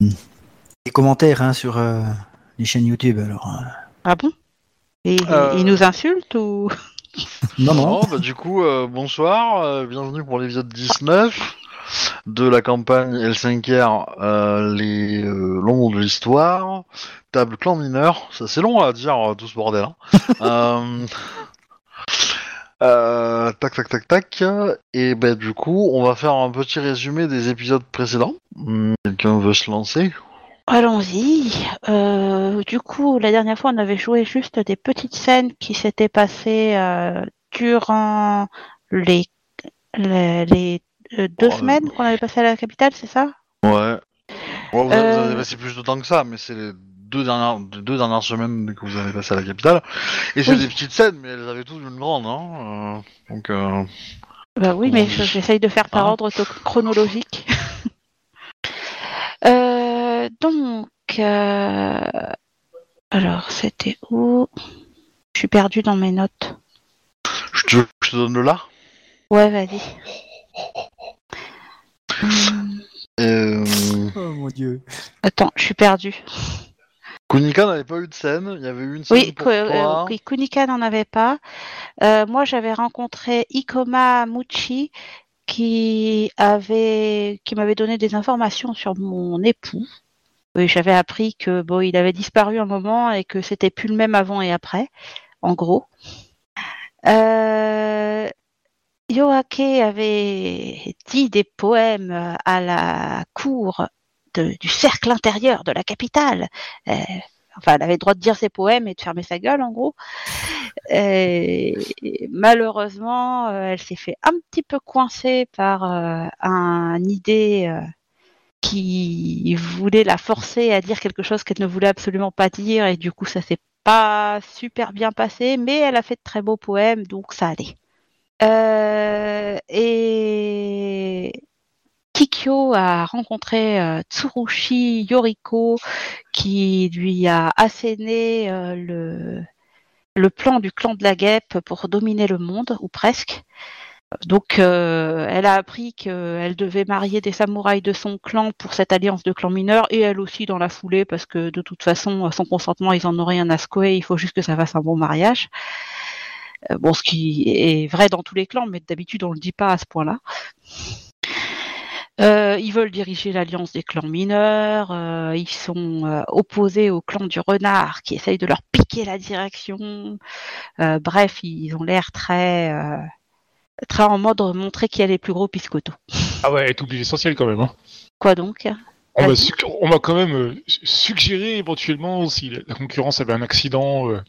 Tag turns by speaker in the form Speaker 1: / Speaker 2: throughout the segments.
Speaker 1: des commentaires hein, sur euh, les chaînes YouTube. Alors, euh.
Speaker 2: Ah bon Et
Speaker 3: Euh.
Speaker 2: il nous insulte ou
Speaker 1: non, non.
Speaker 3: bah, du coup, euh, bonsoir, euh, bienvenue pour l'épisode 19 de la campagne L5R, euh, les euh, longs de l'histoire, table clan mineur, ça c'est long à dire euh, tout ce bordel. hein. Euh, euh, tac tac tac tac, et ben du coup, on va faire un petit résumé des épisodes précédents. Hmm, Quelqu'un veut se lancer
Speaker 2: Allons-y. Euh, du coup, la dernière fois, on avait joué juste des petites scènes qui s'étaient passées euh, durant les, les, les, euh, deux
Speaker 3: Oh, euh,
Speaker 2: semaines qu'on avait passées à la capitale, c'est ça
Speaker 3: Ouais. Bon, vous, avez,
Speaker 2: Euh.
Speaker 3: vous avez passé plus de temps que ça, mais c'est les deux dernières, les deux dernières semaines que vous avez passé à la capitale. Et c'est
Speaker 2: Oui.
Speaker 3: des petites scènes, mais elles avaient toutes une grande, hein. euh, donc, euh,
Speaker 2: Bah oui, mais je- j'essaye de faire par
Speaker 3: Oh, Ah.
Speaker 2: ordre to- chronologique. Euh, donc, euh, alors c'était où Je suis perdue dans mes notes.
Speaker 3: je, te, je te donne le là.
Speaker 2: Ouais, vas-y. Hum,
Speaker 3: Euh,
Speaker 1: Oh mon dieu.
Speaker 2: attends, je suis perdue.
Speaker 3: Kunika n'avait pas eu de scène, il y avait eu une scène
Speaker 2: Oui,
Speaker 3: pour
Speaker 2: Ko- euh,
Speaker 3: toi.
Speaker 2: oui, Kunika n'en avait pas. Euh, moi, j'avais rencontré Ikoma Muchi qui avait, qui m'avait donné des informations sur mon époux. Oui, j'avais appris que bon, il avait disparu un moment et que c'était plus le même avant et après, en gros. Euh, Yoake avait dit des poèmes à la cour de- du cercle intérieur de la capitale. Euh, enfin, elle avait le droit de dire ses poèmes et de fermer sa gueule, en gros. Et, et malheureusement, euh, elle s'est fait un petit peu coincer par euh, un idée euh, qui voulait la forcer à dire quelque chose qu'elle ne voulait absolument pas dire, et du coup, ça s'est pas super bien passé, mais elle a fait de très beaux poèmes, donc ça allait. Euh, et Kikyo a rencontré euh, Tsurushi Yoriko, qui lui a asséné euh, le, le plan du clan de la guêpe pour dominer le monde, ou presque. Donc, euh, elle a appris qu'elle devait marier des samouraïs de son clan pour cette alliance de clans mineurs, et elle aussi dans la foulée, parce que de toute façon, sans consentement, ils en ont rien à secouer, il faut juste que ça fasse un bon mariage. Euh, bon, ce qui est vrai dans tous les clans, mais d'habitude, on le dit pas à ce point-là. Euh, ils veulent diriger l'alliance des clans mineurs, euh, ils sont euh, opposés au clan du renard qui essaye de leur piquer la direction. Euh, bref, ils ont l'air très, euh, très en mode montrer qui est les plus gros piscotos.
Speaker 4: Ah ouais, t'oublies l'essentiel quand même. Hein.
Speaker 2: Quoi donc
Speaker 4: On
Speaker 2: Vas-y.
Speaker 4: m'a su- on m'a quand même euh, su- suggéré éventuellement si la la concurrence avait un accident, euh,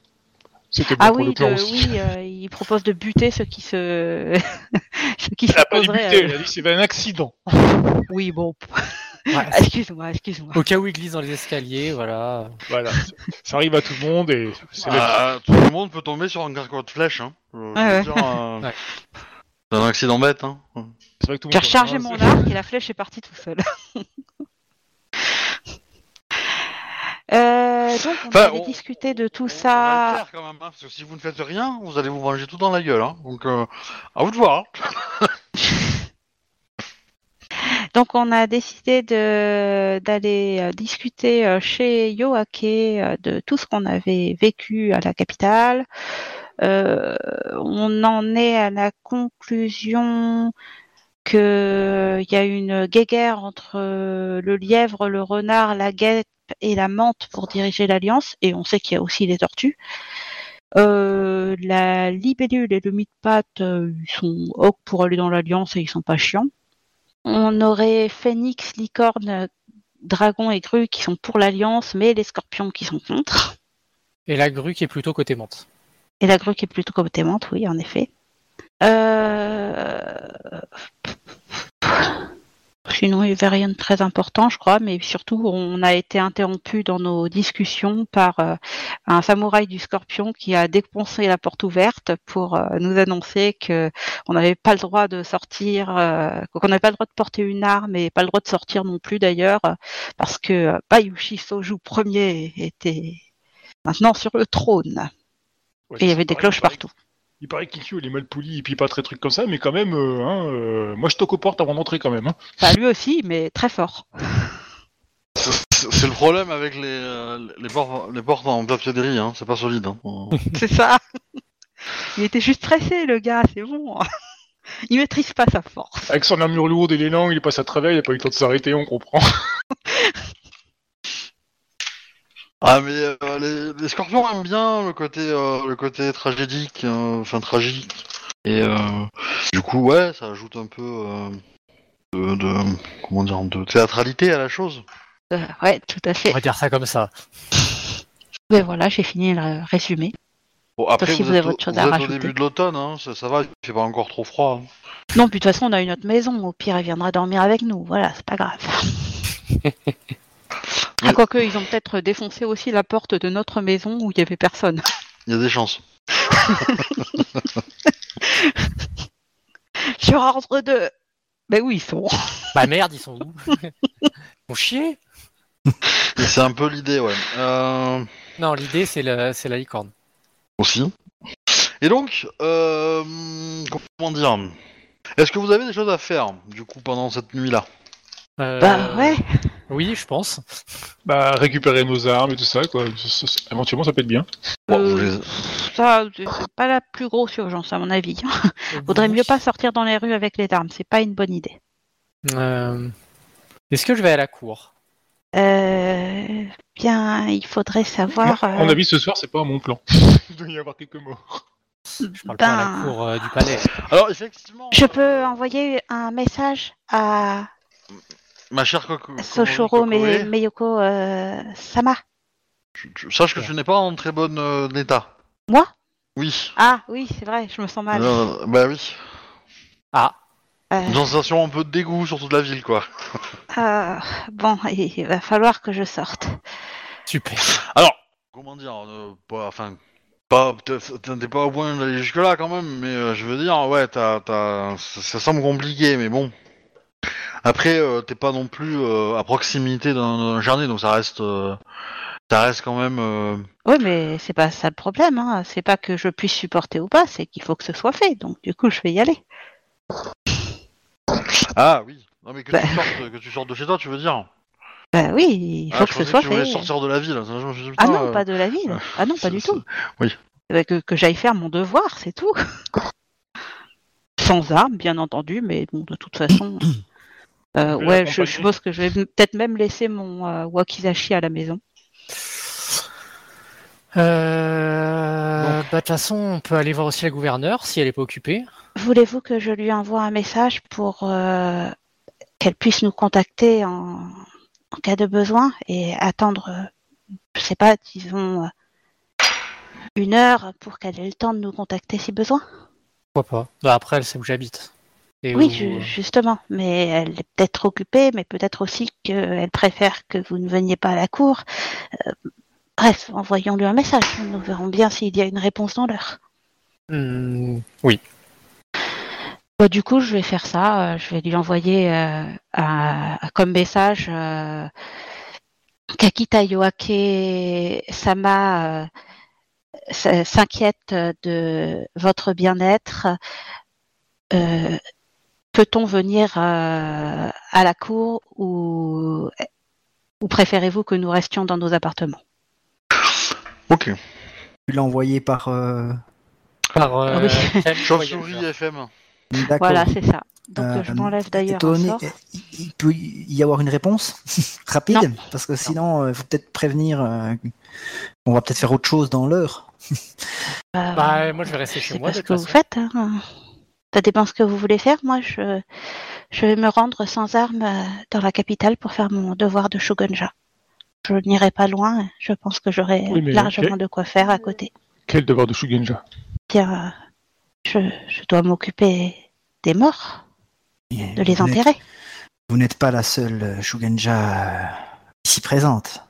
Speaker 4: c'était bon
Speaker 2: Ah
Speaker 4: pour le
Speaker 2: oui,
Speaker 4: clan
Speaker 2: de-
Speaker 4: aussi.
Speaker 2: oui euh, ils proposent de buter ceux qui se. ceux qui
Speaker 4: Elle a pas débuté,
Speaker 2: s'opposeraient à
Speaker 4: elle
Speaker 2: eux.
Speaker 4: a dit c'est un accident.
Speaker 2: Oui, bon.
Speaker 5: Ouais.
Speaker 2: excuse-moi, excuse-moi.
Speaker 5: Au cas où il glisse dans les escaliers, voilà.
Speaker 4: Voilà, ça arrive à tout le monde et
Speaker 2: Ah.
Speaker 4: c'est la-
Speaker 3: Euh, tout le monde peut tomber sur un carquois de flèche, hein. Je- je veux
Speaker 2: Ouais, ouais.
Speaker 3: dire, euh,
Speaker 5: Ouais.
Speaker 3: C'est un accident bête, hein.
Speaker 4: c'est vrai que tout le
Speaker 2: J'ai
Speaker 4: monde.
Speaker 2: rechargé mon arc et la flèche est partie tout seul. Euh, donc on
Speaker 3: Enfin,
Speaker 2: avait
Speaker 3: on-
Speaker 2: discuté de tout
Speaker 3: On- On va le
Speaker 2: ça.
Speaker 3: faire quand même, hein, parce que si vous ne faites rien, vous allez vous manger tout dans la gueule, hein. Donc, euh, à vous de voir. hein.
Speaker 2: Donc on a décidé de d'aller euh, discuter euh, chez Yoake euh, de tout ce qu'on avait vécu à la capitale. Euh, on en est à la conclusion qu'il y a une guéguerre entre euh, le lièvre, le renard, la guêpe et la menthe pour diriger l'alliance, et on sait qu'il y a aussi les tortues. Euh, la libellule et le mid-pat, ils sont ok pour aller dans l'alliance et ils sont pas chiants. On aurait Phénix, Licorne, Dragon et Grue qui sont pour l'Alliance, mais les Scorpions qui sont contre.
Speaker 5: Et la grue qui est plutôt côté menthe.
Speaker 2: Et la Grue qui est plutôt compétente, oui, en effet. Euh... Sinon, il n'y avait rien de très important, je crois, mais surtout, on a été interrompu dans nos discussions par euh, un samouraï du Scorpion qui a dépensé la porte ouverte pour euh, nous annoncer que on n'avait pas le droit de sortir, euh, qu'on n'avait pas le droit de porter une arme et pas le droit de sortir non plus d'ailleurs, euh, parce que euh, Bayushi Soju Ier était maintenant sur le trône et il y avait des cloches
Speaker 4: partout.
Speaker 2: partout.
Speaker 4: Il paraît que Kikyo, il est mal poli, il pille pas très truc comme ça, mais quand même, euh, hein, euh, moi je toque aux portes avant d'entrer quand même. hein.
Speaker 2: Enfin, lui aussi, mais très fort.
Speaker 3: C'est c'est le problème avec les, euh, les, portes, les portes en papier de riz, hein, c'est pas solide. hein.
Speaker 2: C'est ça. Il était juste stressé, le gars, c'est bon. Il maîtrise pas sa force.
Speaker 4: Avec son armure lourde et les langues, il passe à travers, il n'a pas eu le temps de s'arrêter, on comprend.
Speaker 3: Ah mais euh, les, les scorpions aiment bien le côté euh, le côté tragédique, euh, enfin tragique. Et euh, du coup ouais, ça ajoute un peu euh, de, de- comment dire de théâtralité à la chose.
Speaker 2: Euh, ouais, tout à
Speaker 5: On
Speaker 2: fait.
Speaker 5: va dire ça comme ça.
Speaker 2: Mais voilà, j'ai fini le résumé.
Speaker 3: Bon après
Speaker 2: Sauf si
Speaker 3: vous,
Speaker 2: vous avez
Speaker 3: êtes, au-
Speaker 2: autre chose
Speaker 3: vous
Speaker 2: à
Speaker 3: êtes au
Speaker 2: rajouter.
Speaker 3: début de l'automne, hein, ça, ça va, il fait pas encore trop froid. hein.
Speaker 2: Non, puis de toute façon, on a une autre maison. Au pire, il viendra dormir avec nous. Voilà, c'est pas grave. Ah, quoique, ils ont peut-être défoncé aussi la porte de notre maison où il y avait personne.
Speaker 3: Il y a des chances.
Speaker 2: Sur ordre de. Ben oui, ils sont.
Speaker 5: Bah merde, ils sont où Mon chier
Speaker 3: Et c'est un peu l'idée ouais. Euh,
Speaker 5: Non, l'idée c'est la, c'est la licorne.
Speaker 3: aussi. Et donc euh, comment dire Est-ce que vous avez des choses à faire du coup pendant cette nuit là
Speaker 5: Euh,
Speaker 2: Bah ouais.
Speaker 5: Oui, je pense.
Speaker 4: Bah, récupérer nos armes et tout ça, quoi. Ça- ça- éventuellement, ça peut être bien.
Speaker 3: Bon, vous
Speaker 2: Euh,
Speaker 3: les-
Speaker 2: Ça, c'est c'est pas la plus grosse urgence, à mon avis. Vaudrait mieux pas sortir dans les rues avec les armes. C'est pas une bonne idée.
Speaker 5: Euh, Est-ce que je vais à la cour
Speaker 2: Euh, bien, il faudrait savoir.
Speaker 3: Ah,
Speaker 4: À mon
Speaker 2: euh,
Speaker 4: avis, ce soir, c'est pas mon plan. Ah. il doit y avoir quelques mots.
Speaker 5: Je parle pas à
Speaker 2: ben,
Speaker 5: la cour euh, du palais.
Speaker 3: Alors effectivement.
Speaker 2: je
Speaker 3: euh,
Speaker 2: peux hein. envoyer un message à
Speaker 3: euh, Ma chère Coco.
Speaker 2: Soshoro
Speaker 3: Komori Kokoe,
Speaker 2: Me- Meyoko euh, Sama.
Speaker 3: tu- tu- Sache que tu n'es pas en très bon euh, état.
Speaker 2: Moi
Speaker 3: Oui.
Speaker 2: Ah oui, c'est vrai, je me sens mal.
Speaker 3: Euh, bah oui.
Speaker 5: Ah,
Speaker 2: Euh,
Speaker 3: Une sensation un peu de dégoût sur toute la ville, quoi.
Speaker 2: euh, bon, il il va falloir que je sorte.
Speaker 5: super.
Speaker 3: Alors, comment dire, euh, pas, enfin, pas, peut-être- t'es pas au point d'aller jusque là quand même, mais euh, je veux dire, ouais, t'as, t'as, ça, ça semble compliqué, mais bon. Après, euh, t'es pas non plus euh, à proximité d'un d'un jardin, donc ça reste, euh, ça reste quand même. euh,
Speaker 2: Oui, mais c'est pas ça le problème. Hein. C'est pas que je puisse supporter ou pas, c'est qu'il faut que ce soit fait. Donc du coup, je vais y aller.
Speaker 3: Ah oui. Non mais que
Speaker 2: Bah.
Speaker 3: tu sortes, que tu sortes de chez toi, tu veux dire
Speaker 2: Bah oui, il faut
Speaker 3: Ah,
Speaker 2: que
Speaker 3: je
Speaker 2: ce
Speaker 3: pensais
Speaker 2: soit
Speaker 3: que tu voulais
Speaker 2: fait.
Speaker 3: sortir de la ville. Je me suis dit,
Speaker 2: Ah
Speaker 3: putain,
Speaker 2: non,
Speaker 3: euh,
Speaker 2: pas de la ville. Ah non, pas
Speaker 3: c'est-
Speaker 2: du
Speaker 3: c'est-
Speaker 2: tout.
Speaker 3: oui.
Speaker 2: Euh, Que, que j'aille faire mon devoir, c'est tout. Sans armes, bien entendu, mais bon, de toute façon. euh, ouais,
Speaker 4: Je vais
Speaker 2: je,
Speaker 3: bah,
Speaker 4: l'accompagner.
Speaker 2: je pense que je vais m- peut-être même laisser mon euh, wakizashi à la maison.
Speaker 5: Euh... Bah de toute façon, on peut aller voir aussi la gouverneure si elle est pas occupée.
Speaker 2: Voulez-vous que je lui envoie un message pour euh, qu'elle puisse nous contacter en, en cas de besoin et attendre, euh, je sais pas, disons, euh, une heure pour qu'elle ait le temps de nous contacter si besoin
Speaker 5: Pourquoi pas Bah après, elle sait où j'habite. Et
Speaker 2: Oui,
Speaker 5: où- euh,
Speaker 2: ju- justement, mais elle est peut-être occupée, mais peut-être aussi qu'elle préfère que vous ne veniez pas à la cour. Euh, bref, envoyons-lui un message. Nous verrons bien s'il y a une réponse dans l'heure.
Speaker 5: Hmm,
Speaker 2: Bah, du coup, je vais faire ça. euh, je vais lui envoyer euh, un- comme message euh, Kakita Yoake Sama euh, s- s'inquiète de votre bien-être. Euh, Peut-on venir euh, à la cour ou, ou préférez-vous que nous restions dans nos appartements
Speaker 3: Ok.
Speaker 1: Tu l'as envoyé par. euh,
Speaker 5: Par euh,
Speaker 2: Ah oui.
Speaker 5: quel
Speaker 3: Chauve-souris
Speaker 5: voyageur
Speaker 3: FM.
Speaker 1: D'accord.
Speaker 2: Voilà, c'est ça. Donc
Speaker 1: Euh,
Speaker 2: je m'enlève d'ailleurs un
Speaker 1: Étonné,
Speaker 2: sort.
Speaker 1: il- il peut y avoir une réponse rapide
Speaker 2: Non.
Speaker 1: parce que sinon, il faut peut-être prévenir. euh, on va peut-être faire autre chose dans l'heure.
Speaker 2: Euh,
Speaker 5: Bah, euh, moi, je vais rester
Speaker 2: je
Speaker 5: chez
Speaker 2: sais
Speaker 5: moi,
Speaker 2: pas
Speaker 5: de
Speaker 2: ce
Speaker 5: toute
Speaker 2: que vous
Speaker 5: façon.
Speaker 2: faites. hein. Ça dépend ce que vous voulez faire. Moi, je, je vais me rendre sans armes euh, dans la capitale pour faire mon devoir de shogunja. Je n'irai pas loin. Je pense que j'aurai euh,
Speaker 4: Oui, mais
Speaker 2: largement
Speaker 4: quel-
Speaker 2: de quoi faire à côté.
Speaker 4: Quel devoir de Shugenja
Speaker 2: Tiens, euh, je, je dois m'occuper des morts, de les
Speaker 1: Vous n'êtes-
Speaker 2: enterrer.
Speaker 1: Vous n'êtes pas la seule euh, Shugenja euh, ici présente.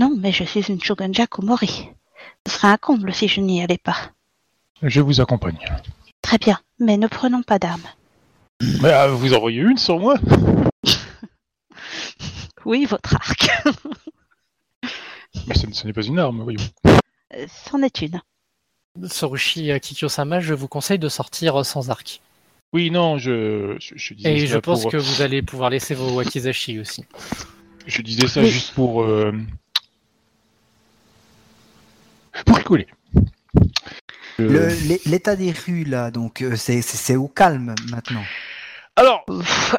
Speaker 2: Non, mais je suis une shogunja Komori. Ce serait un comble si je n'y allais pas.
Speaker 4: Je vous accompagne.
Speaker 2: Très bien, mais ne prenons pas d'armes.
Speaker 4: Bah, vous envoyez une sur moi
Speaker 2: Oui, votre arc.
Speaker 4: Mais ce, ce n'est pas une arme, voyons.
Speaker 2: Euh, C'en est une.
Speaker 5: Sorushi euh, Kikyo-sama, je vous conseille de sortir euh, sans arc.
Speaker 4: Oui, non, je, je, je disais
Speaker 5: Et
Speaker 4: cela
Speaker 5: je pense
Speaker 4: pour-
Speaker 5: que vous allez pouvoir laisser vos wakizashi aussi.
Speaker 4: Je disais ça
Speaker 2: Mais-
Speaker 4: juste pour. euh, Pour rigoler. Euh,
Speaker 1: Le- l'é- L'état des rues, là, donc, euh, c'est- c'est c'est au calme maintenant.
Speaker 3: Alors,
Speaker 2: Ouf.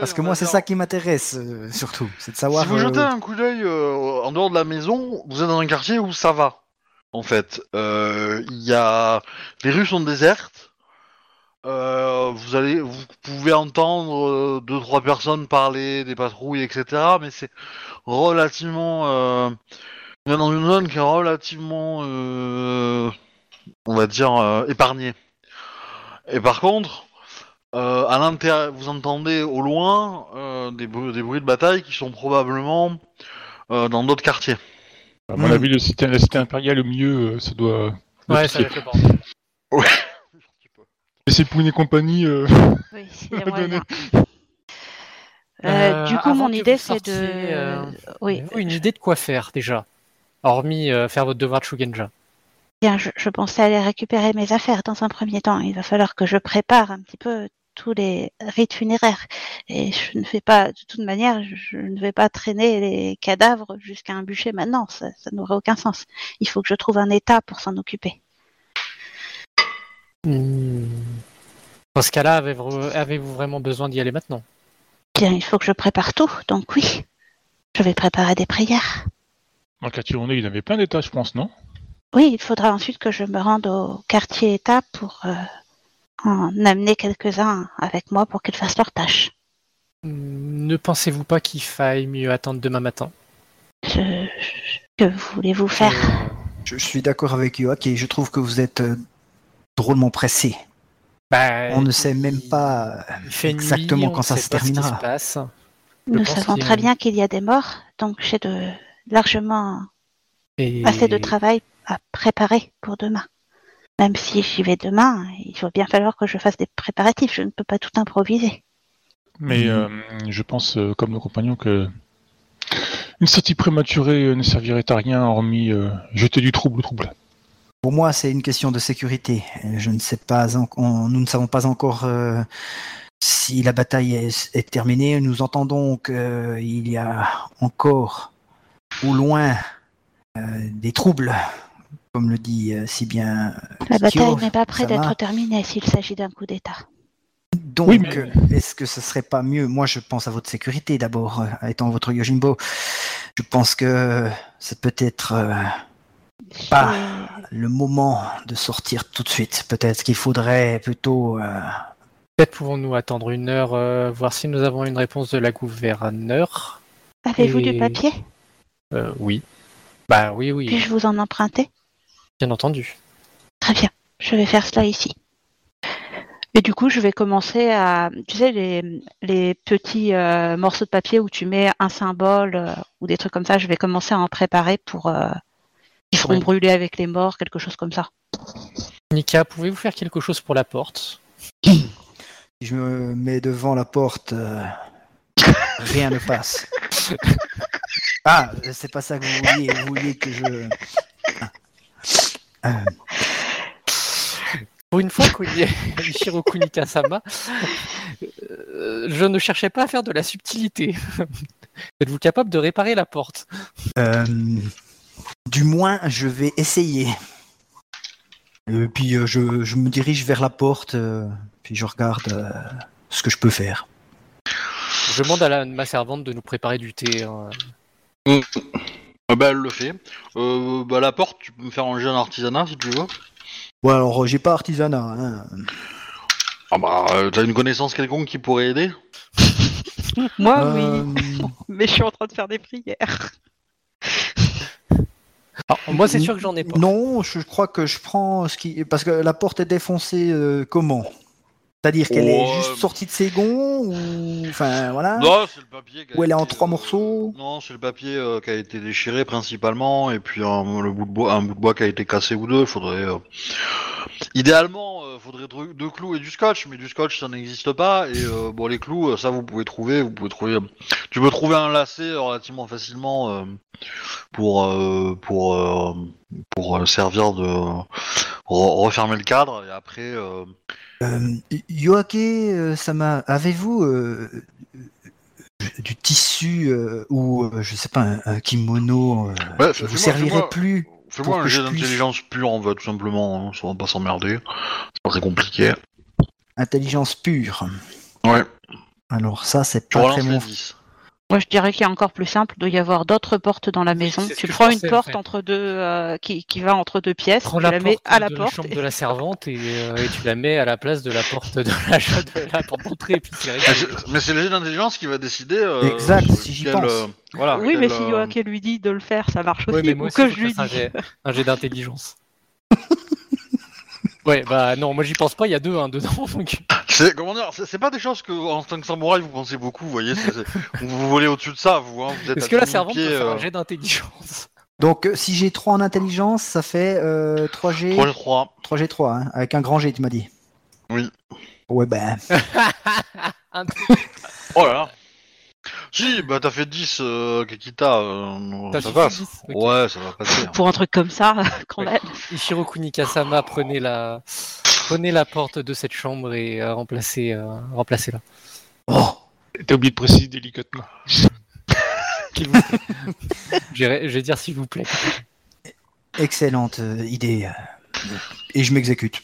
Speaker 1: Parce que moi, c'est ça qui m'intéresse, euh, surtout. C'est de savoir.
Speaker 3: Si vous
Speaker 1: euh,
Speaker 3: jetez un coup d'œil euh, en dehors de la maison, vous êtes dans un quartier où ça va. En fait, Euh, il y a les rues sont désertes. Euh, vous allez, vous pouvez entendre euh, deux trois personnes parler des patrouilles, etc. Mais c'est relativement euh, on est dans une zone qui est relativement, euh, on va dire euh, épargnée. Et par contre, euh, à l'intérieur, vous entendez au loin euh, des, bru- des bruits de bataille qui sont probablement euh, dans d'autres quartiers.
Speaker 4: À mon
Speaker 1: Hmm.
Speaker 4: avis, le cité, la cité impériale au milieu, euh, ça doit. doit
Speaker 5: Ouais, ça va
Speaker 4: piquer.
Speaker 5: être le bordel.
Speaker 4: Mais c'est pour une compagnie. euh,
Speaker 2: Oui, c'est
Speaker 4: Donner.
Speaker 2: moyen. Euh,
Speaker 5: Euh,
Speaker 2: du coup,
Speaker 5: avant
Speaker 2: mon
Speaker 5: que
Speaker 2: idée,
Speaker 5: vous
Speaker 2: c'est de.
Speaker 5: sortiez, euh,
Speaker 2: Oui,
Speaker 5: Avez-vous une idée de quoi faire déjà Hormis euh, faire votre devoir de Shugenja.
Speaker 2: bien, je, je pensais aller récupérer mes affaires dans un premier temps. Il va falloir que je prépare un petit peu tous les rites funéraires. Et je ne fais pas, de toute manière, je, je ne vais pas traîner les cadavres jusqu'à un bûcher maintenant. Ça, ça n'aurait aucun sens. Il faut que je trouve un état pour s'en occuper.
Speaker 5: Hmm. Dans ce cas-là, avez-vous avez-vous vraiment besoin d'y aller maintenant
Speaker 2: Bien, il faut que je prépare tout. Donc oui, je vais préparer des prières.
Speaker 4: Dans le quartier où on est, il y en avait plein d'états, je pense, non
Speaker 2: Oui, il faudra ensuite que je me rende au quartier État pour euh, en amener quelques-uns avec moi pour qu'ils fassent leur tâche.
Speaker 5: Hmm, Ne pensez-vous pas qu'il faille mieux attendre demain matin
Speaker 2: Je- Que voulez-vous faire
Speaker 5: Euh,
Speaker 1: Je, je suis d'accord avec Yoak et je trouve que vous êtes euh, drôlement pressé.
Speaker 5: bah,
Speaker 1: On ne sait
Speaker 5: il-
Speaker 1: même pas.
Speaker 5: il fait nuit,
Speaker 1: exactement
Speaker 5: on
Speaker 1: quand ça
Speaker 5: sait
Speaker 1: se
Speaker 5: pas ce qui
Speaker 1: terminera.
Speaker 5: se passe.
Speaker 2: Nous
Speaker 5: pense
Speaker 2: savons
Speaker 5: qu'il y a
Speaker 2: très
Speaker 5: une-
Speaker 2: bien qu'il y a des morts, donc j'ai de largement
Speaker 5: Et-
Speaker 2: assez de travail à préparer pour demain. Même si j'y vais demain, il va bien falloir que je fasse des préparatifs. Je ne peux pas tout improviser.
Speaker 4: Mais euh, je pense, euh, comme nos compagnons, que une sortie prématurée euh, ne servirait à rien, hormis euh, jeter du trouble au trouble.
Speaker 1: Pour moi, c'est une question de sécurité. Euh, Je ne sais pas. en- on- nous ne savons pas encore euh, si la bataille est, est terminée. Nous entendons qu'il y a encore au loin euh, des troubles, comme le dit euh, si bien. euh,
Speaker 2: La
Speaker 1: Kyo.
Speaker 2: bataille n'est pas près
Speaker 1: ça va.
Speaker 2: d'être terminée s'il s'agit d'un coup d'État.
Speaker 1: Donc,
Speaker 4: Oui, mais-
Speaker 1: euh, est-ce que ce serait pas mieux Moi, je pense à votre sécurité d'abord, euh, étant votre Yojimbo. Je pense que c'est peut-être euh, Bah.
Speaker 2: Je-
Speaker 1: le moment de sortir tout de suite. Peut-être qu'il faudrait plutôt. euh,
Speaker 5: Peut-être pouvons-nous attendre une heure, euh, voir si nous avons une réponse de la gouverneure.
Speaker 2: Avez-vous du
Speaker 5: Et-
Speaker 2: papier
Speaker 5: Euh, oui. Bah oui, oui,
Speaker 2: Puis-je vous en emprunter
Speaker 5: bien entendu.
Speaker 2: Très bien, je vais faire cela ici. Et du coup, je vais commencer à, tu sais, les, les petits euh, morceaux de papier où tu mets un symbole euh, ou des trucs comme ça, je vais commencer à en préparer pour euh, qui seront
Speaker 5: Oui.
Speaker 2: brûlés avec les morts, quelque chose comme ça.
Speaker 5: Nika, pouvez-vous faire quelque chose pour la porte
Speaker 1: Si je me mets devant la porte, euh, rien ne passe. Ah, c'est pas ça que vous vouliez. Vous vouliez que je. Ah. Euh,
Speaker 5: Pour une fois, Kuni- Ichiro Kunika-sama, euh, je ne cherchais pas à faire de la subtilité. Êtes-vous capable de réparer la porte
Speaker 1: euh, du moins, je vais essayer. Et puis, euh, je, je me dirige vers la porte, euh, puis je regarde euh, ce que je peux faire.
Speaker 5: Je demande à la- ma servante de nous préparer du thé. hein.
Speaker 3: Euh, bah, elle le fait. Euh, bah, la porte, tu peux me faire un jeu en artisanat si tu veux.
Speaker 1: Bon, alors, euh, j'ai pas artisanat. hein.
Speaker 3: Ah bah, euh, t'as une connaissance quelconque qui pourrait aider
Speaker 2: Moi,
Speaker 1: Euh,
Speaker 2: mais je suis en train de faire des prières.
Speaker 5: Alors, moi, c'est sûr que j'en ai pas.
Speaker 1: Non, je crois que je prends ce qui. Parce que la porte est défoncée euh, comment C'est-à-dire qu'elle est
Speaker 3: Oh, euh,
Speaker 1: juste sortie de ses gonds ou. Enfin, voilà.
Speaker 3: Non, c'est le papier. qui a
Speaker 1: Ah. Ou elle est en
Speaker 3: été,
Speaker 1: trois
Speaker 3: euh,
Speaker 1: morceaux
Speaker 3: Non, c'est le papier euh, qui a été déchiré principalement, et puis un, le bout de bois, un bout de bois qui a été cassé ou deux. Faudrait. euh, Idéalement, euh, faudrait dru- deux clous et du scotch, mais du scotch ça n'existe pas. Et euh, bon, les clous, euh, ça vous pouvez trouver, vous pouvez trouver. Tu peux trouver un lacet euh, relativement facilement euh, pour euh, pour euh, pour euh, servir de re- refermer le cadre et après. euh,
Speaker 1: Euh, Yoake euh, Sama, avez-vous euh, du tissu euh, ou euh, je sais pas un, un kimono euh,
Speaker 3: Ouais,
Speaker 1: qui
Speaker 3: fais-moi-
Speaker 1: vous servirait
Speaker 3: fais-moi-
Speaker 1: plus.
Speaker 3: Fais-moi
Speaker 1: Pour
Speaker 3: un
Speaker 1: que
Speaker 3: jet
Speaker 1: je puisse.
Speaker 3: d'intelligence pure, en fait, tout simplement. hein, Ça va pas s'emmerder. C'est pas très compliqué.
Speaker 1: Intelligence pure.
Speaker 3: Ouais.
Speaker 1: Alors ça c'est
Speaker 3: Tu
Speaker 1: pas très
Speaker 3: relances
Speaker 1: mon.
Speaker 3: les 10.
Speaker 2: Moi, je dirais qu'il y a encore plus simple, il doit y avoir d'autres portes dans la maison.
Speaker 5: c'est ce
Speaker 2: Tu
Speaker 5: que je
Speaker 2: prends
Speaker 5: pensais,
Speaker 2: une
Speaker 5: en
Speaker 2: porte
Speaker 5: fait.
Speaker 2: entre deux, euh, qui, qui va entre deux pièces,
Speaker 5: Prends
Speaker 2: tu
Speaker 5: la
Speaker 2: la, mets
Speaker 5: porte
Speaker 2: à la
Speaker 5: de la
Speaker 2: porte.
Speaker 5: chambre de la servante et, euh, et tu la mets à la place de la porte de la, de la porte d'entrée. et puis c'est réglé.
Speaker 3: Mais c'est- Mais c'est le jet d'intelligence qui va décider. euh,
Speaker 1: Exact,
Speaker 3: sur
Speaker 1: si j'y
Speaker 3: quel,
Speaker 1: pense.
Speaker 3: voilà,
Speaker 2: oui, mais
Speaker 3: quel,
Speaker 2: si
Speaker 3: euh,
Speaker 2: Yoake lui dit de le faire, ça marche aussi.
Speaker 5: Ouais, mais moi
Speaker 2: ou
Speaker 5: aussi,
Speaker 2: que
Speaker 5: faut
Speaker 2: je lui
Speaker 5: fasse un
Speaker 2: dis.
Speaker 5: jet- un jet d'intelligence. ouais, bah non, moi j'y pense pas, il y a deux hein, dedans. Donc...
Speaker 3: C'est comment dire, c'est c'est pas des choses que en tant que samouraï vous pensez beaucoup, vous voyez. c'est- c'est- vous volez au-dessus de ça, vous. Hein, vous êtes
Speaker 5: Est-ce
Speaker 3: à
Speaker 5: que la
Speaker 3: 10 000
Speaker 5: servante
Speaker 3: pieds,
Speaker 5: peut faire un
Speaker 3: euh,
Speaker 5: jet d'intelligence
Speaker 1: Donc euh, si j'ai 3 en intelligence, ça fait euh, 3G
Speaker 3: projet 3.
Speaker 1: 3G3 hein, avec un grand G, tu m'as dit.
Speaker 3: Oui.
Speaker 1: Ouais ben
Speaker 5: Un truc,
Speaker 3: Oh là là. Si, bah t'as fait 10, euh, Kikita, euh,
Speaker 5: t'as
Speaker 3: ça
Speaker 5: suffi,
Speaker 3: passe.
Speaker 5: dix. Ok.
Speaker 3: Ouais, ça va passer. hein.
Speaker 2: Pour un truc comme ça, quand
Speaker 5: Ouais.
Speaker 2: même.
Speaker 5: Ichiro Kunikasama, prenez la, prenez la porte de cette chambre et euh, remplacez, euh, remplacez-la.
Speaker 1: Oh
Speaker 4: T'as oublié de préciser délicatement.
Speaker 5: Qu'il vous plaît. je vais je vais dire s'il vous plaît.
Speaker 1: excellente euh, idée euh, et je m'exécute.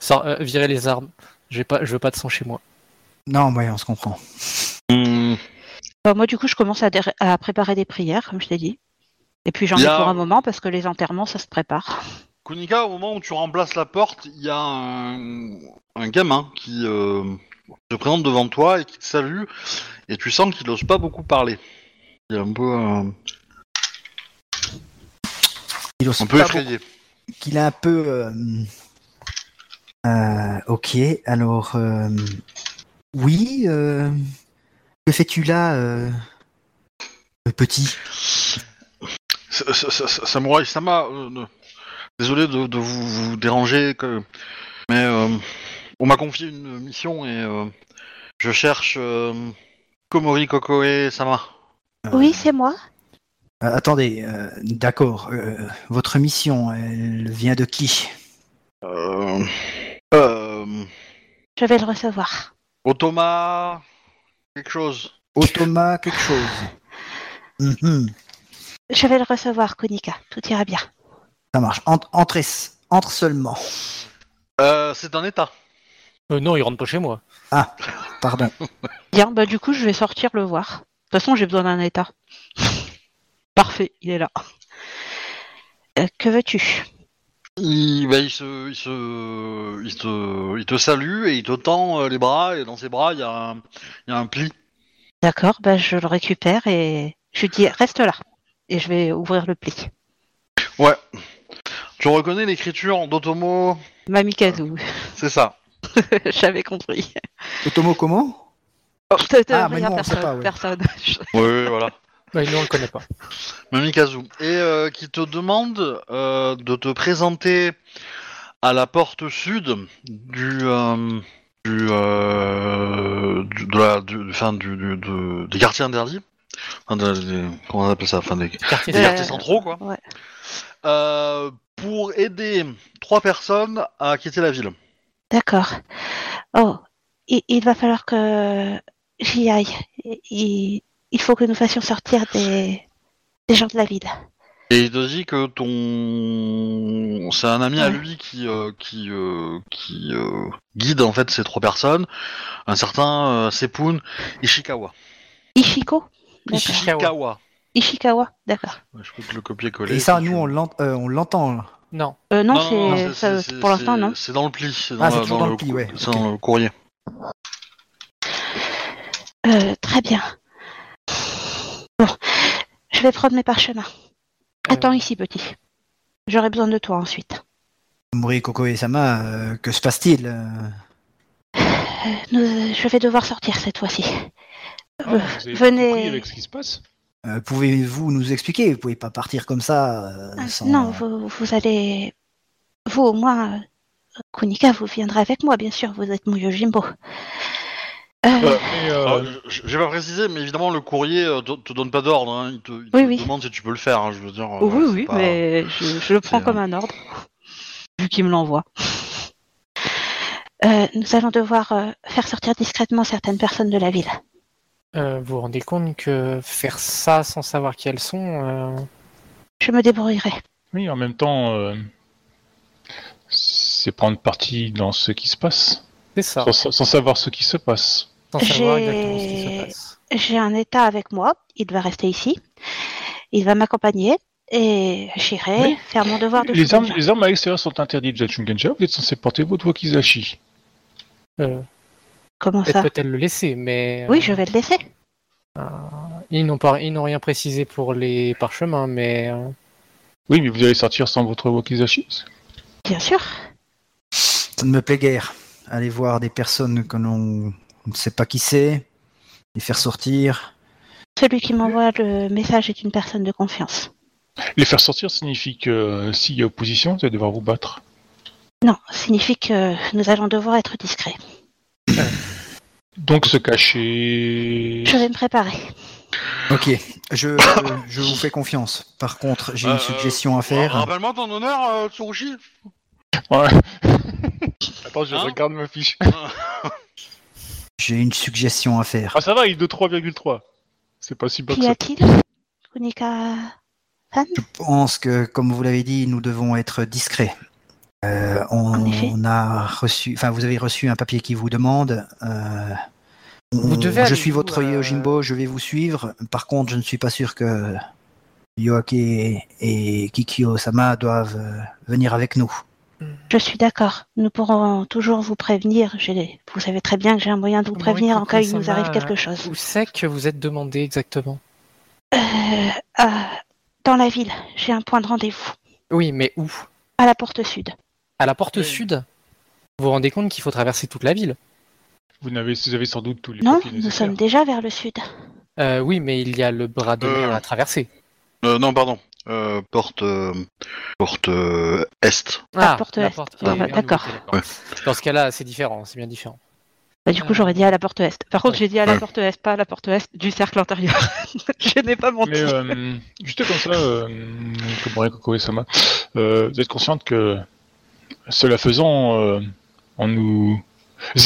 Speaker 5: Sors- euh, virez les armes. J'ai pas, je veux pas de sang chez moi.
Speaker 1: Non, ouais, on se comprend.
Speaker 3: Hmm.
Speaker 2: Bah, moi, du coup, je commence à, dé- à préparer des prières, comme je t'ai dit. Et puis j'en ai
Speaker 3: Il y a-
Speaker 2: pour un moment parce que les enterrements, ça se prépare.
Speaker 3: Kunika, au moment où tu remplaces la porte, il y a un, un gamin qui euh, se présente devant toi et qui te salue, et tu sens qu'il n'ose pas beaucoup parler. Il est un peu, euh,
Speaker 1: Il ose
Speaker 3: un peu
Speaker 1: pas
Speaker 3: effrayé.
Speaker 1: qu'il est un peu. euh, euh, ok, alors. euh, oui, euh, que fais-tu là, euh, le petit
Speaker 3: Sa- sa- sa- sa- Samouraï Sama, euh, ne- désolé de, de vous, vous déranger, que- mais euh, on m'a confié une mission et euh, je cherche euh, Komori Kokoe Sama.
Speaker 1: Euh,
Speaker 2: Oui, c'est moi.
Speaker 1: euh, attendez, euh, d'accord. euh, votre mission, elle vient de qui
Speaker 3: Euh, euh,
Speaker 2: Je vais le recevoir.
Speaker 3: Otoma, quelque chose.
Speaker 1: Automa quelque chose. Mhm,
Speaker 2: Je vais le recevoir, Kunika. Tout ira bien.
Speaker 1: ça marche. Ent- entrez, entre seulement.
Speaker 3: Euh, c'est un état.
Speaker 5: Euh, non, il rentre pas chez moi.
Speaker 1: Pardon.
Speaker 2: Bien, bah du coup, je vais sortir le voir. De toute façon, j'ai besoin d'un état. Parfait, il est là. Euh, que veux-tu
Speaker 3: Il, bah, il, se, il, se, il, te, il te salue et il te tend euh, les bras, et dans ses bras, il y a un, il y a un pli.
Speaker 2: D'accord, bah je le récupère et je lui dis reste là. Et je vais ouvrir le pli.
Speaker 3: Tu reconnais l'écriture d'Otomo
Speaker 2: Mamikazu,
Speaker 3: C'est ça.
Speaker 2: j'avais compris.
Speaker 1: Automo comment
Speaker 2: Te- te-
Speaker 1: Ah, mais
Speaker 2: regarde
Speaker 1: non, on sait
Speaker 2: personne.
Speaker 1: pas, ouais.
Speaker 2: personne.
Speaker 3: Oui, voilà.
Speaker 5: Ouais, non, Bah, on le connaît pas.
Speaker 3: Mamikazu. Et euh, qui te demande euh, de te présenter à la porte sud du. euh, du, euh, du- de la, du, enfin, du, du- de- des quartiers interdits. Enfin, de- des- comment on appelle ça Enfin, des,
Speaker 5: Quartier
Speaker 3: des
Speaker 2: Euh,
Speaker 3: quartiers centraux, quoi.
Speaker 2: ouais.
Speaker 3: Euh, pour aider trois personnes à quitter la ville.
Speaker 2: D'accord. Oh, il, il va falloir que j'y aille. Il, il faut que nous fassions sortir des, des gens de la ville.
Speaker 3: Et il te dit que ton. C'est un ami à
Speaker 2: Ouais.
Speaker 3: lui qui, euh, qui, euh, qui euh, guide en fait ces trois personnes. Un certain euh, Sepun Ishikawa.
Speaker 2: Ishiko D'accord.
Speaker 5: Ishikawa.
Speaker 2: Ishikawa, d'accord.
Speaker 3: Ouais, Je peux te le copier-coller.
Speaker 1: Et ça,
Speaker 3: si tu
Speaker 1: nous,
Speaker 3: veux.
Speaker 1: on l'ent- euh, on l'entend. là.
Speaker 5: Non.
Speaker 2: Euh, non,
Speaker 3: Non, non,
Speaker 2: c'est ça, pour l'instant non.
Speaker 3: C'est dans le pli. C'est dans,
Speaker 1: Ah,
Speaker 3: la-
Speaker 1: c'est toujours
Speaker 3: dans
Speaker 1: dans le pli, ouais,
Speaker 3: C'est
Speaker 1: ok.
Speaker 3: dans le courrier.
Speaker 2: Euh, très bien. Bon, je vais prendre mes parchemins.
Speaker 5: Euh,
Speaker 2: Attends ici, petit. J'aurai besoin de toi ensuite.
Speaker 1: Mori, Coco et Sama, euh, que se passe-t-il euh
Speaker 2: Euh, nous- je vais devoir sortir cette fois-ci.
Speaker 4: Ah, vous avez
Speaker 2: venez.
Speaker 4: compris avec ce qui se passe
Speaker 1: Euh, Pouvez-vous nous expliquer Vous pouvez pas partir comme ça euh, sans...
Speaker 2: Ah, Non, vous, vous allez. Vous, au moins, euh, Kunika, vous viendrez avec moi, bien sûr. Vous êtes mon Yojimbo. Euh,
Speaker 4: Mais,
Speaker 3: Alors,
Speaker 4: euh,
Speaker 3: je- J'ai pas précisé, mais évidemment, le courrier euh, te, te donne pas d'ordre. hein. Il te, il te
Speaker 2: Oui, oui.
Speaker 3: demande si tu peux le faire. hein, Je veux dire. euh,
Speaker 2: oui,
Speaker 3: c'est
Speaker 2: oui,
Speaker 3: pas-
Speaker 2: mais je, je le prends
Speaker 3: c'est,
Speaker 2: comme un ordre, vu qu'il me l'envoie. Euh, nous allons devoir euh, faire sortir discrètement certaines personnes de la ville.
Speaker 5: Euh, vous vous rendez compte que faire ça sans savoir qui elles sont, euh,
Speaker 2: Je me débrouillerai.
Speaker 4: Oui, en même temps, euh, c'est prendre parti dans ce qui se passe,
Speaker 5: c'est ça.
Speaker 4: sans, sans- sans savoir ce qui se passe.
Speaker 5: Sans savoir
Speaker 2: J'ai-
Speaker 5: exactement ce qui se passe.
Speaker 2: J'ai un état avec moi, il va rester ici, il va m'accompagner et j'irai
Speaker 4: Mais
Speaker 2: faire mon devoir de
Speaker 4: Les armes,
Speaker 2: Shugenja.
Speaker 4: les armes à l'extérieur sont interdites de Shunganja, vous êtes censé porter votre wakizashi.
Speaker 5: Euh,
Speaker 2: Comment ça
Speaker 5: peut-être peut-elle le laisser, mais euh,
Speaker 2: Oui, je vais le laisser.
Speaker 5: ils n'ont pas, ils n'ont rien précisé pour les parchemins, mais euh,
Speaker 4: Oui, mais vous allez sortir sans votre wakizashi
Speaker 2: Bien sûr.
Speaker 1: Ça ne me plaît guère. Aller voir des personnes que l'on on ne sait pas qui c'est, les faire sortir.
Speaker 2: Celui qui m'envoie le message est une personne de confiance.
Speaker 4: Les faire sortir signifie que euh, s'il y a opposition, vous allez devoir vous battre.
Speaker 2: Non, signifie que nous allons devoir être discrets.
Speaker 4: Donc se cacher.
Speaker 2: Je vais me préparer.
Speaker 1: Ok, je, je vous fais confiance. Par contre, j'ai
Speaker 3: Euh,
Speaker 1: une suggestion à faire.
Speaker 3: Rappelle-moi ton honneur, euh, Tsurushi.
Speaker 4: Ouais. Attends, je
Speaker 3: Hein
Speaker 4: regarde ma fiche.
Speaker 1: J'ai une suggestion à faire.
Speaker 4: Ah, ça va, il est de 3,3. C'est pas si bas que
Speaker 2: Qu'y
Speaker 4: ça.
Speaker 2: a-t-il Kunika San
Speaker 1: Je pense que, comme vous l'avez dit, nous devons être discrets. Euh, on,
Speaker 2: En effet.
Speaker 1: on a reçu, enfin, vous avez reçu un papier qui vous demande. euh,
Speaker 5: Vous
Speaker 1: on-
Speaker 5: devez
Speaker 1: je
Speaker 5: aller
Speaker 1: suis
Speaker 5: vous,
Speaker 1: votre
Speaker 5: euh,
Speaker 1: Yojimbo, je vais vous suivre. Par contre, je ne suis pas sûr que Yoake et Kikyo Sama doivent euh, venir avec nous.
Speaker 2: Je suis d'accord. Nous pourrons toujours vous prévenir. J'ai- Vous savez très bien que j'ai un moyen de vous
Speaker 5: Comment
Speaker 2: prévenir
Speaker 5: est-ce
Speaker 2: en cas où il
Speaker 5: qu'on
Speaker 2: nous
Speaker 5: s'en va,
Speaker 2: arrive quelque
Speaker 5: euh,
Speaker 2: chose.
Speaker 5: où c'est que vous êtes demandé exactement
Speaker 2: Euh, euh, dans la ville, j'ai un point de rendez-vous.
Speaker 5: Oui, mais où
Speaker 2: À la porte sud.
Speaker 5: À la porte
Speaker 3: Oui.
Speaker 5: sud. Vous vous rendez compte qu'il faut traverser toute la ville
Speaker 4: Vous, n'avez- vous avez sans doute tous les
Speaker 2: Non,
Speaker 4: papiers
Speaker 2: nous
Speaker 4: nécessaires.
Speaker 2: sommes déjà vers le sud.
Speaker 5: Euh, Oui, mais il y a le bras de mer
Speaker 3: Euh.
Speaker 5: à traverser.
Speaker 3: Euh, non, pardon. Euh, porte euh, porte euh, est.
Speaker 2: La porte est. Ah,
Speaker 5: est-
Speaker 2: bah,
Speaker 5: ah, oui,
Speaker 2: d'accord.
Speaker 5: ok, Dans ce cas-là, c'est différent, c'est bien différent.
Speaker 2: Bah, du coup,
Speaker 5: Euh.
Speaker 2: j'aurais dit à la porte est. Par contre,
Speaker 5: Ouais.
Speaker 2: j'ai dit à la
Speaker 3: Ouais.
Speaker 2: porte est, pas à la porte est du cercle intérieur. je n'ai pas menti.
Speaker 4: Mais euh, juste comme ça, euh, Kobayashi Koko et Sama, euh, vous êtes consciente que cela faisant, euh, en nous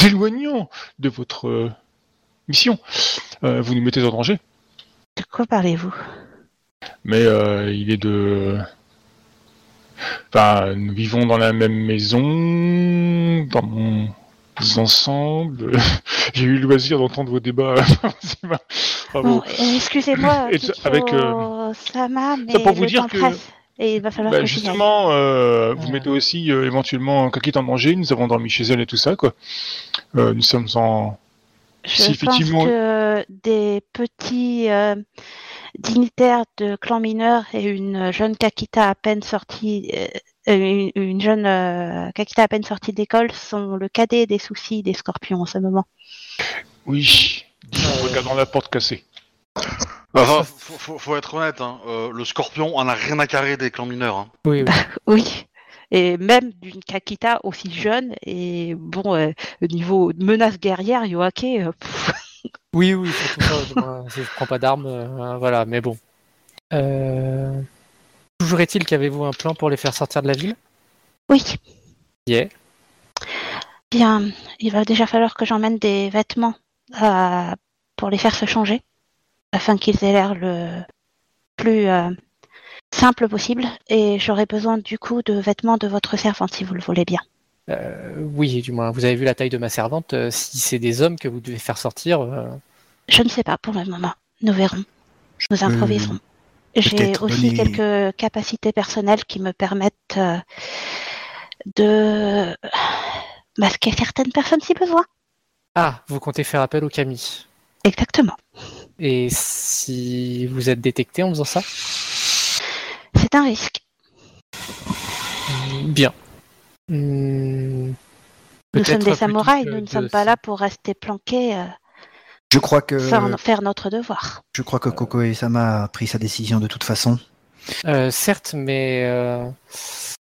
Speaker 4: éloignant de votre euh, mission, euh, vous nous mettez en danger.
Speaker 2: De quoi parlez-vous
Speaker 4: Mais euh, il est de. Enfin, nous vivons dans la même maison, dans mon ensemble. J'ai eu le loisir d'entendre vos débats. Bravo.
Speaker 2: Bon, euh, excusez-moi,
Speaker 4: Et
Speaker 2: Kikyo
Speaker 4: avec, euh,
Speaker 2: Sama, mais
Speaker 4: ça pour vous
Speaker 2: le
Speaker 4: dire
Speaker 2: temps
Speaker 4: que-
Speaker 2: presse et il va falloir
Speaker 4: Bah,
Speaker 2: que j'y aille.
Speaker 4: justement, euh, vous
Speaker 5: Ah.
Speaker 4: mettez aussi euh, éventuellement quelqu'un est en danger. Nous avons dormi chez elle et tout ça, quoi. Euh, nous sommes en.
Speaker 2: Je
Speaker 4: Si, effectivement-
Speaker 2: pense que des petits euh, dignitaires de clan mineur et une jeune Kakita à peine sortie, euh, une, une jeune euh, Kakita à peine sortie d'école sont le cadet des soucis des scorpions en ce moment.
Speaker 4: Oui. En regardant la porte cassée.
Speaker 3: Bah, Enfin, faut, faut- faut être honnête. hein, euh, le scorpion en a rien à carrer des clans mineurs. hein.
Speaker 5: Oui, oui.
Speaker 2: Oui. Et même d'une Kakita aussi jeune et bon euh, niveau menace guerrière, Yoake, euh, pff,
Speaker 5: oui, oui, surtout pas, moi, si je prends pas d'armes, euh, voilà, mais bon. Euh, Toujours est-il qu'avez-vous un plan pour les faire sortir de la ville
Speaker 2: oui.
Speaker 5: Yeah.
Speaker 2: Bien, il va déjà falloir que j'emmène des vêtements euh, pour les faire se changer, afin qu'ils aient l'air le plus euh, simple possible. Et j'aurai besoin du coup de vêtements de votre servante, si vous le voulez bien.
Speaker 5: Euh, Oui, du moins, vous avez vu la taille de ma servante. euh, si c'est des hommes que vous devez faire sortir, euh,
Speaker 2: Je ne sais pas pour le moment. Nous verrons. Nous improviserons. J'ai
Speaker 1: peut-être
Speaker 2: aussi
Speaker 1: donner-
Speaker 2: quelques capacités personnelles qui me permettent euh, de masquer certaines personnes si besoin.
Speaker 5: ah, vous comptez faire appel au Camille.
Speaker 2: Exactement.
Speaker 5: Et si vous êtes détecté en faisant ça
Speaker 2: C'est un risque.
Speaker 5: Bien. Hmm,
Speaker 2: Nous
Speaker 5: peut-être
Speaker 2: sommes des
Speaker 5: plutôt
Speaker 2: samouraïs,
Speaker 5: que
Speaker 2: nous ne
Speaker 5: euh, de-
Speaker 2: sommes pas là pour rester planqués, euh,
Speaker 1: Je crois que
Speaker 2: faire, faire notre devoir.
Speaker 1: je crois que Koko et Sama a pris sa décision de toute façon.
Speaker 5: Euh, certes, mais euh,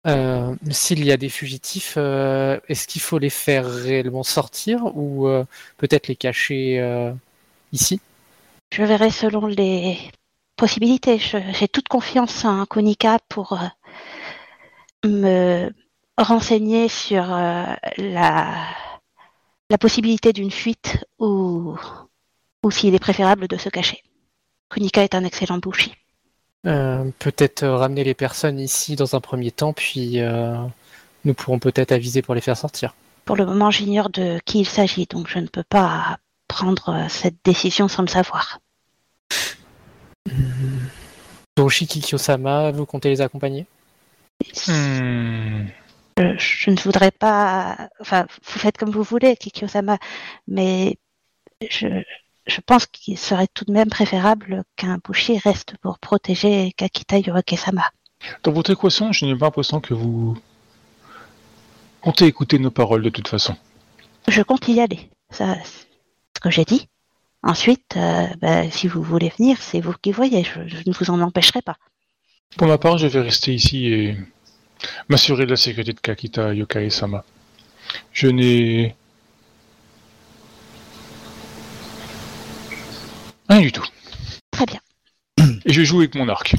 Speaker 5: euh, s'il y a des fugitifs, euh, est-ce qu'il faut les faire réellement sortir ou euh, peut-être les cacher euh, ici
Speaker 2: Je verrai selon les possibilités. Je- J'ai toute confiance en Konika pour euh, me renseigner sur euh, la, la possibilité d'une fuite ou ou s'il est préférable de se cacher. Kunika est un excellent bouchi.
Speaker 5: Euh, peut-être euh, ramener les personnes ici dans un premier temps, puis euh, nous pourrons peut-être aviser pour les faire sortir.
Speaker 2: Pour le moment, j'ignore de qui il s'agit, donc je ne peux pas prendre euh, cette décision sans le savoir. Mhm.
Speaker 5: Toshiki Kiyosama, vous comptez les accompagner
Speaker 4: Hmm.
Speaker 2: Je, je ne voudrais pas. Enfin, vous faites comme vous voulez, Kikyo-sama, mais je, je pense qu'il serait tout de même préférable qu'un boucher reste pour protéger Kakita Yurake-sama.
Speaker 4: Dans votre équation, je n'ai pas l'impression que vous comptez écouter nos paroles de toute façon.
Speaker 2: Je compte y aller, ça, c'est ce que j'ai dit. Ensuite, euh, ben, si vous voulez venir, c'est vous qui voyez, je, je ne vous en empêcherai pas.
Speaker 4: Pour ma part, je vais rester ici et m'assurer de la sécurité de Kakita Yokai Sama. Je n'ai. Rien du tout.
Speaker 2: Très bien.
Speaker 4: Et je joue avec mon arc.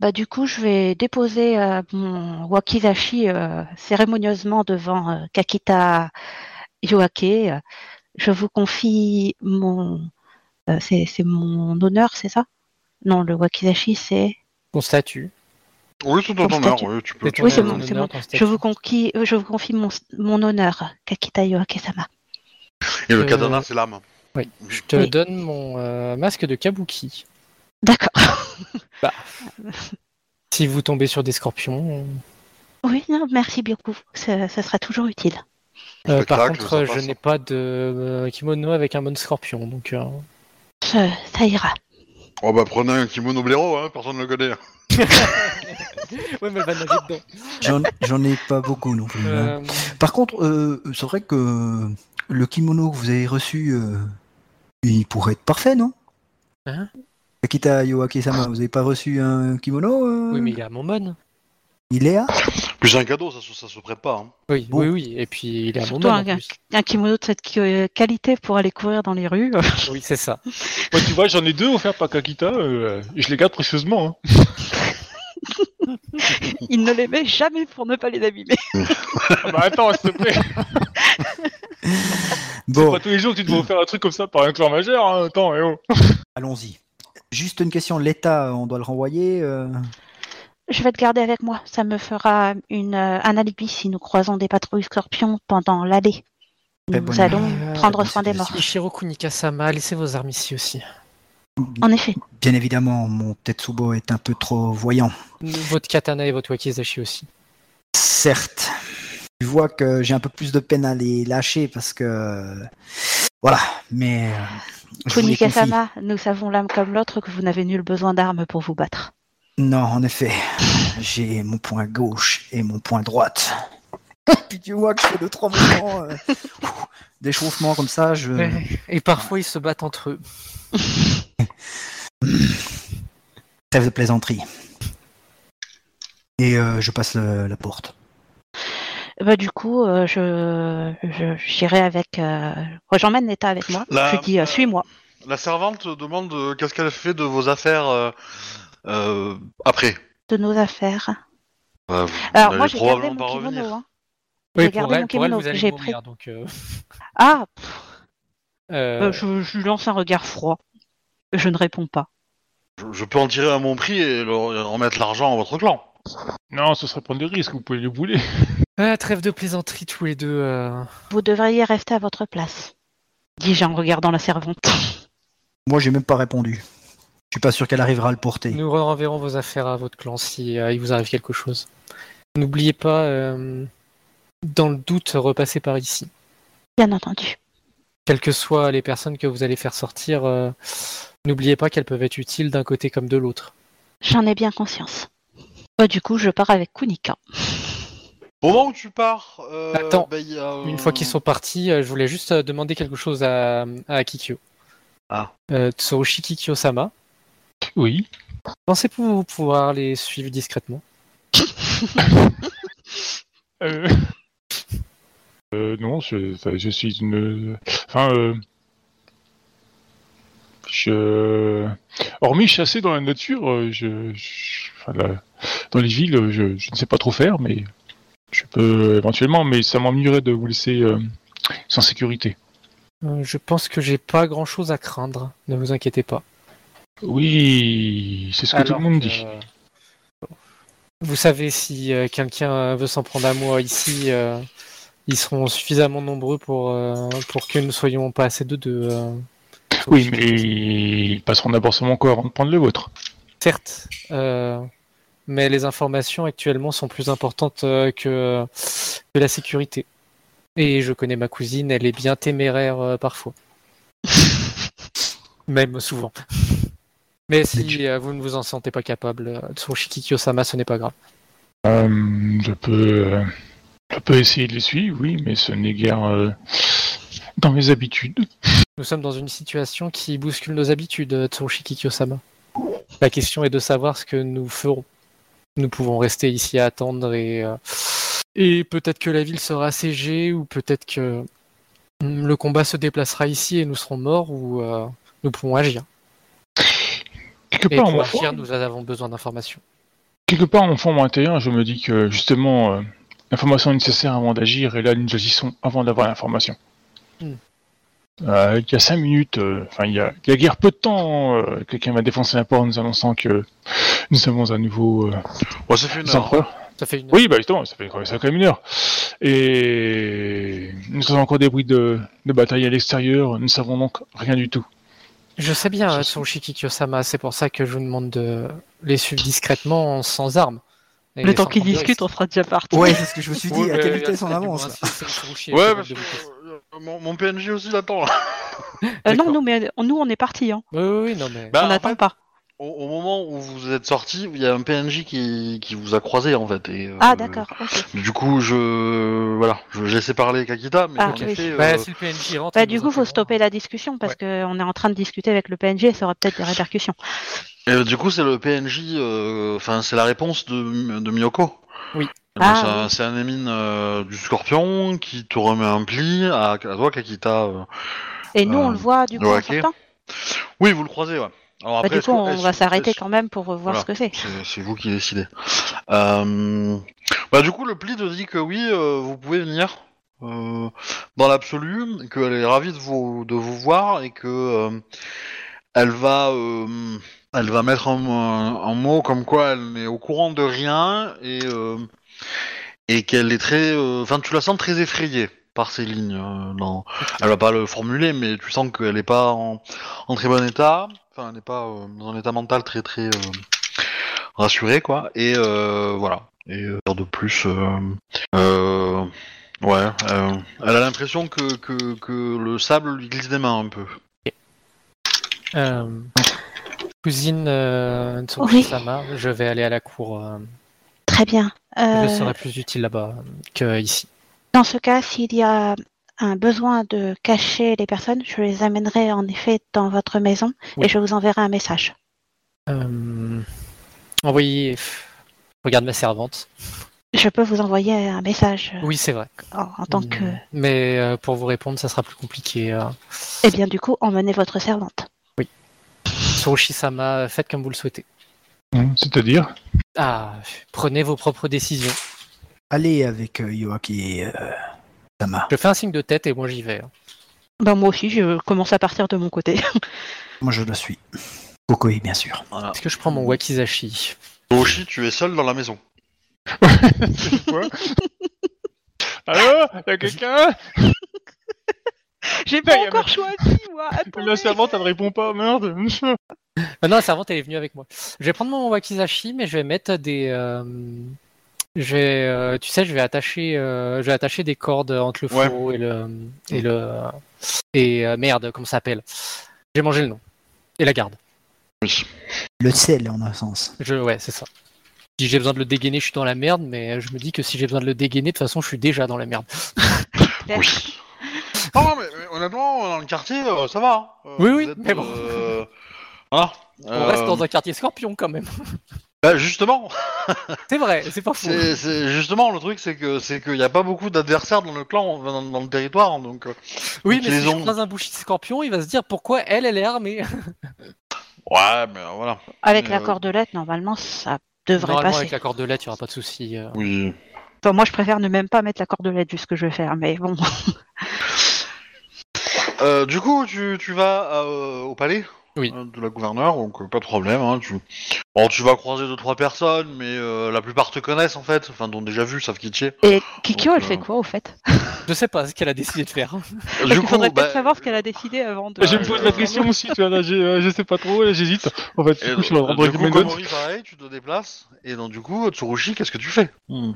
Speaker 2: Bah, du coup, je vais déposer euh, mon wakizashi euh, cérémonieusement devant euh, Kakita Yoake. Euh, Je vous confie mon. euh, c'est c'est mon honneur, c'est ça Non, le wakizashi, c'est.
Speaker 5: Ton statut.
Speaker 3: Oui, tout en
Speaker 2: Comme
Speaker 3: ton honneur,
Speaker 2: statut.
Speaker 3: oui, tu peux.
Speaker 5: ton
Speaker 2: Oui, c'est
Speaker 5: honneur,
Speaker 2: bon, c'est
Speaker 5: ton
Speaker 2: bon.
Speaker 5: statut.
Speaker 2: Je vous, conquis, euh, je vous confie mon, mon honneur, Kakita Yoake-sama.
Speaker 3: Et le
Speaker 5: Euh,
Speaker 3: katana, c'est l'âme.
Speaker 5: Je te
Speaker 2: Oui.
Speaker 5: donne mon euh, masque de kabuki.
Speaker 2: D'accord.
Speaker 5: Si vous tombez sur des scorpions.
Speaker 2: oui, non, merci beaucoup. Ça, ça sera toujours utile.
Speaker 5: euh,
Speaker 3: Spectacle,
Speaker 5: par contre,
Speaker 3: sympa,
Speaker 5: je
Speaker 3: ça. hein.
Speaker 5: n'ai pas de euh, kimono avec un bon scorpion, donc euh,
Speaker 2: Ça, ça ira.
Speaker 3: Oh bah prenez un kimono blaireau, hein, personne ne le connaît.
Speaker 5: Ouais, mais elle va nager dedans.
Speaker 1: J'en j'en ai pas beaucoup non plus. hein.
Speaker 5: Euh,
Speaker 1: Par contre, euh, c'est vrai que le kimono que vous avez reçu, euh, il pourrait être parfait, non
Speaker 5: Hein
Speaker 1: Akita Yoake-sama, vous avez pas reçu un kimono euh
Speaker 5: Ah. Oui, mais il est à mon mon.
Speaker 1: Il est à
Speaker 3: Puis c'est un cadeau, ça, se- ça se prête pas. hein.
Speaker 5: Oui,
Speaker 1: Bon.
Speaker 5: oui, oui. Et puis il est à mon
Speaker 2: Surtout
Speaker 5: mon. en
Speaker 2: un gars.
Speaker 5: plus.
Speaker 2: Un kimono de cette euh, qualité pour aller courir dans les rues.
Speaker 5: Oui, c'est ça.
Speaker 4: Moi, tu vois, j'en ai deux offerts par Kakita euh, et je les garde précieusement. hein.
Speaker 2: Il ne les met jamais pour ne pas les abîmer.
Speaker 4: Ah bah attends, s'il te plaît. C'est
Speaker 1: Bon,
Speaker 4: pas tous les jours que tu dois faire un truc comme ça par un clan majeur. hein. Attends, eh oh.
Speaker 1: allons-y. Juste une question, l'État, on doit le renvoyer euh,
Speaker 2: Je vais le garder avec moi. Ça me fera une, euh, un alibi si nous croisons des patrouilles scorpions pendant l'allée.
Speaker 1: Très
Speaker 2: Nous
Speaker 1: Ben, bonne
Speaker 2: allons
Speaker 5: idée.
Speaker 2: prendre
Speaker 1: Ah,
Speaker 2: soin des
Speaker 1: c'est
Speaker 2: morts.
Speaker 5: Ishiro Kunikasama, laissez vos armes ici aussi.
Speaker 2: En effet,
Speaker 1: Bien évidemment, mon Tetsubo est un peu trop voyant.
Speaker 5: Votre katana et votre wakizashi aussi.
Speaker 1: Certes, tu vois que j'ai un peu plus de peine à les lâcher parce que... Voilà, mais... euh, je vous les confie.
Speaker 2: Kunika-sama, nous savons l'âme comme l'autre que vous n'avez nul besoin d'armes pour vous battre.
Speaker 1: Non, en effet. J'ai mon point gauche et mon point droite. Puis tu vois que je fais deux, trois mouvements euh, ouf, d'échauffement comme ça. Je...
Speaker 5: Et parfois ils se battent entre eux.
Speaker 1: Trêve de plaisanterie. Et euh, je passe le- la porte.
Speaker 2: Bah, du coup, euh, je je- j'irai avec. euh, J'emmène l'État avec moi.
Speaker 3: La-
Speaker 2: Je dis euh, suis-moi.
Speaker 3: La servante demande euh, qu'est-ce qu'elle fait de vos affaires euh, euh, après.
Speaker 2: De nos affaires.
Speaker 3: Bah, vous
Speaker 2: Alors,
Speaker 3: n'allez
Speaker 2: moi, j'ai gardé
Speaker 3: probablement
Speaker 2: mon
Speaker 3: pas
Speaker 2: kimono.
Speaker 3: revenir.
Speaker 2: hein.
Speaker 5: Oui,
Speaker 2: J'ai
Speaker 5: pour
Speaker 2: gardé
Speaker 5: elle,
Speaker 2: mon
Speaker 5: pour elle,
Speaker 2: kimono,
Speaker 5: vous allez
Speaker 2: j'ai
Speaker 5: mourir,
Speaker 2: pris-
Speaker 5: donc. euh,
Speaker 2: Ah,
Speaker 5: euh,
Speaker 2: bah, je, je lui lance un regard froid. Je ne réponds pas.
Speaker 3: Je, je peux en tirer à mon prix et le- remettre l'argent à votre clan.
Speaker 4: Non, ce serait prendre des risques, vous pouvez les bouler.
Speaker 5: ah, trêve de plaisanterie tous les deux. euh.
Speaker 2: Vous devriez rester à votre place, dis-je en regardant la servante.
Speaker 1: Moi, j'ai même pas répondu. Je suis pas sûr qu'elle arrivera à le porter.
Speaker 5: Nous renverrons vos affaires à votre clan si euh, il vous arrive quelque chose. N'oubliez pas, euh, dans le doute, repasser par ici.
Speaker 2: Bien entendu.
Speaker 5: Quelles que soient les personnes que vous allez faire sortir, euh, n'oubliez pas qu'elles peuvent être utiles d'un côté comme de l'autre.
Speaker 2: J'en ai bien conscience. Bah, du coup, je pars avec Kunika.
Speaker 3: Au moment où tu pars, euh,
Speaker 5: Attends.
Speaker 3: bah, il y a, euh,
Speaker 5: Une fois qu'ils sont partis, euh, je voulais juste euh, demander quelque chose à, à Kikyo.
Speaker 3: Ah.
Speaker 5: Euh, Tsurushi Kikyo-sama,
Speaker 4: Oui.
Speaker 5: pensez-vous pouvoir les suivre discrètement
Speaker 4: Euh... Euh, non, je, enfin, je suis une. Enfin, euh... je. Hormis chasser dans la nature, euh, je. je- enfin, la- Dans les villes, euh, je... je ne sais pas trop faire, mais je peux euh, éventuellement, mais ça m'ennuierait de vous laisser euh, sans sécurité.
Speaker 5: Euh, je pense que j'ai pas grand chose à craindre, ne vous inquiétez pas.
Speaker 4: Oui, c'est ce que tout
Speaker 5: Alors
Speaker 4: le monde
Speaker 5: que-
Speaker 4: dit.
Speaker 5: Euh, Vous savez, si euh, quelqu'un veut s'en prendre à moi ici, euh, ils seront suffisamment nombreux pour, euh, pour que nous ne soyons pas assez de deux. euh,
Speaker 4: Oui, mais ils passeront d'abord sur mon corps avant de prendre le vôtre.
Speaker 5: Certes, euh, mais les informations actuellement sont plus importantes euh, que, que la sécurité. Et je connais ma cousine, elle est bien téméraire euh, parfois. Même souvent. Mais si euh, vous ne vous en sentez pas capable, euh, Tsurushiki Kiyosama, ce n'est pas grave.
Speaker 4: Euh, je peux, euh, je peux essayer de les suivre, oui, mais ce n'est guère euh, dans mes habitudes.
Speaker 5: Nous sommes dans une situation qui bouscule nos habitudes, euh, Tsurushiki Kiyosama. La question est de savoir ce que nous ferons. Nous pouvons rester ici à attendre et, euh, et peut-être que la ville sera assiégée ou peut-être que mm, le combat se déplacera ici et nous serons morts ou euh, nous pourrons agir.
Speaker 4: Quelque
Speaker 5: Et
Speaker 4: part,
Speaker 5: pour
Speaker 4: on-
Speaker 5: agir, nous avons besoin d'informations.
Speaker 4: quelque part, en fond intérieur, je me dis que justement, euh, l'information est nécessaire avant d'agir, et là, nous agissons avant d'avoir l'information.
Speaker 5: Hmm.
Speaker 4: Euh, il y a cinq minutes, euh, enfin, il y a, il y a guère peu de temps, euh, quelqu'un m'a défoncé la porte en nous annonçant que nous avons un nouveau euh,
Speaker 3: Ouais, ça fait une heure.
Speaker 4: empereur.
Speaker 5: Ça fait une
Speaker 4: Oui, bah justement, ça fait quand même- ça fait quand même une heure. Et nous avons encore des bruits de, de bataille à l'extérieur, nous ne savons donc rien du tout.
Speaker 5: Je sais bien,
Speaker 4: Ça,
Speaker 5: euh,
Speaker 4: c'est-
Speaker 5: Tsurushiki Kiyosama, c'est pour ça que je vous demande de les suivre discrètement, sans armes. Et
Speaker 2: Le temps
Speaker 5: sans
Speaker 2: qu'ils
Speaker 5: prendre de risques.
Speaker 2: discutent, on sera déjà parti.
Speaker 1: Ouais, c'est ce que je me suis dit.
Speaker 5: Ouais,
Speaker 1: à
Speaker 5: mais
Speaker 1: quelle
Speaker 5: il y a
Speaker 1: vitesse on
Speaker 5: peut-être du
Speaker 1: avance là
Speaker 5: moins six, cinq Tsurushi et
Speaker 3: hein. Ouais,
Speaker 5: cinq
Speaker 3: parce
Speaker 5: de
Speaker 3: que
Speaker 5: vitesse.
Speaker 3: euh, euh, mon, mon PNJ aussi l'attend.
Speaker 2: Euh,
Speaker 3: là.
Speaker 2: non,
Speaker 5: D'accord. Ah,
Speaker 2: nous, mais on- nous, on est parti. Hein.
Speaker 5: Oui, oui, oui, non, mais.
Speaker 3: Bah,
Speaker 2: on
Speaker 3: en
Speaker 2: n'attend
Speaker 3: fait,
Speaker 2: pas.
Speaker 3: au, au moment où vous êtes sorti, il y a un PNJ qui, qui vous a croisé en fait. et, euh,
Speaker 2: Ah, d'accord. ok.
Speaker 3: Du coup, je voilà, je j'ai laissé parler Kakita, mais
Speaker 2: Ah,
Speaker 3: en
Speaker 2: oui.
Speaker 3: effet,
Speaker 5: Bah,
Speaker 3: euh,
Speaker 5: si le PNJ rentre,
Speaker 2: Bah,
Speaker 5: il
Speaker 2: du
Speaker 5: nous hein.
Speaker 2: coup, faut
Speaker 5: interrompt.
Speaker 2: stopper la discussion parce qu'on est en train de discuter avec le PNG et ça aura peut-être des répercussions.
Speaker 3: euh, du coup, c'est le PNJ, euh, enfin, c'est la réponse de, de Miyoko.
Speaker 5: Oui.
Speaker 3: Donc,
Speaker 2: Ah,
Speaker 3: c'est un- c'est un émine euh, du Scorpion qui te remet un pli à, à toi, Kakita. euh.
Speaker 2: Et nous,
Speaker 3: Euh,
Speaker 2: on le voit du coup
Speaker 3: ouais,
Speaker 2: en
Speaker 3: ok.
Speaker 2: sortant.
Speaker 3: Oui, vous le croisez, ouais. Alors
Speaker 2: Bah,
Speaker 3: après,
Speaker 2: du
Speaker 3: est-ce
Speaker 2: coup,
Speaker 3: que-
Speaker 2: on
Speaker 3: est-ce-
Speaker 2: va s'arrêter
Speaker 3: est-ce-
Speaker 2: quand même pour euh, voir
Speaker 3: Voilà.
Speaker 2: ce que c'est.
Speaker 3: C'est c'est vous qui décidez. Euh, Bah, du coup, le pli te dit que oui, euh, vous pouvez venir euh, dans l'absolu, qu'elle est ravie de vous, de vous voir et que euh, elle va euh, elle va mettre un, un mot comme quoi elle n'est au courant de rien et euh, et qu'elle est très. euh, Enfin, tu la sens très effrayée par ces lignes. euh, dans- Elle va pas le formuler, mais tu sens qu'elle n'est pas en, en très bon état. Enfin, elle n'est pas euh, dans un état mental très très euh, rassuré, quoi. Et euh, voilà. Et euh, dire de plus. euh, euh, ouais. euh, elle a l'impression que, que, que le sable lui glisse des mains un peu.
Speaker 5: Euh, Cousine euh,
Speaker 2: Oui.
Speaker 5: Tsurushi-sama, je vais aller à la cour. euh,
Speaker 2: Très bien. Euh,
Speaker 5: Je serai plus utile là-bas que ici.
Speaker 2: Dans ce cas, s'il y a un besoin de cacher les personnes, je les amènerai en effet dans votre maison
Speaker 5: Oui.
Speaker 2: et je vous enverrai un message.
Speaker 5: Euh, Envoyez. pff, Regarde ma servante.
Speaker 2: Je peux vous envoyer un message euh,
Speaker 5: Oui, c'est vrai.
Speaker 2: en, en tant que...
Speaker 5: Mais euh, pour vous répondre, ça sera plus compliqué. euh.
Speaker 2: Eh bien, du coup, emmenez votre servante.
Speaker 5: Tsurushi-sama, faites comme vous le souhaitez.
Speaker 4: Hum, C'est-à-dire
Speaker 5: Ah, prenez vos propres décisions.
Speaker 1: Allez avec euh, Yoaki et euh, Sama.
Speaker 5: Je fais un signe de tête et moi j'y vais. hein.
Speaker 2: Ben, moi aussi, je commence à partir de mon côté.
Speaker 1: Moi je la suis. Kokoi, bien sûr.
Speaker 3: Voilà.
Speaker 5: Est-ce que je prends
Speaker 2: Mm.
Speaker 5: mon wakizashi
Speaker 3: Toshi, tu es seul dans la maison.
Speaker 4: Quoi Allô Y'a quelqu'un
Speaker 2: J'ai
Speaker 4: pas Putain, y a encore
Speaker 2: choisi, moi.
Speaker 4: La servante, elle ne répond pas, merde
Speaker 5: Ah non, la servante, elle est venue avec moi. Je vais prendre mon wakizashi, mais je vais mettre des. euh, Je vais, euh, tu sais, je vais attacher, euh, je vais attacher des cordes entre le
Speaker 3: Ouais.
Speaker 5: fourreau et le et le et euh, merde, comment ça s'appelle J'ai mangé le nom et la garde.
Speaker 1: Le sel en un sens.
Speaker 5: Je, ouais, c'est ça. Si j'ai besoin de le dégainer, je suis dans la merde, mais je me dis que si j'ai besoin de le dégainer, de toute façon, je suis déjà dans la merde.
Speaker 2: Eh,
Speaker 3: Oui. Non, non, mais, mais honnêtement, dans le quartier, euh, ça va. hein. Euh,
Speaker 5: Oui,
Speaker 3: vous
Speaker 5: oui,
Speaker 3: êtes,
Speaker 5: mais bon.
Speaker 3: euh, voilà. Euh,
Speaker 5: On reste dans un quartier scorpion quand même.
Speaker 3: Bah, justement,
Speaker 5: C'est vrai, c'est pas fou.
Speaker 3: c'est c'est- justement le truc, c'est que c'est qu'il n'y a pas beaucoup d'adversaires dans le clan, dans, dans le territoire, donc euh,
Speaker 5: Oui,
Speaker 3: Donc,
Speaker 5: mais
Speaker 3: ils
Speaker 5: si
Speaker 3: ont-
Speaker 5: je croise un bouchi scorpion, il va se dire pourquoi elle, elle est armée.
Speaker 3: ouais, mais euh, voilà.
Speaker 2: Avec
Speaker 3: Mais,
Speaker 2: la
Speaker 3: euh,
Speaker 2: cordelette, normalement, ça devrait
Speaker 5: Normalement,
Speaker 2: passer.
Speaker 5: avec la cordelette, il y aura pas de souci. euh.
Speaker 3: Oui.
Speaker 2: Enfin, moi, je préfère ne même pas mettre la cordelette, vu ce que je vais faire, mais bon.
Speaker 3: Euh, du coup, tu, tu vas euh, au palais
Speaker 5: Oui.
Speaker 3: euh, de la gouverneure, donc euh, pas de problème. Hein, tu... Bon, tu vas croiser deux trois personnes, mais euh, la plupart te connaissent en fait, enfin t'ont déjà vu, savent qui tu es.
Speaker 2: Et Kikyo,
Speaker 3: Donc,
Speaker 2: elle fait
Speaker 3: euh,
Speaker 2: quoi au fait
Speaker 5: Je sais pas ce qu'elle a décidé de faire. hein.
Speaker 2: Parce qu'il faudrait
Speaker 3: bah,
Speaker 2: peut-être savoir ce qu'elle a décidé avant de.
Speaker 4: Ah, Je me pose la question aussi, tu vois, là, j'ai, euh, je sais pas trop, là, j'hésite. En fait,
Speaker 3: et,
Speaker 4: du coup, Eh bah, je suis en train de
Speaker 3: euh, du
Speaker 4: regarder
Speaker 3: coup,
Speaker 4: mes notes.
Speaker 3: Komori, pareil, tu te déplaces, et donc du coup, Tsurushi, qu'est-ce que tu fais
Speaker 4: Hmm.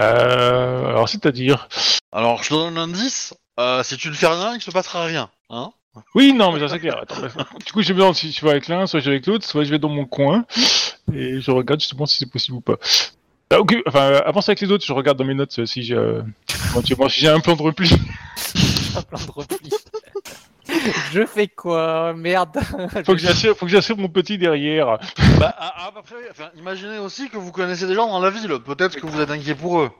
Speaker 4: Euh, alors, c'est-à-dire.
Speaker 3: Alors, je te donne un indice, euh, si tu ne fais rien, il se passera rien. Hein
Speaker 4: Oui, non, mais ça, c'est clair. Attends, bref. du coup, j'ai besoin, si je vais avec l'un, soit je vais avec l'autre, soit je vais dans mon coin, et je regarde justement si c'est possible ou pas. Ah, ok, enfin, euh, avance avec les autres, je regarde dans mes notes euh, si j'ai, euh, éventuellement, si j'ai un plan de repli.
Speaker 5: Un plan de repli. Je fais quoi Merde.
Speaker 4: Faut que j'assure, faut que j'assure mon petit derrière. Ah,
Speaker 3: bah, à- à- après, enfin, imaginez aussi que vous connaissez des gens dans la ville, peut-être que vous êtes inquiet pour eux.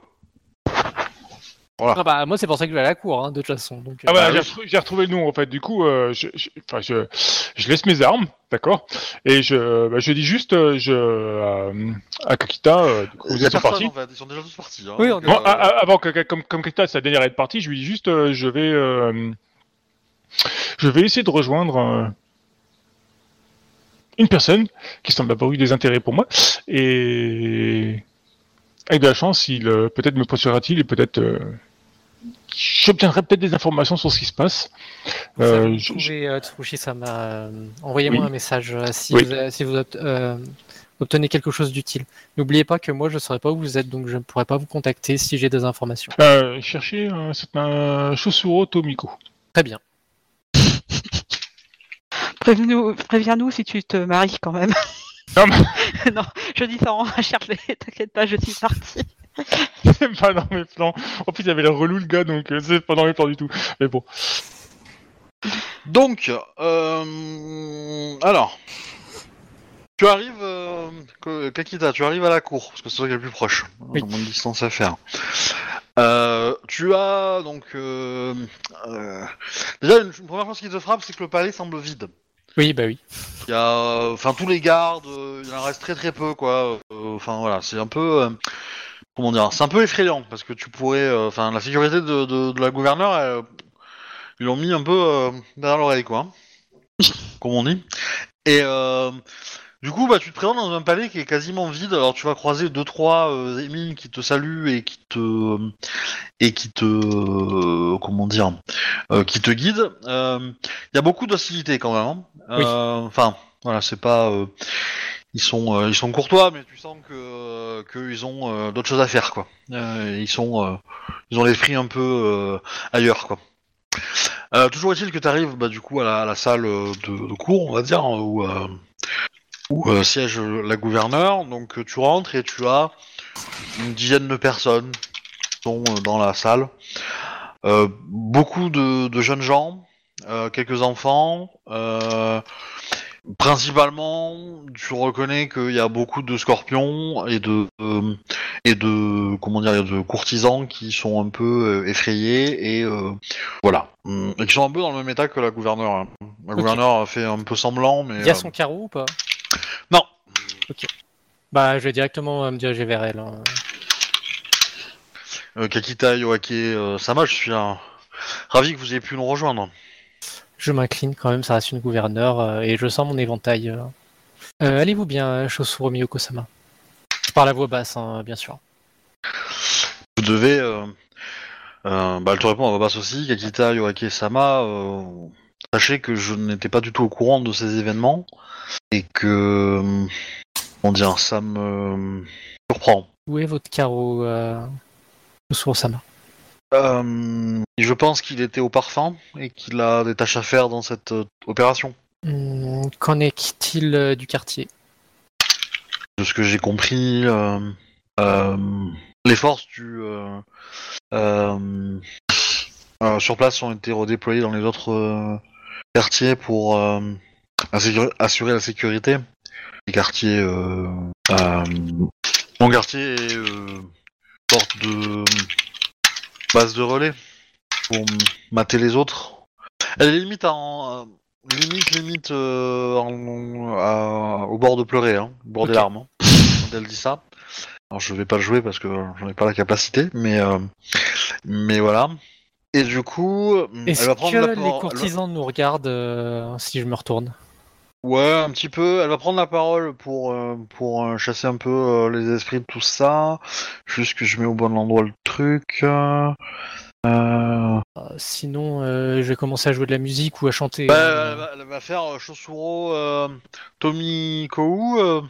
Speaker 5: Ah bah, moi, c'est pour ça que je vais à la cour, hein, de toute façon. Donc,
Speaker 4: Ah
Speaker 5: euh,
Speaker 4: bah,
Speaker 3: Bah
Speaker 4: j'ai
Speaker 3: oui.
Speaker 4: retrou- j'ai retrouvé le nom en fait. Du coup, euh, je, je, enfin, je, je laisse mes armes, d'accord, et je, bah, je dis juste, euh, je, euh, à Kakita, euh, du coup,
Speaker 3: Il
Speaker 4: vous
Speaker 3: y a
Speaker 4: êtes
Speaker 3: personne,
Speaker 4: parti.
Speaker 3: en fait, ils sont déjà tous partis. hein.
Speaker 5: Oui, on-
Speaker 3: Donc,
Speaker 4: Bon,
Speaker 3: euh,
Speaker 4: a- a- avant que, que- comme, comme Kakita, sa dernière est partie, je lui dis juste, euh, je vais, euh, je vais essayer de rejoindre euh, une personne qui semble avoir eu des intérêts pour moi, et avec de la chance, il euh, peut-être me procurera-t-il et peut-être. euh, J'obtiendrai peut-être des informations sur ce qui se passe.
Speaker 5: Vous
Speaker 4: Euh,
Speaker 5: savez, vous
Speaker 4: je-
Speaker 5: pouvez, euh, Tsukushi Sama, euh, envoyez-moi
Speaker 4: Oui.
Speaker 5: un message euh, si,
Speaker 4: Oui.
Speaker 5: vous, euh, si vous obt- euh, obtenez quelque chose d'utile. N'oubliez pas que moi, je ne saurais pas où vous êtes, donc je ne pourrais pas vous contacter si j'ai des informations.
Speaker 4: Euh, chercher un certain Chosuro Tomiko.
Speaker 5: Très bien.
Speaker 2: Préviens-nous préviens-nous si tu te maries quand même.
Speaker 4: Non, mais-
Speaker 2: non, je dis ça en recherche, mais t'inquiète pas, je suis partie.
Speaker 4: C'est pas dans mes plans. En plus, il y avait le relou le gars, donc euh, c'est pas dans mes plans du tout. Mais bon.
Speaker 3: Donc, euh, alors, tu arrives, euh, Ko- Kakita, tu arrives à la cour, parce que c'est toi qui est le plus proche,
Speaker 5: Oui.
Speaker 3: t'as moins de distance à faire. Euh, tu as donc euh, euh, déjà une, une première chose qui te frappe, c'est que le palais semble vide.
Speaker 5: Oui, bah oui.
Speaker 3: Il y a, euh, enfin tous les gardes, euh, il en reste très très peu quoi. Euh, Enfin voilà, c'est un peu, euh, comment dire, c'est un peu effrayant parce que tu pourrais, euh, enfin la sécurité de, de- de la gouverneure, elle, ils l'ont mis un peu euh, derrière l'oreille quoi, hein, comme on dit. Et euh, du coup bah tu te présentes dans un palais qui est quasiment vide. Alors tu vas croiser deux trois euh, émines qui te saluent et qui te euh, et qui te euh, comment dire, euh, qui te guident. Euh, Il y a beaucoup d'hostilité quand même. hein.
Speaker 5: Oui.
Speaker 3: Euh, Enfin. Voilà, c'est pas. euh, ils sont, euh, ils sont courtois, mais tu sens que euh, qu'ils ont euh, d'autres choses à faire, quoi. Euh, ils sont, euh, ils ont l'esprit un peu euh, ailleurs, quoi. Euh, toujours est-il que tu arrives, bah, du coup, à la, à la salle euh, de, de cours, on va dire, hein, où, euh, où euh, siège euh, la gouverneure. Donc, euh, tu rentres et tu as une dizaine de personnes qui sont euh, dans la salle. Euh, beaucoup de, de jeunes gens, euh, quelques enfants. Euh, Principalement, tu reconnais qu'il y a beaucoup de scorpions et de euh, et de comment dire de courtisans qui sont un peu euh, effrayés et euh, voilà Hum, et qui sont un peu dans le même état que la gouverneure. hein. La
Speaker 5: Ok.
Speaker 3: gouverneure a fait un peu semblant, mais
Speaker 5: Il y a
Speaker 3: euh,
Speaker 5: son carreau ou pas
Speaker 3: non.
Speaker 5: Bah, je vais directement euh, me diriger vers elle. hein.
Speaker 3: Euh, Kakita Yoake euh, Sama, je suis euh, ravi que vous ayez pu nous rejoindre.
Speaker 5: Je m'incline quand même, ça reste une gouverneure, euh, et je sens mon éventail. euh. Euh, Allez-vous bien, Chosuro Miyoko-sama Je parle à voix basse, hein, bien sûr.
Speaker 3: Vous devez euh, euh, bah, elle te répond à voix basse aussi. Kakita Yoake Sama, euh, sachez que je n'étais pas du tout au courant de ces événements et que euh, comment dire, ça me surprend.
Speaker 5: Où est votre carreau, euh... Chosuro-sama
Speaker 3: Euh, je pense qu'il était au parfum et qu'il a des tâches à faire dans cette euh, opération.
Speaker 5: Hmm, Qu'en est-il euh, du quartier
Speaker 3: Hmm, De ce que j'ai compris, euh, euh, les forces du euh, euh, euh, sur place ont été redéployées dans les autres euh, quartiers pour euh, assurer, assurer la sécurité. Les quartiers, euh, euh, mon quartier est euh, porte de base de relais pour mater les autres. Elle est limite en euh, limite limite euh, en- à- au bord de pleurer, hein, au bord des
Speaker 5: Ok.
Speaker 3: larmes. hein, quand elle dit ça. Alors je vais pas le jouer parce que j'en ai pas la capacité, mais euh, mais voilà. Et du coup, elle
Speaker 5: Est-ce
Speaker 3: va prendre
Speaker 5: que
Speaker 3: la
Speaker 5: les
Speaker 3: parole.
Speaker 5: courtisans nous regardent euh, si je me retourne
Speaker 3: Ouais, un petit peu. Elle va prendre la parole pour, euh, pour euh, chasser un peu euh, les esprits de tout ça. Juste que je mets au bon endroit le truc. euh. Euh,
Speaker 5: Euh, Sinon, euh, je vais commencer à jouer de la musique ou à chanter.
Speaker 3: Bah,
Speaker 5: euh,
Speaker 3: elle, va, elle va faire euh, Chosuro, euh, Tommy Kou. euh,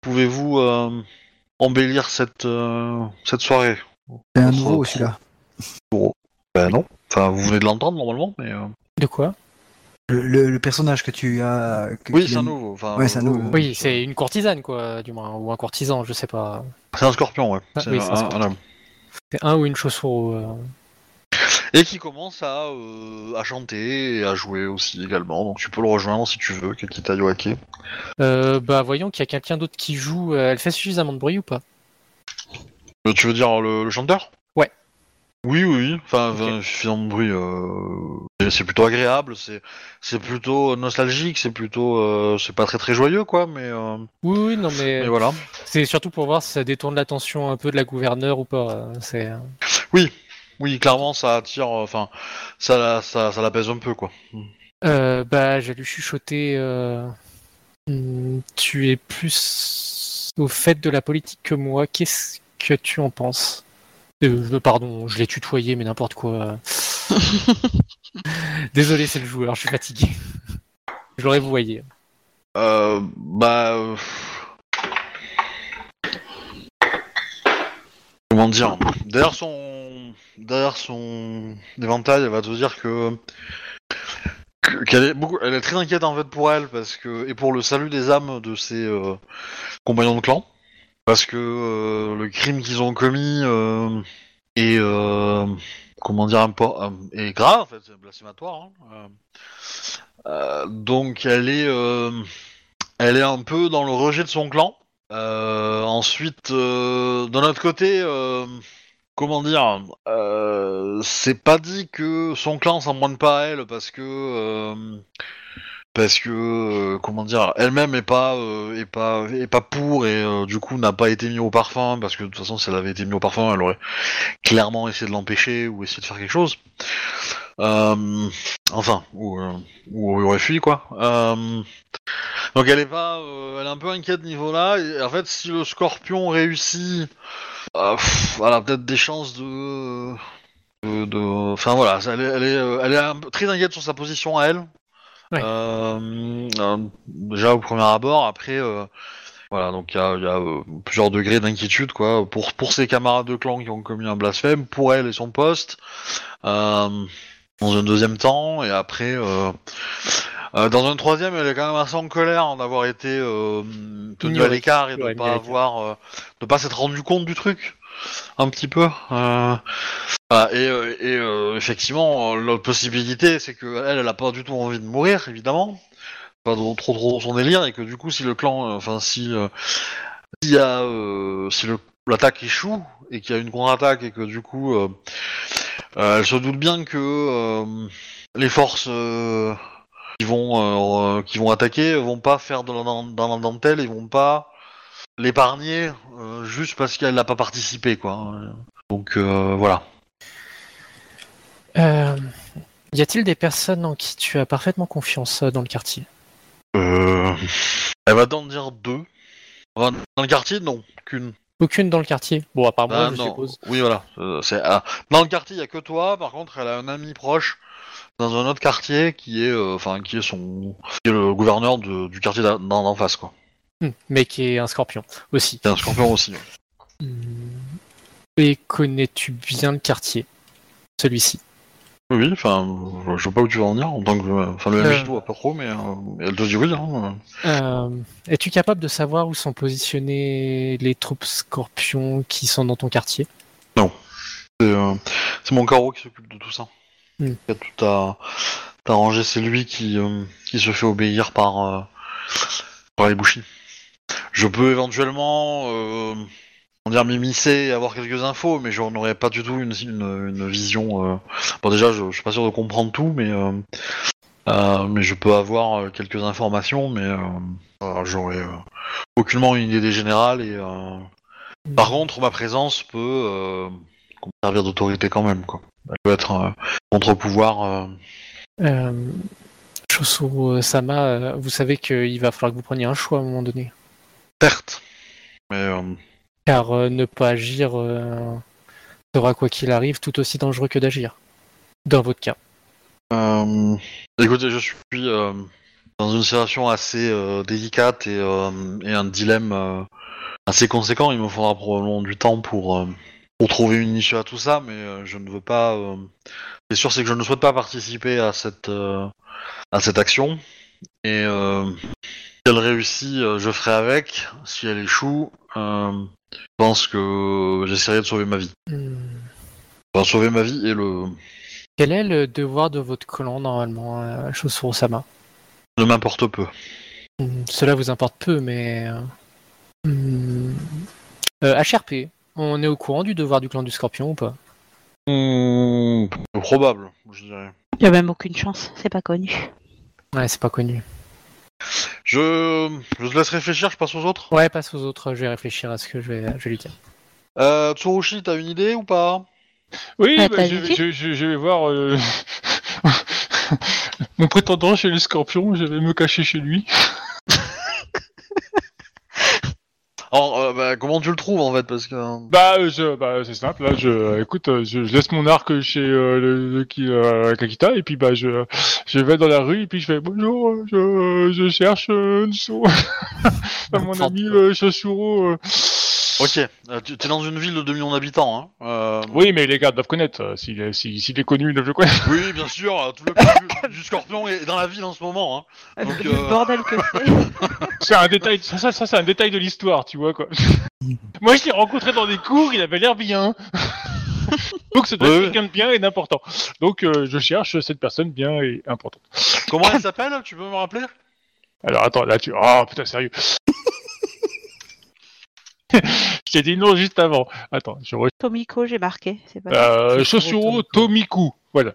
Speaker 3: Pouvez-vous euh, embellir cette, euh, cette soirée
Speaker 1: C'est un
Speaker 3: Contre-
Speaker 1: nouveau celui-là.
Speaker 3: Ben non. Enfin, vous venez de l'entendre normalement, mais. euh,
Speaker 5: De quoi
Speaker 1: Le, le- le personnage que tu as. que
Speaker 3: Oui,
Speaker 1: tu
Speaker 3: c'est
Speaker 1: as
Speaker 3: un
Speaker 1: mis.
Speaker 3: nouveau. Enfin,
Speaker 1: Ouais, c'est un
Speaker 3: euh,
Speaker 1: nouveau.
Speaker 5: Oui, c'est une courtisane, quoi, du moins, ou un courtisan, je sais pas.
Speaker 3: C'est un scorpion, ouais.
Speaker 5: Ah,
Speaker 3: C'est
Speaker 5: oui,
Speaker 3: un-
Speaker 5: c'est un scorpion.
Speaker 3: un homme.
Speaker 5: C'est un ou une chaussure. euh,
Speaker 3: Et qui commence à, euh, à chanter et à jouer aussi également. Donc tu peux le rejoindre si tu veux, Kekita Yoake.
Speaker 5: Euh, bah voyons qu'il y a quelqu'un d'autre qui joue. Euh, Elle fait suffisamment de bruit ou pas
Speaker 3: Euh, tu veux dire le, le chanteur
Speaker 5: Ouais.
Speaker 3: Oui, oui, oui. Enfin,
Speaker 5: Ok.
Speaker 3: euh, finalement, de bruit. euh, et C'est plutôt agréable, c'est c'est plutôt nostalgique, c'est plutôt. euh, c'est pas très très joyeux, quoi, mais, euh,
Speaker 5: Oui, oui, non, mais
Speaker 3: mais voilà.
Speaker 5: c'est surtout pour voir si ça détourne l'attention un peu de la gouverneure ou pas. euh, C'est
Speaker 3: Oui, clairement, ça attire. euh, Enfin, ça, la- ça, ça l'apaise un peu, quoi. Hmm.
Speaker 5: euh, bah je vais lui chuchoter. euh, hmm, Tu es plus au fait de la politique que moi. Qu'est-ce que tu en penses Euh, Pardon, je l'ai tutoyé, mais n'importe quoi. Désolé, c'est le joueur. Je suis fatigué. Je l'aurais voyé.
Speaker 3: Euh, bah. euh, Comment dire Derrière son. Derrière son éventail, elle va te dire que. que- Qu'elle est, beaucoup, elle est très inquiète en fait pour elle parce que et pour le salut des âmes de ses euh, compagnons de clan parce que euh, le crime qu'ils ont commis euh, est euh, comment dire impo- euh, est grave en fait c'est blasphématoire hein, euh. Euh, donc elle est, euh, elle est un peu dans le rejet de son clan. Euh, ensuite, euh, d'un autre côté, euh, comment dire, euh, c'est pas dit que son clan s'en prenne pas à elle parce que, euh, parce que, euh, comment dire, elle-même est pas, euh, est pas, est pas pour et euh, du coup n'a pas été mise au parfum parce que de toute façon, si elle avait été mise au parfum, elle aurait clairement essayé de l'empêcher ou essayé de faire quelque chose. Euh, enfin, ou, euh, ou il aurait fui quoi. Euh, donc elle est pas, euh, elle est un peu inquiète niveau là. Et en fait, si le Scorpion réussit, euh, pff, elle a peut-être des chances de, de, de- enfin voilà, elle est, elle est, euh, elle est un peu- très inquiète sur sa position à elle.
Speaker 5: Ouais.
Speaker 3: Euh, euh, déjà au premier abord, après. euh, voilà, donc il y a, il y a, euh, plusieurs degrés d'inquiétude quoi pour pour ses camarades de clan qui ont commis un blasphème, pour elle et son poste, euh, dans un deuxième temps et après euh, euh, dans un troisième, elle est quand même assez en colère d'avoir été euh, tenue
Speaker 5: Ignorée.
Speaker 3: à l'écart et de
Speaker 5: Ouais,
Speaker 3: pas
Speaker 5: ignorée.
Speaker 3: avoir, euh, de pas s'être rendu compte du truc un petit peu. euh, voilà, et euh, et, euh, effectivement, euh, l'autre possibilité, c'est que elle, elle a pas du tout envie de mourir, évidemment, pas trop trop, trop dans son délire et que du coup, si le clan, euh, enfin si euh, s'il y a, euh, si le- l'attaque échoue et qu'il y a une contre-attaque et que du coup, euh, euh, elle se doute bien que euh, les forces euh, qui vont euh, qui vont attaquer vont pas faire de la, dans la dentelle, ils vont pas l'épargner euh, juste parce qu'elle n'a pas participé quoi. Donc euh, voilà.
Speaker 5: Euh, y a-t-il des personnes en qui tu as parfaitement confiance euh, dans le quartier
Speaker 3: Euh, Elle va t'en dire deux. Enfin, Dans le quartier, non, qu'une.
Speaker 5: Aucune dans le quartier Bon, à part moi,
Speaker 3: Ah,
Speaker 5: je
Speaker 3: non.
Speaker 5: suppose.
Speaker 3: Oui, voilà. Euh, c'est- ah. Dans le quartier, il y a que toi. Par contre, elle a un ami proche dans un autre quartier qui est, euh, enfin, qui est son, qui est le gouverneur de- du quartier d'en- d'en d'en face, quoi.
Speaker 5: Hmm, Mais qui est un scorpion aussi.
Speaker 3: C'est un scorpion aussi. ouais.
Speaker 5: Hmm. Et connais-tu bien le quartier Celui-ci.
Speaker 3: Oui, oui, enfin, je- je sais pas où tu vas en venir. En tant que, euh, enfin, le
Speaker 5: Euh.
Speaker 3: MJ, je vois pas trop, mais euh, elle te dit oui. Hein.
Speaker 5: Euh, Es-tu capable de savoir où sont positionnées les troupes scorpions qui sont dans ton quartier
Speaker 3: C'est euh, c'est mon carreau qui s'occupe de tout ça.
Speaker 5: Hmm.
Speaker 3: Il a tout à, tout à ranger, c'est lui qui, euh, qui se fait obéir par, euh, par les bouchis. Je peux éventuellement euh, comment dire m'immiscer et avoir quelques infos, mais j'en aurais pas du tout une, une, une vision. euh, Bon, déjà, je, je suis pas sûr de comprendre tout, mais, euh, euh, mais je peux avoir euh, quelques informations, mais euh, euh, j'aurais euh, aucunement une idée des générales et. euh, par contre, ma présence peut euh, qu'on peut servir d'autorité quand même, quoi. Elle peut être euh, contre-pouvoir. euh,
Speaker 5: Euh, Chosuru Sama, euh, vous savez qu'il va falloir que vous preniez un choix à un moment donné.
Speaker 3: Certes. Mais euh,
Speaker 5: Car euh, ne pas agir euh, sera, quoi qu'il arrive, tout aussi dangereux que d'agir. Dans votre cas.
Speaker 3: euh, écoutez, je suis euh, dans une situation assez euh, délicate et, euh, et un dilemme euh, assez conséquent. Il me faudra probablement du temps pour, euh, pour trouver une issue à tout ça, mais euh, je ne veux pas. euh, C'est sûr, c'est que je ne souhaite pas participer à cette, euh, à cette action. Et euh, si elle réussit, euh, je ferai avec. Si elle échoue, euh, je pense que j'essaierai de sauver ma vie.
Speaker 5: Hmm.
Speaker 3: Enfin, sauver ma vie et le.
Speaker 5: Quel est le devoir de votre clan, normalement, euh, Chosuru Sama
Speaker 3: ne m'importe peu.
Speaker 5: Hmm, Cela vous importe peu, mais. euh, hmm. Euh, HRP, on est au courant du devoir du clan du scorpion ou pas
Speaker 3: Hmm, probable, je dirais.
Speaker 2: Il n'y a même aucune chance, c'est pas connu.
Speaker 5: Ouais, c'est pas connu.
Speaker 3: Je, je te laisse réfléchir, je passe aux autres.
Speaker 5: Ouais, passe aux autres, je vais réfléchir à ce que je vais, je vais lui dire.
Speaker 3: Euh, Tsurushi, t'as une idée ou pas
Speaker 4: Oui,
Speaker 2: Bah,
Speaker 4: bah,
Speaker 2: t'as
Speaker 4: je,
Speaker 2: dit.
Speaker 4: je- je- je vais voir euh, mon prétendant chez le scorpion, je vais me cacher chez lui.
Speaker 3: Alors, euh, bah, comment tu le trouves en fait Parce que. euh,
Speaker 4: Bah, euh, je- bah, c'est simple, là, je, euh, écoute, euh, je, je laisse mon arc chez euh, le, le qui- euh, Kakita, et puis bah, je, je vais dans la rue, et puis je fais bonjour, euh, je, je cherche euh, Nso, à mon ami euh, Shoshuro. euh.
Speaker 3: Ok, euh, tu- t'es dans une ville de 2 millions d'habitants. Hein. Euh,
Speaker 4: Oui, mais les gars doivent connaître, euh, s'il est, si- s'il est connu, ils doivent le connaître.
Speaker 3: oui, bien sûr, euh, tout le clan du, du scorpion est dans la ville en ce moment. Hein. Donc, euh,
Speaker 2: Ah, Le bordel que c'est.
Speaker 4: C'est un détail, ça, ça, ça, c'est un détail de l'histoire, tu vois, quoi. Moi, je l'ai rencontré dans des cours, il avait l'air bien. Donc, c'est
Speaker 3: Ouais, ouais.
Speaker 4: quelqu'un de bien et d'important. Donc, euh, je cherche cette personne bien et importante.
Speaker 3: comment elle s'appelle Tu peux me rappeler
Speaker 4: Alors attends, là tu. Oh putain, sérieux. je t'ai dit non juste avant. Attends, je re...
Speaker 2: Tomiko, j'ai marqué. C'est pas
Speaker 4: euh,
Speaker 5: Chosuro
Speaker 4: Chosuro Tomiku. Voilà,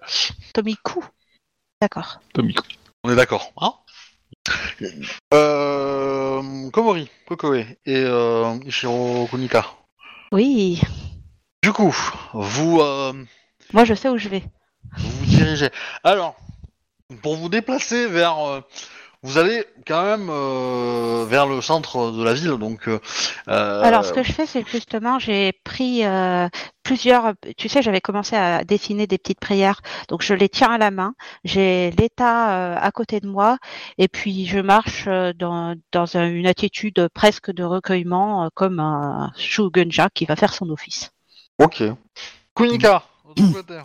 Speaker 2: Tomiku. D'accord.
Speaker 4: Tomiku.
Speaker 3: On est d'accord. Hein euh, Komori, Kokoe et euh, Ishiro Kunika.
Speaker 2: Oui,
Speaker 3: Du coup, vous. euh,
Speaker 2: moi je sais où je vais.
Speaker 3: vous vous dirigez. Alors, pour vous déplacer vers... euh, vous allez quand même euh, vers le centre de la ville, donc... euh,
Speaker 2: Alors,
Speaker 1: Euh,
Speaker 2: ce que je fais, c'est que justement, j'ai pris euh, plusieurs. Tu sais, j'avais commencé à dessiner des petites prières, donc je les tiens à la main. J'ai l'état euh, à côté de moi, et puis je marche euh, dans, dans un- une attitude presque de recueillement, euh, comme un Shugenja qui va faire son office.
Speaker 3: Ok. Kunika, de ton côté.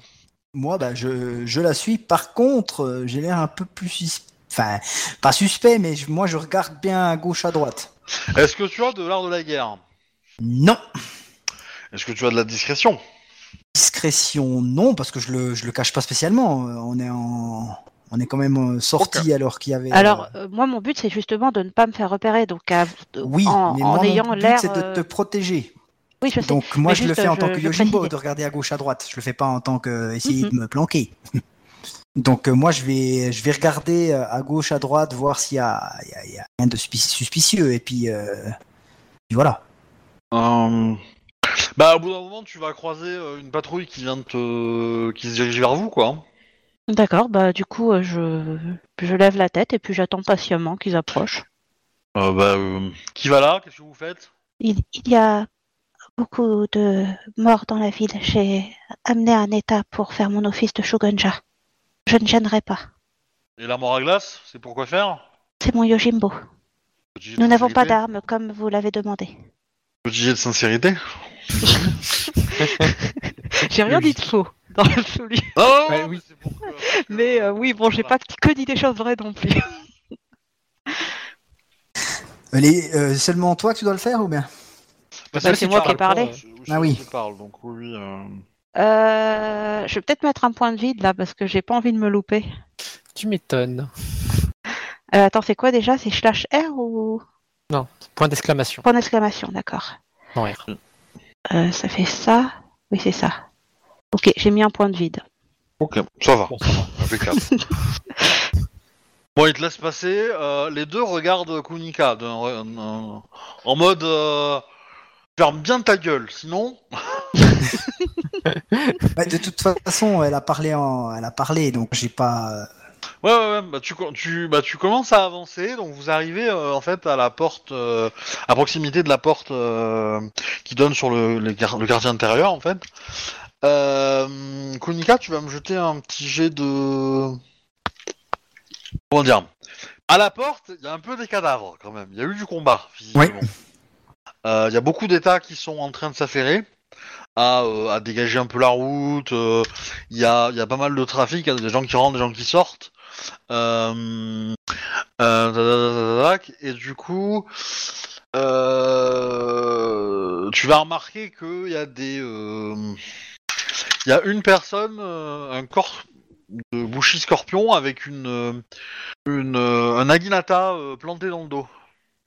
Speaker 1: Moi, bah, je, je la suis. Par contre, euh, j'ai l'air un peu plus suspect. Enfin, pas suspect, mais je- moi, je regarde bien à gauche, à droite.
Speaker 3: Est-ce que tu as de l'art de la guerre
Speaker 1: Non.
Speaker 3: Est-ce que tu as de la discrétion
Speaker 1: Discrétion, non, parce que je le, je le cache pas spécialement. Euh, On est en. On est quand même euh, sorti alors qu'il y avait.
Speaker 2: Alors,
Speaker 1: euh,
Speaker 2: euh, moi, mon but, c'est justement de ne pas me faire repérer, donc à-
Speaker 1: oui,
Speaker 2: en,
Speaker 1: mais
Speaker 2: en
Speaker 1: moi,
Speaker 2: ayant
Speaker 1: mon but,
Speaker 2: l'air.
Speaker 1: c'est de te
Speaker 2: euh,
Speaker 1: protéger.
Speaker 2: Oui, je sais.
Speaker 1: Donc moi,
Speaker 2: Mais
Speaker 1: je le
Speaker 2: Bah, juste,
Speaker 1: fais en
Speaker 2: je-
Speaker 1: tant que
Speaker 2: je
Speaker 1: Yojimbo,
Speaker 2: précise. Mm-hmm.
Speaker 1: de regarder à gauche, à droite. Je le fais pas en tant que euh, essayer de me planquer. Donc euh, moi, je vais, je vais regarder euh, à gauche, à droite, voir s'il y a, il y a- il y a rien de suspi- suspicieux. Et puis, euh, puis voilà.
Speaker 3: Euh, Bah, au bout d'un moment, tu vas croiser euh, une patrouille qui vient de te... qui se dirige vers vous, quoi.
Speaker 2: D'accord, bah du coup, euh, je, je lève la tête et puis j'attends patiemment qu'ils approchent.
Speaker 3: Euh, bah, euh, qui va là Qu'est-ce que vous faites
Speaker 2: Il, il y a beaucoup de morts dans la ville. J'ai amené un état pour faire mon office de shogunja. Je ne gênerai pas.
Speaker 3: Et l'armoire à glace, c'est pour quoi faire
Speaker 2: C'est mon Yojimbo.
Speaker 3: Petit jet de
Speaker 2: Nous n'avons pas
Speaker 3: sincérité.
Speaker 2: d'armes comme vous l'avez demandé.
Speaker 3: Petit jet de sincérité
Speaker 2: J'ai
Speaker 5: rien dit
Speaker 2: de faux dans l'absolu. euh,
Speaker 3: Non,
Speaker 5: Ouais,
Speaker 3: non,
Speaker 5: oui.
Speaker 3: c'est pour que-
Speaker 2: oui, bon,
Speaker 3: j'ai pas
Speaker 2: que dit des choses vraies non plus.
Speaker 1: Euh, les- euh, seulement toi que tu dois le faire ou bien
Speaker 3: Parce
Speaker 2: Bah,
Speaker 3: que
Speaker 2: c'est moi qui ai
Speaker 3: parles,
Speaker 2: parlé.
Speaker 3: quoi. C'est- c'est
Speaker 1: Ah
Speaker 3: moi
Speaker 1: oui.
Speaker 3: qui parle, donc oui, euh,
Speaker 2: Euh, je vais peut-être mettre un point de vide là parce que j'ai pas envie de me louper.
Speaker 5: Tu m'étonnes.
Speaker 2: Euh, attends, c'est quoi déjà C'est slash R ou
Speaker 5: Point d'exclamation.
Speaker 2: point d'exclamation D'accord.
Speaker 5: Non, R.
Speaker 2: Euh, ça fait ça. Oui, c'est ça. Ok, j'ai mis un point de vide.
Speaker 3: Ok, ça va.
Speaker 5: Bon, ça va.
Speaker 3: Impeccable. bon, il te laisse passer. euh, les deux regardent Kunika euh, d'un- d'un- euh, en mode euh, ferme bien ta gueule, sinon.
Speaker 1: Bah, de toute façon, elle a parlé, en... elle a parlé, donc j'ai pas. euh,
Speaker 3: Ouais, ouais, ouais, bah, tu, com- tu, bah, tu commences à avancer, donc vous arrivez euh, en fait à la porte, euh, à proximité de la porte euh, qui donne sur le, le, gar- le quartier intérieur en fait. Euh, Kunika, tu vas me jeter un petit jet de. Comment dire À la porte, il y a un peu des cadavres quand même, il y a eu du combat physiquement. Euh, Il y a beaucoup d'états qui sont en train de s'affairer. À, euh, à dégager un peu la route, euh, il y, a, il y a pas mal de trafic, il y a des gens qui rentrent, des gens qui sortent. Euh, euh, tadadadadac, et du coup, euh, tu vas remarquer qu'il y a des, euh, il y a une personne, euh, un corps de bouchi scorpion avec une, euh, une euh, un aguinata euh, planté dans le dos.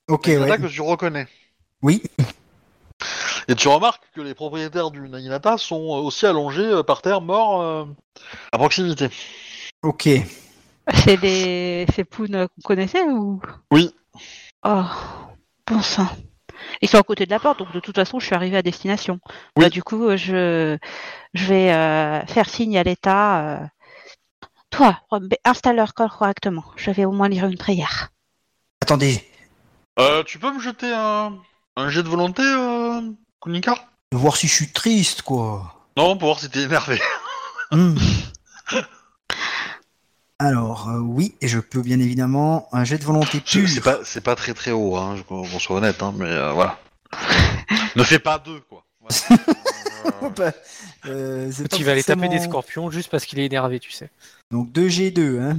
Speaker 1: Ok,
Speaker 3: C'est
Speaker 1: ouais.
Speaker 3: que tu reconnais.
Speaker 1: Oui.
Speaker 3: Et tu remarques que les propriétaires du Naginata sont aussi allongés euh, par terre, morts euh, à proximité.
Speaker 1: Ok.
Speaker 2: C'est des c'est Poon qu'on connaissait ou
Speaker 3: Oui.
Speaker 2: Oh, bon sang. Ils sont à côté de la porte, donc de toute façon, je suis arrivée à destination.
Speaker 3: Oui.
Speaker 2: Bah, du coup, euh, je, je vais euh, faire signe à l'État. euh, Toi, remets- installe leur corps correctement. Je vais au moins lire une prière.
Speaker 1: Attendez,
Speaker 3: Euh, tu peux me jeter un, un jet de volonté, euh, Kunika
Speaker 1: voir si je suis triste, quoi.
Speaker 3: Non, pour voir si t'es énervé.
Speaker 1: Hmm. Alors, euh, oui, je peux bien évidemment un jet de volonté
Speaker 3: C'est
Speaker 1: pure.
Speaker 3: c'est pas, c'est pas très très haut, hein, je- qu'on qu'on soit honnête, hein, mais euh, voilà. ne fais pas deux, quoi. Voilà. Euh,
Speaker 1: Bah, euh, c'est pas
Speaker 5: Tu vas aller taper
Speaker 1: forcément-
Speaker 5: des scorpions juste parce qu'il est énervé, tu sais.
Speaker 1: Donc 2G2, hein.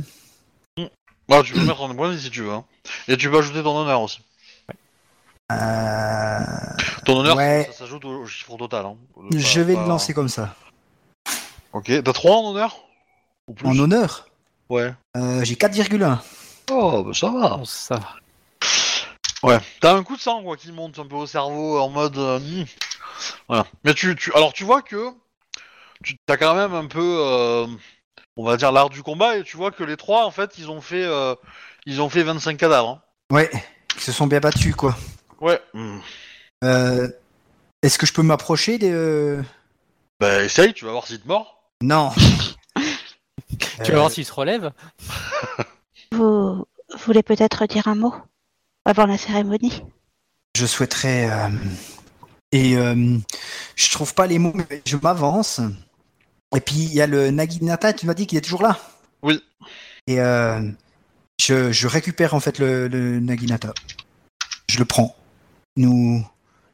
Speaker 3: voilà, tu peux mettre ton point si tu veux. hein. Et tu peux ajouter ton honneur aussi.
Speaker 1: Euh,
Speaker 3: Ton honneur,
Speaker 1: Ouais.
Speaker 3: ça, ça s'ajoute au, au chiffre total. hein.
Speaker 1: Je
Speaker 3: Pas-
Speaker 1: vais
Speaker 3: pas-
Speaker 1: le lancer comme ça.
Speaker 3: Ok, t'as 3 en honneur Ou plus
Speaker 1: En honneur
Speaker 3: Ouais.
Speaker 1: Euh, J'ai 4,1.
Speaker 3: Oh, bah ça va.
Speaker 5: Bon, ça va.
Speaker 3: Ouais, t'as un coup de sang quoi qui monte un peu au cerveau en mode euh, hmm. voilà. Mais tu, tu alors tu vois que tu t'as quand même un peu euh, on va dire l'art du combat et tu vois que les trois en fait ils ont fait euh, ils ont fait 25 cadavres.
Speaker 1: Ouais, ils se sont bien battus, quoi.
Speaker 3: hein. Ouais.
Speaker 1: Euh, Est-ce que je peux m'approcher des... euh,
Speaker 3: Bah essaye, tu vas voir si te mort.
Speaker 1: Non. Euh,
Speaker 5: Tu vas voir s'il se relève.
Speaker 2: Vous voulez peut-être dire un mot avant la cérémonie
Speaker 1: je souhaiterais euh, et euh, je trouve pas les mots mais je m'avance et puis il y a le Naginata tu m'as dit qu'il est toujours là
Speaker 3: Oui.
Speaker 1: et euh, je, je récupère en fait le, le Naginata je le prends nous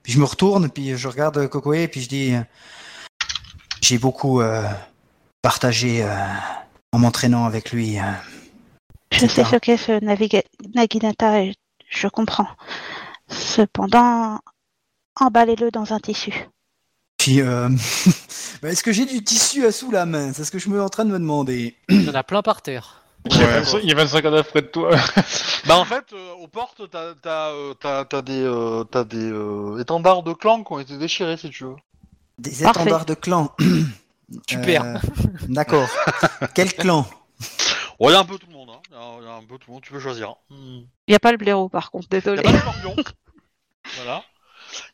Speaker 1: puis je me retourne puis je regarde Kokoe puis je dis euh, j'ai beaucoup euh, partagé euh, en m'entraînant avec lui euh.
Speaker 2: Je
Speaker 1: C'est
Speaker 2: sais
Speaker 1: ça.
Speaker 2: ce qu'est ce naviga- Naginata et je comprends. Cependant, emballez-le dans un tissu.
Speaker 1: puis euh, bah, est-ce que j'ai du tissu à sous la main c'est ce que je me en train de me demander
Speaker 5: Il y en a plein par terre.
Speaker 4: Il, y a
Speaker 3: Ouais.
Speaker 4: 25, il y a 25 cadavres près de toi.
Speaker 3: Bah en fait euh, aux portes t'as t'as euh, t'as- t'as des euh, t'as des euh, étendards de clans qui ont été déchirés si tu veux.
Speaker 1: Des
Speaker 2: Parfait.
Speaker 1: étendards de clan. Euh,
Speaker 5: Super.
Speaker 1: D'accord. Quel clan
Speaker 3: Ouais, y a un peu tout le monde hein. Y a- y a un peu tout le monde, tu peux choisir. hein. Hmm.
Speaker 2: Il n'y a pas le blaireau, par contre,
Speaker 3: Il
Speaker 2: désolé.
Speaker 3: a pas de scorpion. voilà.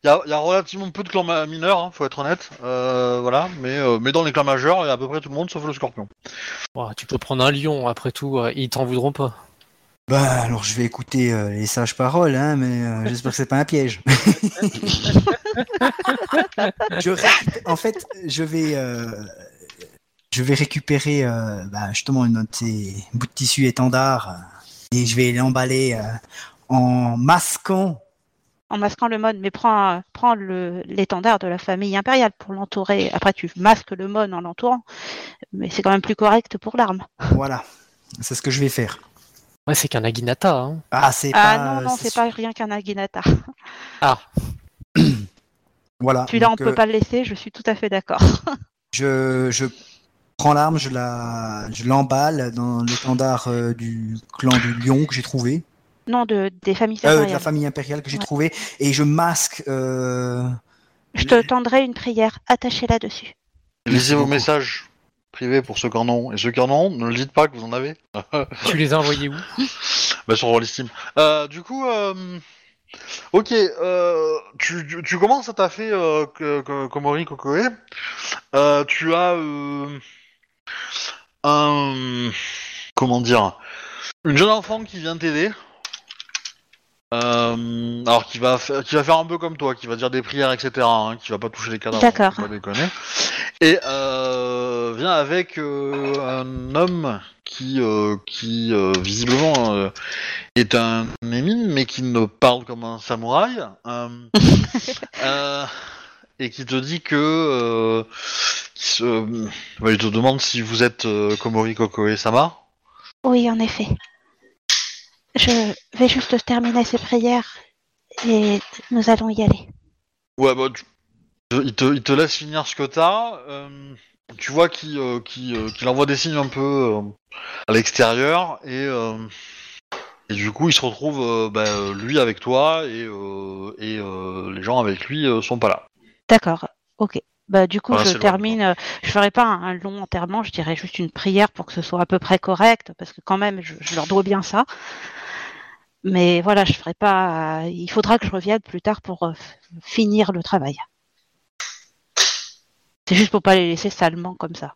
Speaker 3: Il y a, y a relativement peu de clans ma- mineurs, hein, faut être honnête. Euh, voilà, mais, euh, mais dans les clans majeurs, il y a à peu près tout le monde sauf le scorpion.
Speaker 5: Oh, tu peux prendre un lion, après tout, euh, ils t'en voudront pas.
Speaker 1: Bah alors je vais écouter euh, les sages paroles, hein, mais euh, j'espère que c'est pas un piège. je récup- En fait, je vais, euh, je vais récupérer euh, bah, justement une de ces bouts de tissu étendard euh, et je vais l'emballer euh, en masquant.
Speaker 2: En masquant le mode, mais prends, euh, prends le- l'étendard de la famille impériale pour l'entourer. Après, tu masques le mode en l'entourant, mais c'est quand même plus correct pour l'arme.
Speaker 1: Voilà, c'est ce que je vais faire.
Speaker 5: Ouais, c'est qu'un aguinata. Hein.
Speaker 1: Ah, c'est Ah,
Speaker 2: Ah
Speaker 1: pas.
Speaker 2: non, non, c'est pas rien qu'un Naginata.
Speaker 1: Voilà.
Speaker 2: Celui-là, on
Speaker 1: donc,
Speaker 2: peut
Speaker 1: euh,
Speaker 2: pas le laisser, je suis tout à fait d'accord.
Speaker 1: Je, je prends l'arme, je la, je l'emballe dans l'étendard euh, du clan du lion que j'ai trouvé,
Speaker 2: Non, de, des familles
Speaker 1: euh,
Speaker 2: impériales.
Speaker 1: de la famille impériale que j'ai
Speaker 2: Ouais.
Speaker 1: trouvé, et je masque. euh,
Speaker 2: Je te tendrai une prière, attachez-la dessus.
Speaker 3: Lisez vos
Speaker 1: beaucoup.
Speaker 3: messages privés pour ceux qui en ont. Et ceux qui en ont, ne le dites pas que vous en avez.
Speaker 5: Tu les as envoyés où
Speaker 3: Bah, sur Rollistim. Euh, du coup, euh, Ok, euh, tu, tu- tu commences à taffer euh, que- que- Komori Kokoe. Euh, tu as euh, un. Comment dire Une jeune enfant qui vient t'aider. Euh, alors, qui va, fa- qui va faire un peu comme toi, qui va dire des prières, etc. hein, qui va pas toucher les cadavres.
Speaker 2: D'accord.
Speaker 3: faut Pas déconner. Et euh, vient avec euh, un homme qui, euh, qui euh, visiblement. euh, est un émine, mais qui ne parle comme un samouraï, euh, euh, et qui te dit que... euh, qui se- bah, il te demande si vous êtes euh, Komori Kokoe-sama.
Speaker 2: Oui, en effet. Je vais juste terminer ces prières et nous allons y aller.
Speaker 3: Ouais, bah, tu- il, te, il te laisse finir ce que t'as. euh, tu vois qu'il euh, qu'il, euh, qu'il envoie des signes un peu euh, à l'extérieur, et, euh, et du coup, il se retrouve, euh, bah, euh, lui avec toi, et, euh, et euh, les gens avec lui euh, sont pas là.
Speaker 2: D'accord, ok. Bah, du coup,
Speaker 3: Voilà, Ah, c'est
Speaker 2: je
Speaker 3: loin,
Speaker 2: termine. euh, Je ferai pas un, un long enterrement, je dirais juste une prière pour que ce soit à peu près correct, parce que quand même, je, je leur dois bien ça. Mais voilà, je ferai pas. Il faudra que je revienne plus tard pour euh, f- finir le travail. C'est juste pour pas les laisser salement comme ça.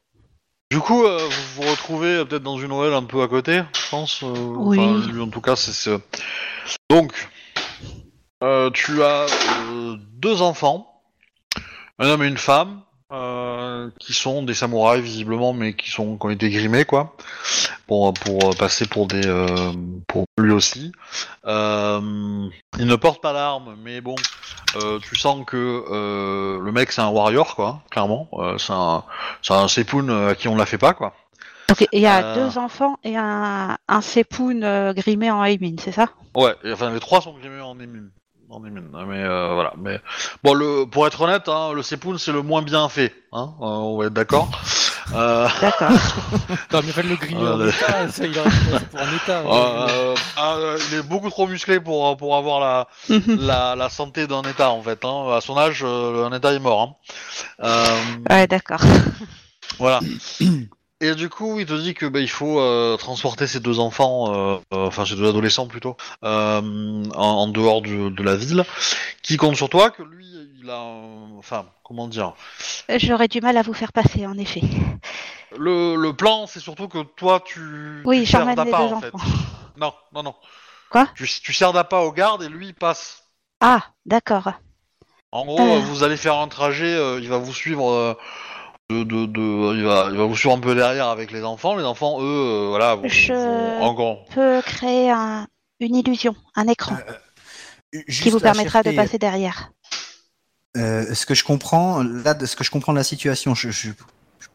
Speaker 3: Du coup, euh, vous vous retrouvez euh, peut-être dans une ruelle un peu à côté, je pense. euh,
Speaker 2: Oui.
Speaker 3: enfin, lui, en tout cas, c'est ce. Donc, euh, tu as euh, deux enfants, un homme et une femme, euh, qui sont des samouraïs visiblement, mais qui sont qui ont été grimés quoi, pour pour euh, passer pour des euh, pour lui aussi. Euh, il ne porte pas l'arme, mais bon, euh, tu sens que euh, le mec c'est un warrior quoi, clairement. Euh, c'est un c'est un sepoun euh, à qui on la fait pas, quoi.
Speaker 2: Ok, il y a
Speaker 3: Euh.
Speaker 2: deux enfants et un, un sépoun euh, grimé en Aimin, c'est ça
Speaker 3: Ouais, et, enfin, les trois sont grimés en émine. En émine, hein, mais euh, voilà. Mais bon, le, pour être honnête, hein, le sepoun c'est le moins bien fait. Hein, euh, on va être d'accord. Euh,
Speaker 2: D'accord.
Speaker 5: Non, mais faites le griller
Speaker 3: Ah,
Speaker 4: Euh,
Speaker 5: en
Speaker 3: là.
Speaker 5: état, ça, il aurait pu passer pour un état.
Speaker 4: Oh,
Speaker 3: euh, euh, il est beaucoup trop musclé pour euh, pour avoir la
Speaker 2: Mhm.
Speaker 3: la, la santé d'un état en fait. Hein. À son âge, euh, un état est mort. Hein. Euh,
Speaker 2: ouais, d'accord.
Speaker 3: Voilà. Et du coup, il te dit que bah, il faut euh, transporter ces deux enfants, euh, euh, enfin ces deux adolescents plutôt, euh, en, en dehors du- de la ville, qui compte sur toi, que lui, il a, un- enfin, comment dire,
Speaker 2: J'aurais du mal à vous faire passer, en effet.
Speaker 3: le, le plan, c'est surtout que toi, tu,
Speaker 2: Oui,
Speaker 3: tu sers
Speaker 2: j'emmène les
Speaker 3: d'appât,
Speaker 2: deux
Speaker 3: en fait.
Speaker 2: enfants.
Speaker 3: Non, non, non.
Speaker 2: Quoi
Speaker 3: Tu, tu sers d'appât au garde et lui, il passe.
Speaker 2: Ah, d'accord.
Speaker 3: En gros,
Speaker 2: Ah.
Speaker 3: euh, vous allez faire un trajet, euh, il va vous suivre. euh, de, de, de- il, va, il va vous suivre un peu derrière avec les enfants. Les enfants, eux, euh, voilà, vont-
Speaker 2: Je-
Speaker 3: vont encore.
Speaker 2: peut créer un- une illusion, un écran qui
Speaker 1: Juste
Speaker 2: vous
Speaker 1: à
Speaker 2: permettra de
Speaker 1: chercher,
Speaker 2: passer derrière.
Speaker 1: euh, ce que je comprends, là, de ce que je comprends de la situation, je je- je n'ai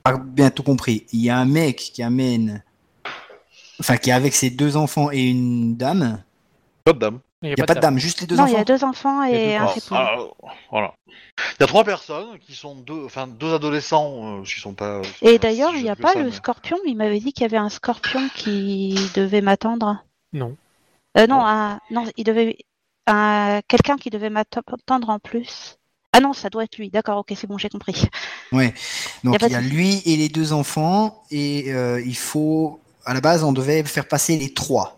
Speaker 1: pas bien tout compris. Il y a un mec qui amène. Enfin, qui est avec ses deux enfants et une dame.
Speaker 3: Top dame.
Speaker 4: oh.
Speaker 1: Il n'y a pas de dame, juste les deux
Speaker 2: non, il y
Speaker 1: enfants.
Speaker 2: a deux enfants
Speaker 5: Il y a
Speaker 2: et
Speaker 5: deux
Speaker 2: un
Speaker 3: Alors,
Speaker 2: sépoule.
Speaker 3: alors, Ah, voilà. Il y a trois personnes qui sont deux, enfin deux adolescents euh, qui sont pas. euh,
Speaker 2: Et
Speaker 3: si
Speaker 2: d'ailleurs,
Speaker 3: je
Speaker 2: il n'y a
Speaker 3: que
Speaker 2: pas
Speaker 3: ça,
Speaker 2: le
Speaker 3: mais-
Speaker 2: scorpion. Il m'avait dit qu'il y avait un scorpion qui devait m'attendre.
Speaker 5: Non.
Speaker 2: Euh, non,
Speaker 3: Non.
Speaker 2: un- non, il devait un- quelqu'un qui devait m'attendre en plus. Ah non, ça doit être lui. D'accord, ok, c'est bon, j'ai compris.
Speaker 1: Donc
Speaker 2: Y a pas
Speaker 1: il y a
Speaker 2: de souci.
Speaker 1: lui et les deux enfants et euh, il faut à la base on devait faire passer les trois.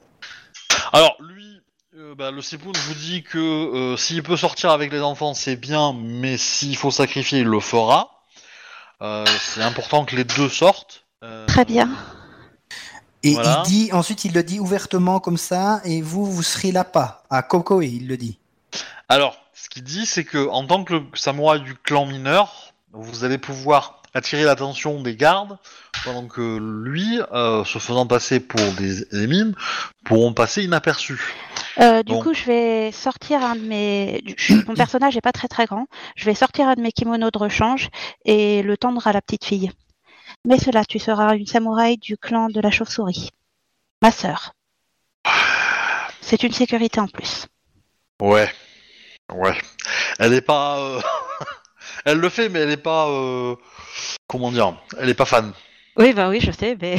Speaker 3: Alors lui, euh, bah, le Sepoun vous dit que euh, s'il peut sortir avec les enfants, c'est bien, mais s'il faut sacrifier, il le fera. Euh, c'est important que les deux sortent. Euh,
Speaker 2: Très bien.
Speaker 1: Et
Speaker 3: Voilà.
Speaker 1: il dit ensuite il le dit ouvertement comme ça et vous vous serez là pas à Coco et il le dit.
Speaker 3: Alors, ce qu'il dit, c'est que en tant que le samouraï du clan mineur, vous allez pouvoir attirer l'attention des gardes, pendant que lui, euh, se faisant passer pour des émines, pourront passer inaperçus.
Speaker 2: Euh, du
Speaker 3: Bon.
Speaker 2: coup, je vais sortir un de mes. je- Mon personnage est pas très très grand. Je vais sortir un de mes kimonos de rechange et le tendre à la petite fille. Mais cela, tu seras une samouraï du clan de la chauve-souris. Ma sœur. C'est une sécurité en plus.
Speaker 3: Ouais, ouais. Elle est pas, euh, elle le fait, mais elle est pas, euh, comment dire, elle est pas fan.
Speaker 2: Oui, bah oui, je sais, mais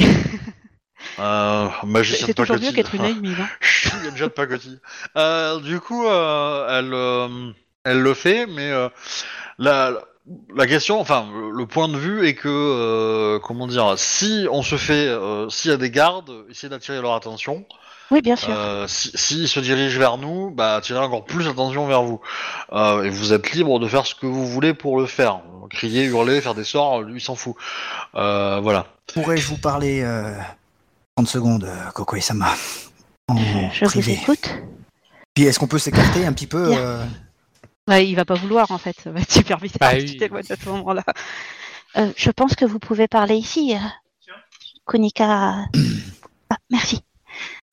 Speaker 3: Euh, magicien de pacotille.
Speaker 2: ennemie.
Speaker 3: Chut, il y a déjà de pacotille. Euh, du coup, euh, elle, euh, elle le fait, mais euh, la, la question, enfin, le- le point de vue est que, euh, comment dire, si on se fait, euh, s'il y a des gardes, essayer d'attirer leur attention,
Speaker 2: Oui, bien sûr.
Speaker 3: Euh, si- S'il se dirige vers nous, bah, tirez encore plus attention vers vous. Euh, et vous êtes libre de faire ce que vous voulez pour le faire. Crier, hurler, faire des sorts, lui, il s'en fout. Euh, voilà.
Speaker 1: Pourrais-je vous parler euh, 30 secondes, euh, Coco et Sama en
Speaker 2: Je vous
Speaker 1: privé.
Speaker 2: écoute.
Speaker 1: Puis est-ce qu'on peut s'écarter un petit peu
Speaker 2: Bien.
Speaker 1: euh,
Speaker 2: Ouais, il va pas vouloir en fait, ça va être super bizarre
Speaker 5: Bah
Speaker 2: si
Speaker 5: oui.
Speaker 2: tu t'éloignes à ce moment-là. Euh, je pense que vous pouvez parler ici. euh, Kunika. Ah, merci.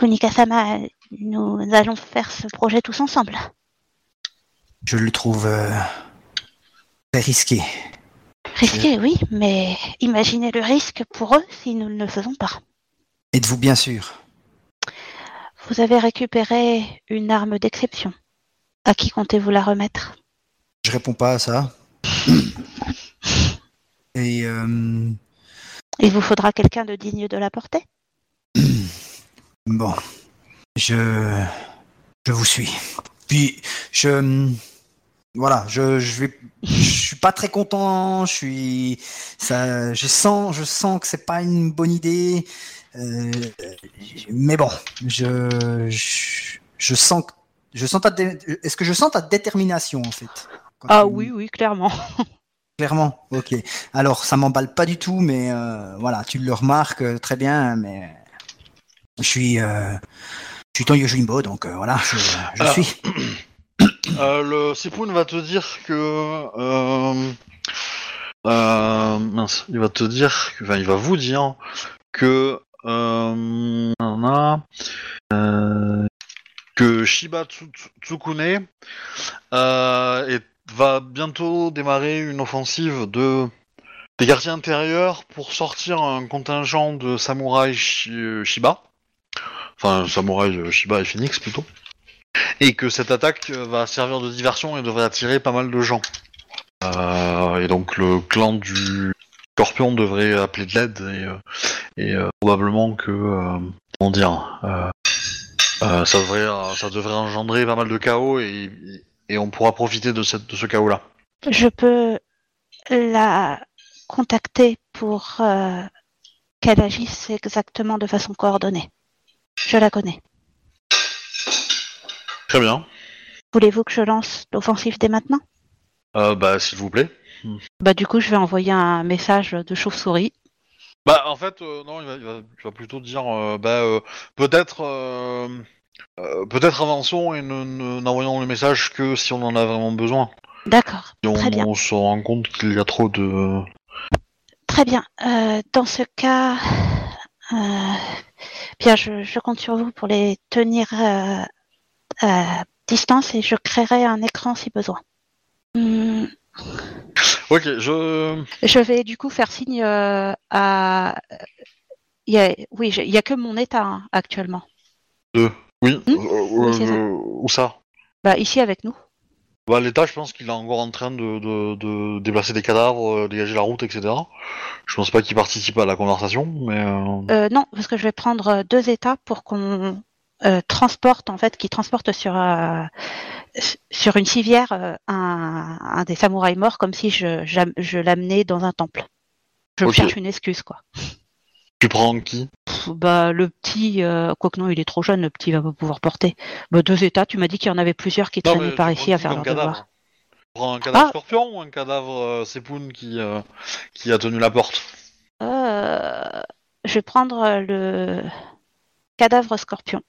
Speaker 2: Kunika Sama, euh, nous allons faire ce projet tous ensemble.
Speaker 1: Je le trouve euh, très risqué.
Speaker 2: Risqué, oui, mais imaginez le risque pour eux si nous ne le faisons pas.
Speaker 1: Êtes-vous bien sûr
Speaker 2: Vous avez récupéré une arme d'exception. À qui comptez-vous la remettre
Speaker 1: Je réponds pas à ça. Et euh,
Speaker 2: Il vous faudra quelqu'un de digne de la porter.
Speaker 1: bon, je je vous suis. Puis je voilà, je je vais je suis pas très content. Je suis ça, je sens je sens que c'est pas une bonne idée. Euh, mais bon, je je, je sens que je sens ta dé- est-ce que je sens ta détermination en fait quand tu me-
Speaker 2: Ah oui, clairement.
Speaker 1: Clairement, ok. Alors, ça m'emballe pas du tout, mais euh, voilà, tu le remarques euh, très bien, mais je suis, euh, je suis ton Yojimbo, donc euh, voilà, je, je
Speaker 3: Alors,
Speaker 1: suis.
Speaker 3: Euh, le Sipoun va te dire que. euh, euh, mince, il va te dire. que- Enfin, il va vous dire que. Euh, nanana, euh, que Shiba Tsu- Tsu- Tsukune euh, est- va bientôt démarrer une offensive de des quartiers intérieurs pour sortir un contingent de samouraïs Shi- Shiba. Enfin, samouraï Shiba et Phoenix plutôt et que cette attaque euh, va servir de diversion et devrait attirer pas mal de gens. Euh, et donc le clan du Scorpion devrait appeler de l'aide et, euh, et, euh, probablement que euh, comment dire euh, euh, ça devrait euh, ça devrait engendrer pas mal de chaos et, et on pourra profiter de cette de ce chaos là.
Speaker 2: Je peux la contacter pour euh, qu'elle agisse exactement de façon coordonnée. Je la connais.
Speaker 3: Très bien.
Speaker 2: Voulez-vous que je lance l'offensive dès maintenant
Speaker 3: Euh, bah s'il vous plaît.
Speaker 2: Bah du coup, je vais envoyer un message de chauve-souris.
Speaker 3: Bah en fait euh, non il va, il va- il va plutôt dire euh, bah euh, peut-être euh, euh, peut-être avançons et ne- ne- n'envoyons le message que si on en a vraiment besoin.
Speaker 2: D'accord.
Speaker 3: Et on,
Speaker 2: Très bien.
Speaker 3: on se rend compte qu'il y a trop de.
Speaker 2: Très bien. Euh, dans ce cas, euh, bien, je, je compte sur vous pour les tenir euh, à distance et je créerai un écran si besoin. Hmm.
Speaker 3: Ok, je.
Speaker 2: Je vais du coup faire signe euh, à. Il y a... Oui, je- il n'y a que mon état hein, actuellement.
Speaker 3: Oui,
Speaker 2: Hmm
Speaker 3: euh, euh,
Speaker 2: c'est ça.
Speaker 3: euh, où ça
Speaker 2: Bah, ici avec nous.
Speaker 3: bah, L'État, je pense qu'il est encore en train de, de- de déplacer des cadavres, euh, dégager la route, etc. Je pense pas qu'il participe à la conversation, mais. euh,
Speaker 2: Euh, non, parce que je vais prendre euh, deux états pour qu'on euh, transporte, en fait, qui transporte sur, euh, s- sur une civière euh, un, un des samouraïs morts comme si je, j'am- je l'amenais dans un temple. Je me
Speaker 3: Ok.
Speaker 2: cherche une excuse, quoi.
Speaker 3: Tu prends qui
Speaker 2: Pff, bah, le petit, euh, quoique non, il est trop jeune, le petit va pas pouvoir porter. Bah, deux états, tu m'as dit qu'il y en avait plusieurs qui traînaient par ici à faire leur devoir.
Speaker 3: Tu prends un cadavre
Speaker 2: Ah
Speaker 3: scorpion ou un cadavre euh, Sepoun qui, euh, qui a tenu la porte
Speaker 2: Euh, je vais prendre euh, le cadavre scorpion.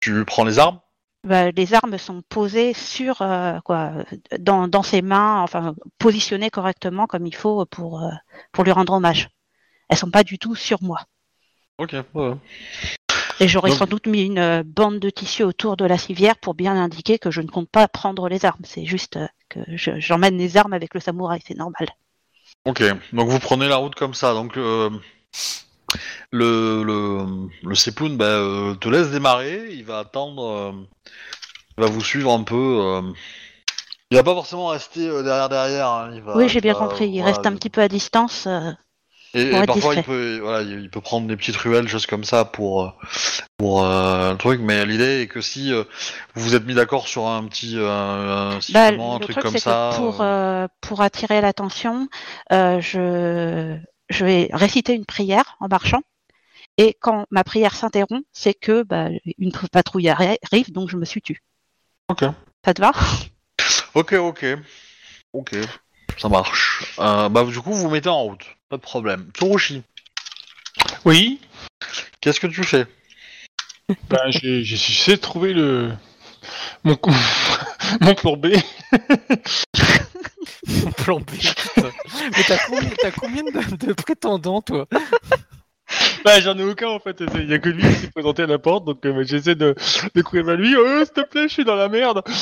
Speaker 3: Tu prends les armes
Speaker 2: Bah, les armes sont posées sur euh, quoi, dans, dans ses mains, enfin positionnées correctement comme il faut pour, euh, pour lui rendre hommage. Elles sont pas du tout sur moi.
Speaker 3: Ok, ouais.
Speaker 2: Et j'aurais
Speaker 3: Donc-
Speaker 2: sans doute mis une euh, bande de tissu autour de la civière pour bien indiquer que je ne compte pas prendre les armes. C'est juste euh, que je- j'emmène les armes avec le samouraï, c'est normal.
Speaker 3: Ok, donc vous prenez la route comme ça. Donc euh, le le le Sepoun bah, euh, te laisse démarrer. Il va attendre, euh, il va vous suivre un peu. euh. il va pas forcément rester euh, derrière derrière. hein, il va-
Speaker 2: oui, j'ai
Speaker 3: il
Speaker 2: bien
Speaker 3: va-
Speaker 2: compris. Il
Speaker 3: voilà,
Speaker 2: reste un petit peu à distance. euh,
Speaker 3: Et,
Speaker 2: pour
Speaker 3: et
Speaker 2: être
Speaker 3: parfois il
Speaker 2: discret.
Speaker 3: peut voilà, il il peut prendre des petites ruelles, choses comme ça pour euh, pour euh, le truc. Mais l'idée est que si euh, vous vous êtes mis d'accord sur un petit euh, un
Speaker 2: Bah,
Speaker 3: sifflement, un
Speaker 2: le
Speaker 3: truc,
Speaker 2: truc,
Speaker 3: comme
Speaker 2: c'est
Speaker 3: ça.
Speaker 2: que pour,
Speaker 3: euh,
Speaker 2: euh, pour attirer l'attention, euh, je, je vais réciter une prière en marchant. Et quand ma prière s'interrompt, c'est que bah, une patrouille arri- arrive, donc je me suis tue.
Speaker 3: Ok.
Speaker 2: Ça te va
Speaker 3: Ok, ok. Ok, ça marche. Euh, bah, du coup, vous mettez en route. Pas de problème. Tsurushi,
Speaker 4: Oui.
Speaker 3: qu'est-ce que tu fais
Speaker 4: Ben, j'ai j'ai essayé de trouver le mon con- mon plan B.
Speaker 5: Plan B, putain. Mais t'as combien, t'as combien de, de prétendants, toi
Speaker 4: Bah, j'en ai aucun en fait. Il y a que lui qui s'est présenté à la porte, donc euh, j'essaie de de courir vers lui. Oh, s'il te plaît, je suis dans la merde.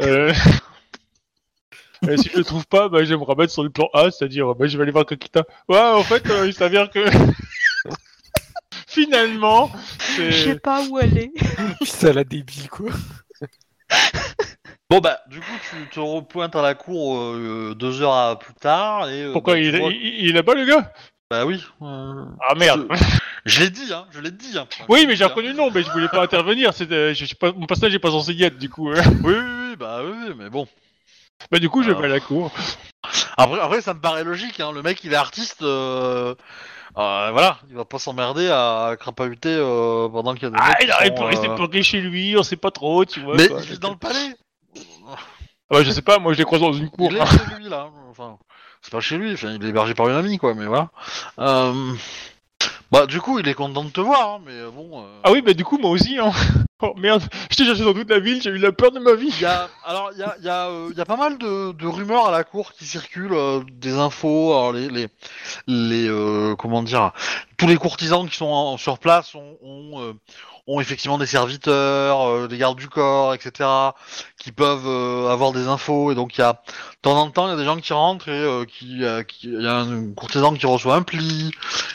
Speaker 4: Euh, euh, si je le trouve pas, bah, je vais me rabattre sur le plan A, c'est-à-dire bah, je vais aller voir Kakita. Ouais, en fait, euh, il s'avère que finalement, c'est
Speaker 2: pas où elle est.
Speaker 5: Putain, la débile, quoi.
Speaker 3: Bon, bah, du coup, tu te repointes à la cour euh, deux heures à- plus tard. Et, euh,
Speaker 4: pourquoi
Speaker 3: bah, tu
Speaker 4: il, est-
Speaker 3: vois-
Speaker 4: il, il est là-bas le gars
Speaker 3: Bah oui. euh,
Speaker 4: Ah merde.
Speaker 3: Je l'ai dit, hein, je l'ai dit. hein.
Speaker 4: Oui, mais j'ai reconnu le nom, mais je voulais pas intervenir. c'est, euh, je- je suis pas- mon personnage n'est pas censé y être, du coup. euh.
Speaker 3: Oui, oui, oui, bah oui, mais bon.
Speaker 4: Bah, du coup, je
Speaker 3: Alors.
Speaker 4: vais à la cour.
Speaker 3: Après, après, ça me paraît logique, hein. le mec il est artiste, euh, euh, voilà, il va pas s'emmerder à crapahuter euh, pendant qu'il y a des
Speaker 4: Ah,
Speaker 3: mecs qui
Speaker 4: il aurait pu
Speaker 3: sont,
Speaker 4: rester
Speaker 3: euh,
Speaker 4: planqué chez lui, on sait pas trop, tu vois.
Speaker 3: Mais
Speaker 4: quoi.
Speaker 3: il est dans le palais
Speaker 4: Ah, bah, je sais pas, moi je les croise dans une cour. Ah,
Speaker 3: Il est chez lui là, enfin, c'est pas chez lui, enfin, il est hébergé par une amie quoi, mais voilà. Euh, Bah du coup, il est content de te voir, hein, mais euh, bon... euh,
Speaker 4: Ah oui, bah, du coup, moi aussi, hein. Oh merde, je t'ai cherché dans toute la ville, j'ai eu la peur de ma vie.
Speaker 3: Il y a, alors, il y a, il y a, euh, il y a pas mal de, de rumeurs à la cour qui circulent, euh, des infos, alors les, les, les euh, comment dire, tous les courtisans qui sont en- sur place ont, ont, euh, ont effectivement des serviteurs, euh, des gardes du corps, etc., qui peuvent euh, avoir des infos, et donc il y a, de temps en temps, il y a des gens qui rentrent et euh, qui, euh, qui- il y a un courtisan qui reçoit un pli,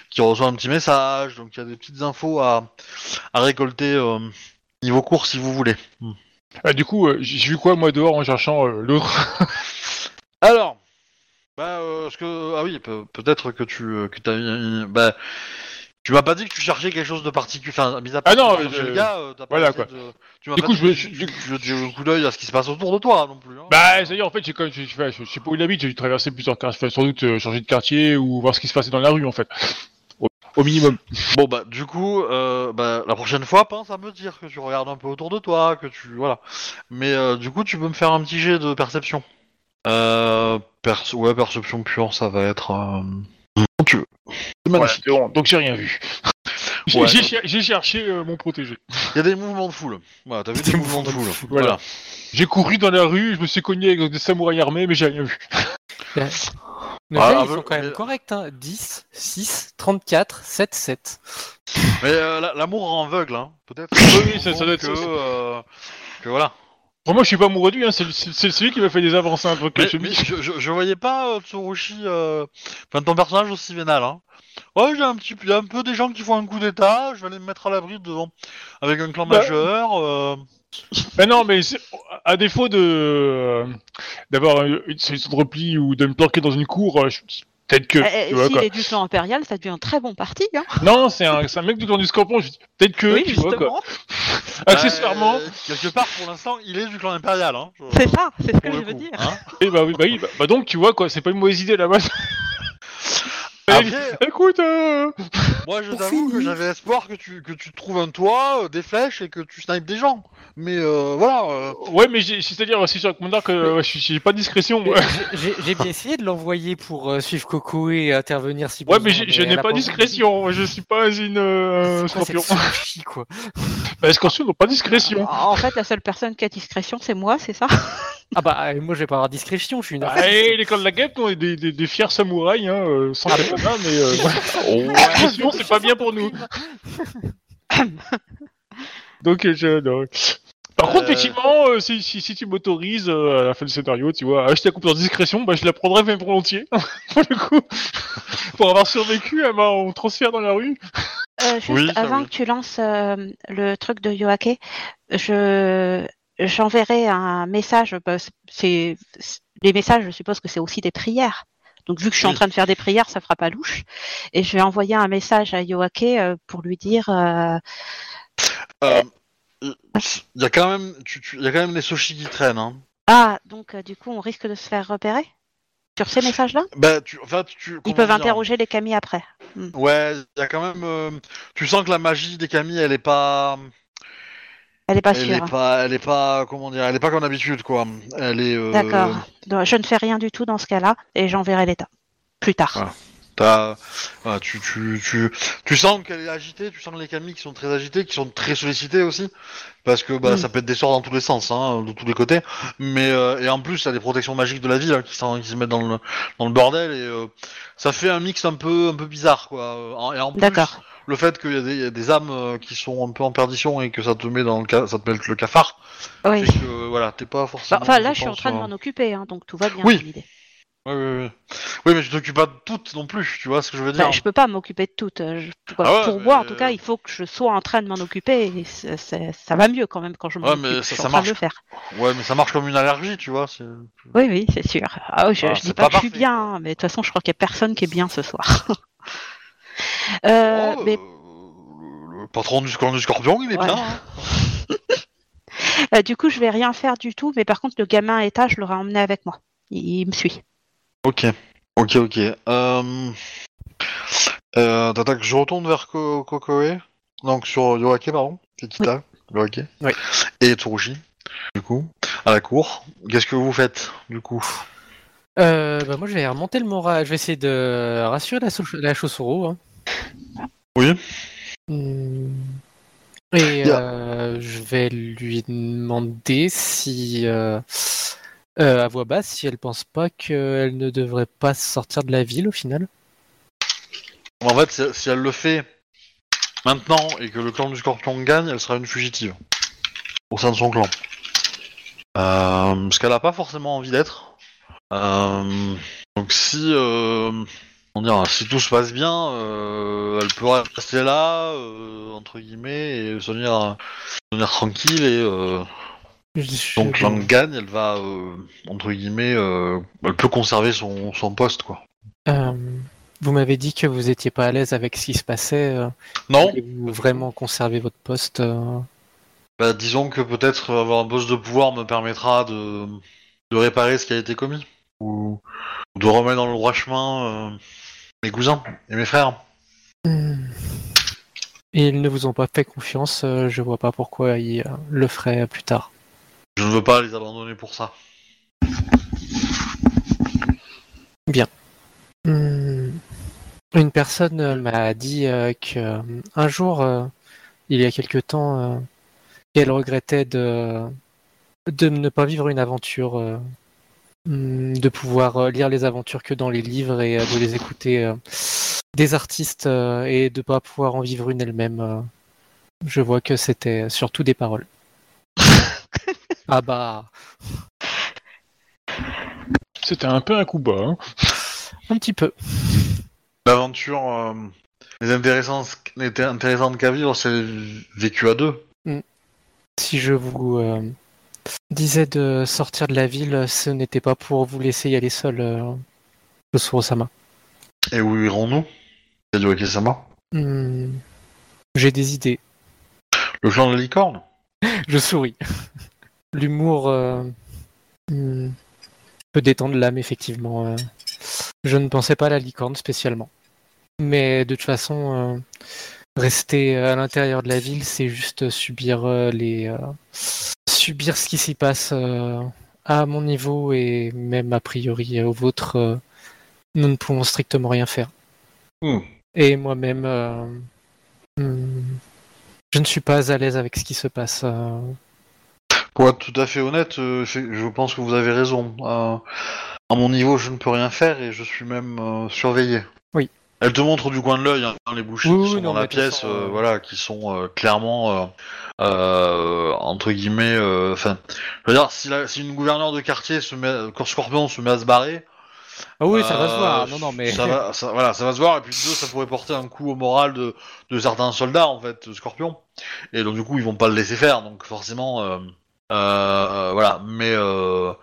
Speaker 3: qui reçoit un petit message, donc il y a des petites infos à, à récolter euh, niveau cours si vous voulez.
Speaker 4: Ah, du coup, euh, j'ai j'ai vu quoi, moi, dehors, en cherchant euh, l'autre
Speaker 3: Alors, bah, euh, ce que, ah oui, pe- peut-être que tu, euh, que t'as, une- bah, tu m'as pas dit que tu cherchais quelque chose de particulier, enfin, mis à part
Speaker 4: Ah non,
Speaker 3: que tu cherchais
Speaker 4: je-
Speaker 3: le gars, euh, t'as pas
Speaker 4: voilà,
Speaker 3: essayé de- tu m'as
Speaker 4: Du
Speaker 3: pas
Speaker 4: coup,
Speaker 3: dit
Speaker 4: je me
Speaker 3: que
Speaker 4: suis-
Speaker 3: tu-
Speaker 4: du-
Speaker 3: tu veux jeter un coup d'œil à ce qui se passe autour de toi non plus. hein.
Speaker 4: Bah, ça y est, en fait, j'ai quand même, j'ai- j'ai fait- je, je sais pas où il habite, j'ai dû traverser plusieurs quartiers, enfin, sans doute euh, changer de quartier ou voir ce qui se passait dans la rue, en fait. Au, au minimum.
Speaker 3: Bon, bah, du coup, euh, bah, la prochaine fois, pense à me dire que tu regardes un peu autour de toi, que tu, voilà. Mais euh, du coup, tu peux me faire un petit jet de perception. Euh, perce- ouais, perception pure, ça va être. euh, quand tu veux. C'est
Speaker 4: Voilà,
Speaker 3: magnifique.
Speaker 4: bon, donc j'ai rien vu. J'ai
Speaker 3: Ouais.
Speaker 4: j'ai cher- j'ai cherché euh, mon protégé.
Speaker 3: Il y a des mouvements de foule. Voilà, t'as vu des mouvements de foule.
Speaker 4: Voilà. J'ai couru dans la rue, je me suis cogné avec des samouraïs armés, mais j'ai rien vu.
Speaker 5: Les
Speaker 3: Ah,
Speaker 5: gars,
Speaker 3: ah,
Speaker 5: ils sont
Speaker 3: mais-
Speaker 5: quand même
Speaker 3: mais-
Speaker 5: corrects, hein. 10, 6, 34, 7, 7.
Speaker 3: Mais euh, la- l'amour rend aveugle, hein, peut-être.
Speaker 4: Oui, oui, ça- ça doit être
Speaker 3: que,
Speaker 4: ça.
Speaker 3: euh, que voilà.
Speaker 4: Vraiment, je suis pas amoureux de lui, hein, c'est c'est- c'est celui qui m'a fait des avancées un peu que
Speaker 3: Mais,
Speaker 4: je me
Speaker 3: mais
Speaker 4: dis.
Speaker 3: je, je, je voyais pas euh, Tsurushi, euh, enfin ton personnage aussi vénal. Hein. Oh, j'ai un petit, il y a un peu des gens qui font un coup d'état. Je vais aller me mettre à l'abri devant, avec un clan
Speaker 4: Bah.
Speaker 3: majeur. euh.
Speaker 4: Ben non, mais c'est- à défaut de euh, d'avoir une une solution de repli ou de me planquer dans une cour, euh, je- peut-être que.
Speaker 5: Euh,
Speaker 2: Eh, eh,
Speaker 4: tu vois,
Speaker 2: S'il
Speaker 4: quoi.
Speaker 2: est du clan impérial, ça devient un très bon parti. Hein
Speaker 4: Non, c'est un, c'est un mec du clan du scorpion, je dis, peut-être que.
Speaker 2: oui,
Speaker 4: tu vois, quoi.
Speaker 2: justement.
Speaker 4: Ah, Accessoirement.
Speaker 3: Euh, quelque part, pour l'instant, il est du clan impérial. Hein, je-
Speaker 2: C'est ça, c'est ce que
Speaker 3: pour
Speaker 2: je
Speaker 3: le
Speaker 2: veux
Speaker 3: coup,
Speaker 2: dire.
Speaker 3: hein.
Speaker 4: Et bah oui, bah oui, bah, bah donc tu vois quoi, c'est pas une mauvaise idée là-bas. Ah,
Speaker 3: Après,
Speaker 4: Bah, Écoute, euh,
Speaker 3: moi, je
Speaker 1: Pour
Speaker 3: t'avoue que
Speaker 1: finir.
Speaker 3: j'avais espoir que tu, que tu trouves un toit, euh, des flèches et que tu snipes des gens. Mais euh, voilà. euh,
Speaker 4: ouais, mais j'ai- c'est-à-dire aussi sur mon arc, euh, ouais, je suis- j'ai pas de discrétion. moi.
Speaker 5: J'ai j'ai bien essayé de l'envoyer pour euh, suivre Coco et intervenir si
Speaker 4: Ouais,
Speaker 5: besoin.
Speaker 4: mais j'ai- je
Speaker 5: elle
Speaker 4: n'ai
Speaker 5: a
Speaker 4: pas de
Speaker 5: envie.
Speaker 4: discrétion, je suis pas une euh,
Speaker 5: C'est quoi cette
Speaker 4: scorpion.
Speaker 5: sushi, quoi
Speaker 4: Bah, les scorpions n'ont pas de discrétion.
Speaker 2: En fait, la seule personne qui a discrétion, c'est moi, c'est ça
Speaker 5: Ah bah, euh, moi je vais pas avoir discrétion, je suis une
Speaker 4: Ah, et l'école de la guêpe, on est des, des- des fiers samouraïs, hein, euh,
Speaker 3: Ah.
Speaker 4: sans katana, mais euh, voilà. Discrétion, c'est pas bien pour nous. Donc, euh, je. non. Par contre,
Speaker 3: Euh.
Speaker 4: effectivement, euh, si, si, si tu m'autorises euh, à la fin du scénario, tu vois, à acheter la coupe en discrétion, bah, je la prendrais même volontiers, pour le coup, pour avoir survécu à mon transfert dans la rue.
Speaker 2: Euh, juste
Speaker 3: Oui, ça,
Speaker 2: avant
Speaker 3: oui.
Speaker 2: que tu lances euh, le truc de Yoake, je j'enverrai un message. bah, c'est- c'est c'est- les messages, je suppose que c'est aussi des prières. Donc vu que je suis en
Speaker 3: Oui.
Speaker 2: train de faire des prières, ça fera pas louche. Et je vais envoyer un message à Yoake euh, pour lui dire euh,
Speaker 3: Il Euh, y a quand même, tu, tu- y a quand même les sushis qui traînent. Hein.
Speaker 2: ah donc euh, du coup on risque de se faire repérer. Sur ces messages-là,
Speaker 3: Bah, tu, enfin, tu,
Speaker 2: ils
Speaker 3: comment
Speaker 2: peuvent
Speaker 3: dire
Speaker 2: interroger les camis après.
Speaker 3: Ouais, il y a quand même. euh, tu sens que la magie des Camille, elle est pas.
Speaker 2: Elle est pas
Speaker 3: elle
Speaker 2: sûre. hein.
Speaker 3: est pas. Elle est pas. Comment dire Elle est pas comme d'habitude, quoi. Elle est. euh,
Speaker 2: D'accord. Donc, Je ne fais rien du tout dans ce cas-là et j'enverrai l'état. Plus tard.
Speaker 3: Ah. T'as- voilà, tu, tu, tu, tu sens qu'elle est agitée, tu sens que les camis qui sont très agités, qui sont très sollicités aussi, parce que bah,
Speaker 2: Mm.
Speaker 3: ça pète des sorts dans tous les sens, hein, de tous les côtés. Mais euh, et en plus, t'as des protections magiques de la ville hein, qui, s'en- qui se mettent dans le, dans le bordel et euh, ça fait un mix un peu, un peu bizarre, quoi. Euh, en- Et en plus,
Speaker 2: D'accord.
Speaker 3: le fait qu'il y, a des- il y a des âmes euh, qui sont un peu en perdition et que ça te met dans le, ca- ça te met le cafard,
Speaker 2: Oui.
Speaker 3: fait que euh, voilà, t'es pas
Speaker 2: Bah,
Speaker 3: forcément.
Speaker 2: Enfin, là, je suis en
Speaker 3: pense,
Speaker 2: train de
Speaker 3: euh,
Speaker 2: m'en occuper, hein, donc tout va bien.
Speaker 3: Oui.
Speaker 2: dans l'idée.
Speaker 3: Oui, oui, oui. Oui, mais tu t'occupes pas de toutes non plus, tu vois ce que je veux dire.
Speaker 2: Bah, je peux pas m'occuper de toutes. euh, je- pour-
Speaker 3: Ah ouais,
Speaker 2: pour moi, en
Speaker 3: mais-
Speaker 2: tout cas, il faut que je sois en train de m'en occuper. et c'est- c'est- ça va mieux quand même quand je m'en
Speaker 3: Ouais,
Speaker 2: occupe.
Speaker 3: mais
Speaker 2: je suis
Speaker 3: ça-
Speaker 2: en train
Speaker 3: ça
Speaker 2: de
Speaker 3: marche.
Speaker 2: le faire.
Speaker 3: Ouais, mais ça marche comme une allergie, tu vois. c'est-
Speaker 2: Oui, oui, c'est sûr. Ah, je,
Speaker 3: Ah,
Speaker 2: je dis
Speaker 3: c'est
Speaker 2: pas,
Speaker 3: pas
Speaker 2: que je suis
Speaker 3: parfait,
Speaker 2: bien,
Speaker 3: quoi.
Speaker 2: hein, mais de toute façon, je crois qu'il y a personne qui est bien ce soir. Euh,
Speaker 3: Oh,
Speaker 2: mais
Speaker 3: euh, le, le patron du, clan du scorpion, il est
Speaker 2: Ouais.
Speaker 3: bien. hein.
Speaker 2: euh, du coup, je vais rien faire du tout. Mais par contre, le gamin à état, je l'aurai emmené avec moi. Il, il me suit.
Speaker 3: Ok, ok, ok. Euh... Euh, tac, tac, je retourne vers Ko- Kokoe, donc sur Yoake, pardon, Kikita, Yoake,
Speaker 5: Oui.
Speaker 3: et Tsurushi, du coup, à la cour. Qu'est-ce que vous faites, du coup
Speaker 5: Euh, bah, moi, je vais remonter le moral. Je vais essayer de rassurer la, Sou- la Chosoro, hein.
Speaker 3: Oui.
Speaker 5: Hmm. Et
Speaker 3: Bien.
Speaker 5: euh, je vais lui demander si, euh, euh, à voix basse, si elle pense pas qu'elle ne devrait pas sortir de la ville au final.
Speaker 3: En fait, si- si elle le fait maintenant et que le clan du scorpion gagne, elle sera une fugitive au sein de son clan. Euh, ce qu'elle n'a pas forcément envie d'être. Euh, donc si, euh, comment dire, si tout se passe bien, euh, elle pourra rester là, euh, entre guillemets, et se tenir, se tenir tranquille. Et euh,
Speaker 5: Je-
Speaker 3: son clan gagne, elle va, euh, entre guillemets, euh, elle peut conserver son, son poste. quoi.
Speaker 5: Euh, vous m'avez dit que vous étiez pas à l'aise avec ce qui se passait. euh,
Speaker 3: Non,
Speaker 5: Voulez-vous vraiment conserver votre poste euh,
Speaker 3: Bah, disons que peut-être avoir un boss de pouvoir me permettra de, de réparer ce qui a été commis. Ou de remettre dans le droit chemin euh, mes cousins et mes frères.
Speaker 5: Hmm. Et ils ne vous ont pas fait confiance, euh, je vois pas pourquoi ils euh, le feraient plus tard.
Speaker 3: Je ne veux pas les abandonner pour ça.
Speaker 5: Hmm. Une personne euh, m'a dit euh, que euh, un jour, euh, il y a quelque temps, euh, qu'elle regrettait de, de ne pas vivre une aventure, euh, hmm, de pouvoir euh, lire les aventures que dans les livres et euh, de les écouter euh, des artistes euh, et de pas pouvoir en vivre une elle-même. euh. Je vois que c'était surtout des paroles. ah bah,
Speaker 4: C'était un peu un coup bas. Hein.
Speaker 5: un petit peu.
Speaker 3: L'aventure euh, les intéressantes, les intéressantes qu'à vivre, c'est vécu à deux.
Speaker 5: Si je vous euh, disais de sortir de la ville, ce n'était pas pour vous laisser y aller seul, euh, Osama.
Speaker 3: Et où irons-nous C'est du Wakesama.
Speaker 5: Hmm. J'ai des idées.
Speaker 3: Le clan de la licorne
Speaker 5: Je souris. L'humour euh, hmm, peut détendre l'âme, effectivement. euh. Je ne pensais pas à la licorne spécialement. Mais de toute façon, euh, rester euh, à l'intérieur de la ville, c'est juste subir euh, les euh, subir ce qui s'y passe euh, à mon niveau et même a priori au vôtre. euh, nous ne pouvons strictement rien faire.
Speaker 3: Hmm.
Speaker 5: Et moi-même, euh, hmm, je ne suis pas à l'aise avec ce qui se passe. euh,
Speaker 3: Pour être tout à fait honnête, euh, je je pense que vous avez raison. Euh, à mon niveau, je ne peux rien faire et je suis même euh, surveillé.
Speaker 5: Oui.
Speaker 3: Elle te montre du coin de l'œil hein, les bouchées
Speaker 5: Oui,
Speaker 3: qui
Speaker 5: oui,
Speaker 3: sont
Speaker 5: non,
Speaker 3: dans la
Speaker 5: mais de toute
Speaker 3: pièce,
Speaker 5: façon,
Speaker 3: euh,
Speaker 5: euh,
Speaker 3: voilà, qui sont euh, clairement euh, euh, entre guillemets. euh, Enfin, je veux dire, si, la- si une gouverneure de quartier se met, quand Scorpion se met à se barrer,
Speaker 5: Ah oui, ça va se
Speaker 3: euh,
Speaker 5: voir. Non, non, mais
Speaker 3: ça va, ça- voilà, ça va se voir. Et puis deux, ça pourrait porter un coup au moral de, de certains soldats en fait, Scorpion. Et donc du coup, ils vont pas le laisser faire. Donc forcément, euh, euh, voilà. Mais euh,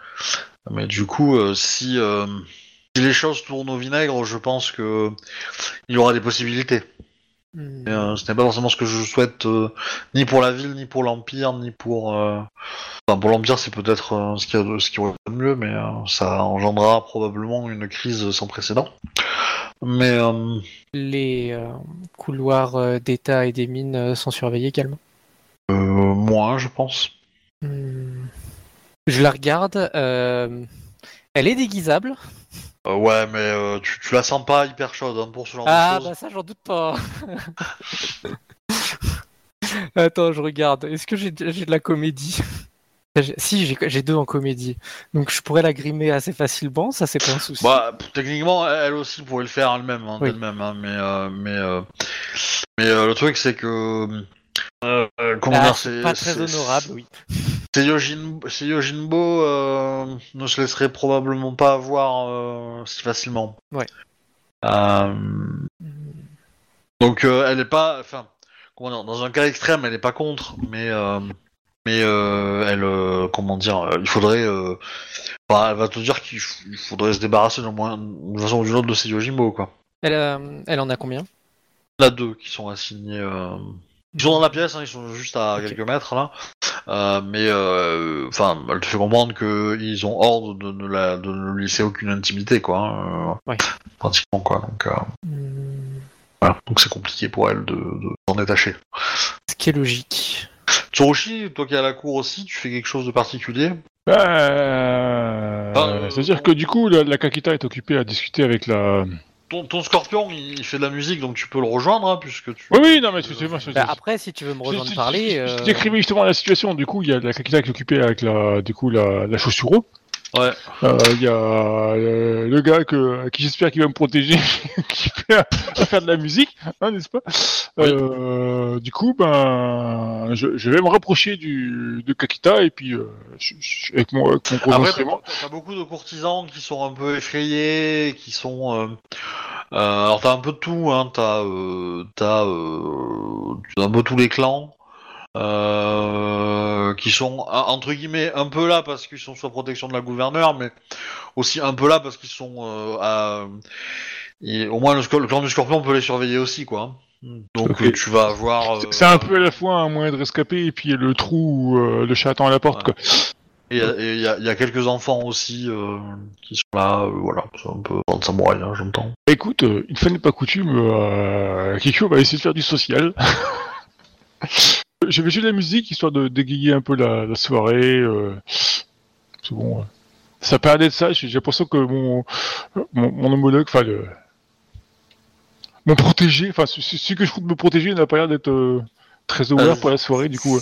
Speaker 3: mais du coup, euh, si euh, si les choses tournent au vinaigre, je pense que il y aura des possibilités.
Speaker 5: Hmm.
Speaker 3: Et, euh, ce n'est pas forcément ce que je souhaite, euh, ni pour la ville, ni pour l'Empire, ni pour. euh, Enfin, pour l'Empire, c'est peut-être euh, ce qui a de- ce qui aurait de mieux, mais euh, ça engendrera probablement une crise sans précédent. Mais euh,
Speaker 5: Les euh, couloirs euh, d'État et des mines euh, sont surveillés également.
Speaker 3: euh, moins, je pense.
Speaker 5: Hmm. Je la regarde. euh, Elle est déguisable.
Speaker 3: Euh, ouais, mais euh, tu, tu la sens pas hyper chaude hein, pour ce genre
Speaker 5: Ah
Speaker 3: de choses.
Speaker 5: bah ça j'en doute pas. Attends, je regarde. Est-ce que j'ai j'ai de la comédie J'ai- Si, j'ai j'ai deux en comédie. Donc je pourrais la grimer assez facilement, ça c'est pas un souci.
Speaker 3: Bah, p- techniquement, elle aussi pourrait le faire elle-même, hein,
Speaker 5: Oui.
Speaker 3: d'elle-même, hein, mais euh, mais euh, mais euh, le truc c'est que euh, euh, comment
Speaker 5: Ah,
Speaker 3: dire,
Speaker 5: c'est
Speaker 3: c'est
Speaker 5: pas très
Speaker 3: c'est-
Speaker 5: honorable, oui.
Speaker 3: C'est Yojin- c'est Yojinbo euh, ne se laisserait probablement pas avoir euh, si facilement.
Speaker 5: Ouais.
Speaker 3: Euh,
Speaker 5: Hmm.
Speaker 3: donc euh, elle est pas, enfin, comment dire, dans un cas extrême, elle est pas contre, mais euh, mais euh, elle, euh, comment dire, euh, il faudrait, euh, enfin, elle va te dire qu'il f- il faudrait se débarrasser d'un moyen- d'une façon ou d'une autre de ces Yojimbo quoi.
Speaker 5: Elle, euh, elle en a combien
Speaker 3: Il y en a deux qui sont assignés. euh, Ils sont dans la pièce, hein, ils sont juste à
Speaker 5: Ok.
Speaker 3: quelques mètres là. Euh, mais euh, enfin, elle te fait comprendre qu'ils ont ordre de ne, la- de ne lui laisser aucune intimité, quoi. hein, euh,
Speaker 5: Ouais.
Speaker 3: Pratiquement, quoi. Donc, euh,
Speaker 5: Hmm,
Speaker 3: voilà. Donc c'est compliqué pour elle de de s'en détacher.
Speaker 5: Ce qui est logique.
Speaker 3: Tsurushi, toi qui es à la cour aussi, tu fais quelque chose de particulier
Speaker 4: Bah,
Speaker 3: Ah, euh,
Speaker 4: C'est-à-dire que du coup, la, la Kakita est occupée à discuter avec la.
Speaker 3: ton, ton scorpion, il, il fait de la musique, donc tu peux le rejoindre, hein, puisque tu.
Speaker 4: Oui, oui, non, mais excusez-moi, je-
Speaker 5: Bah, après, si tu veux me rejoindre
Speaker 4: Je- je-
Speaker 5: parler,
Speaker 4: je- je
Speaker 5: euh,
Speaker 4: décrivais justement la situation. Du coup, il y a la Kakita qui est occupée avec la, du coup, la, la chaussure.
Speaker 3: Ouais.
Speaker 4: Euh, Il y a euh, le gars que, qui j'espère qu'il va me protéger, qui fait à, à faire de la musique, hein, n'est-ce pas Euh, Du coup, ben, je, je vais me rapprocher du, de Kakita et puis euh, je- je- avec mon, avec mon gros
Speaker 3: Après, t'as,
Speaker 4: instrument.
Speaker 3: t'as beaucoup de courtisans qui sont un peu effrayés, qui sont. euh, euh, alors, t'as un peu de tout, hein. T'as, euh, t'as, euh, t'as un peu tous les clans. euh, qui sont un- entre guillemets un peu là parce qu'ils sont sous la protection de la gouverneure, mais aussi un peu là parce qu'ils sont euh, à- et au moins le, sco- le clan du Scorpion peut les surveiller aussi quoi. hein. Donc
Speaker 4: Ok.
Speaker 3: euh, tu vas avoir. euh,
Speaker 4: C'est un peu à la fois un moyen de rescaper et puis le trou où euh, le chat attend à la porte.
Speaker 3: Ouais.
Speaker 4: Quoi.
Speaker 3: Et il y, a- y a quelques enfants aussi euh, qui sont là, euh, voilà, c'est un peu en samouraï, hein, j'entends.
Speaker 4: Écoute, euh, une fois n'est pas coutume, euh, Kikyo va essayer de faire du social. Je vais jouer de la musique histoire de dégayer un peu la, la soirée. euh, C'est bon. euh. Ça peut d'être ça. J'ai j'ai l'impression que mon, mon, mon homologue, enfin le- mon protégé, enfin ce- ce- celui que je compte me protéger, n'a pas l'air d'être euh, très ouvert
Speaker 3: Euh,
Speaker 4: pour la soirée. Du coup, euh.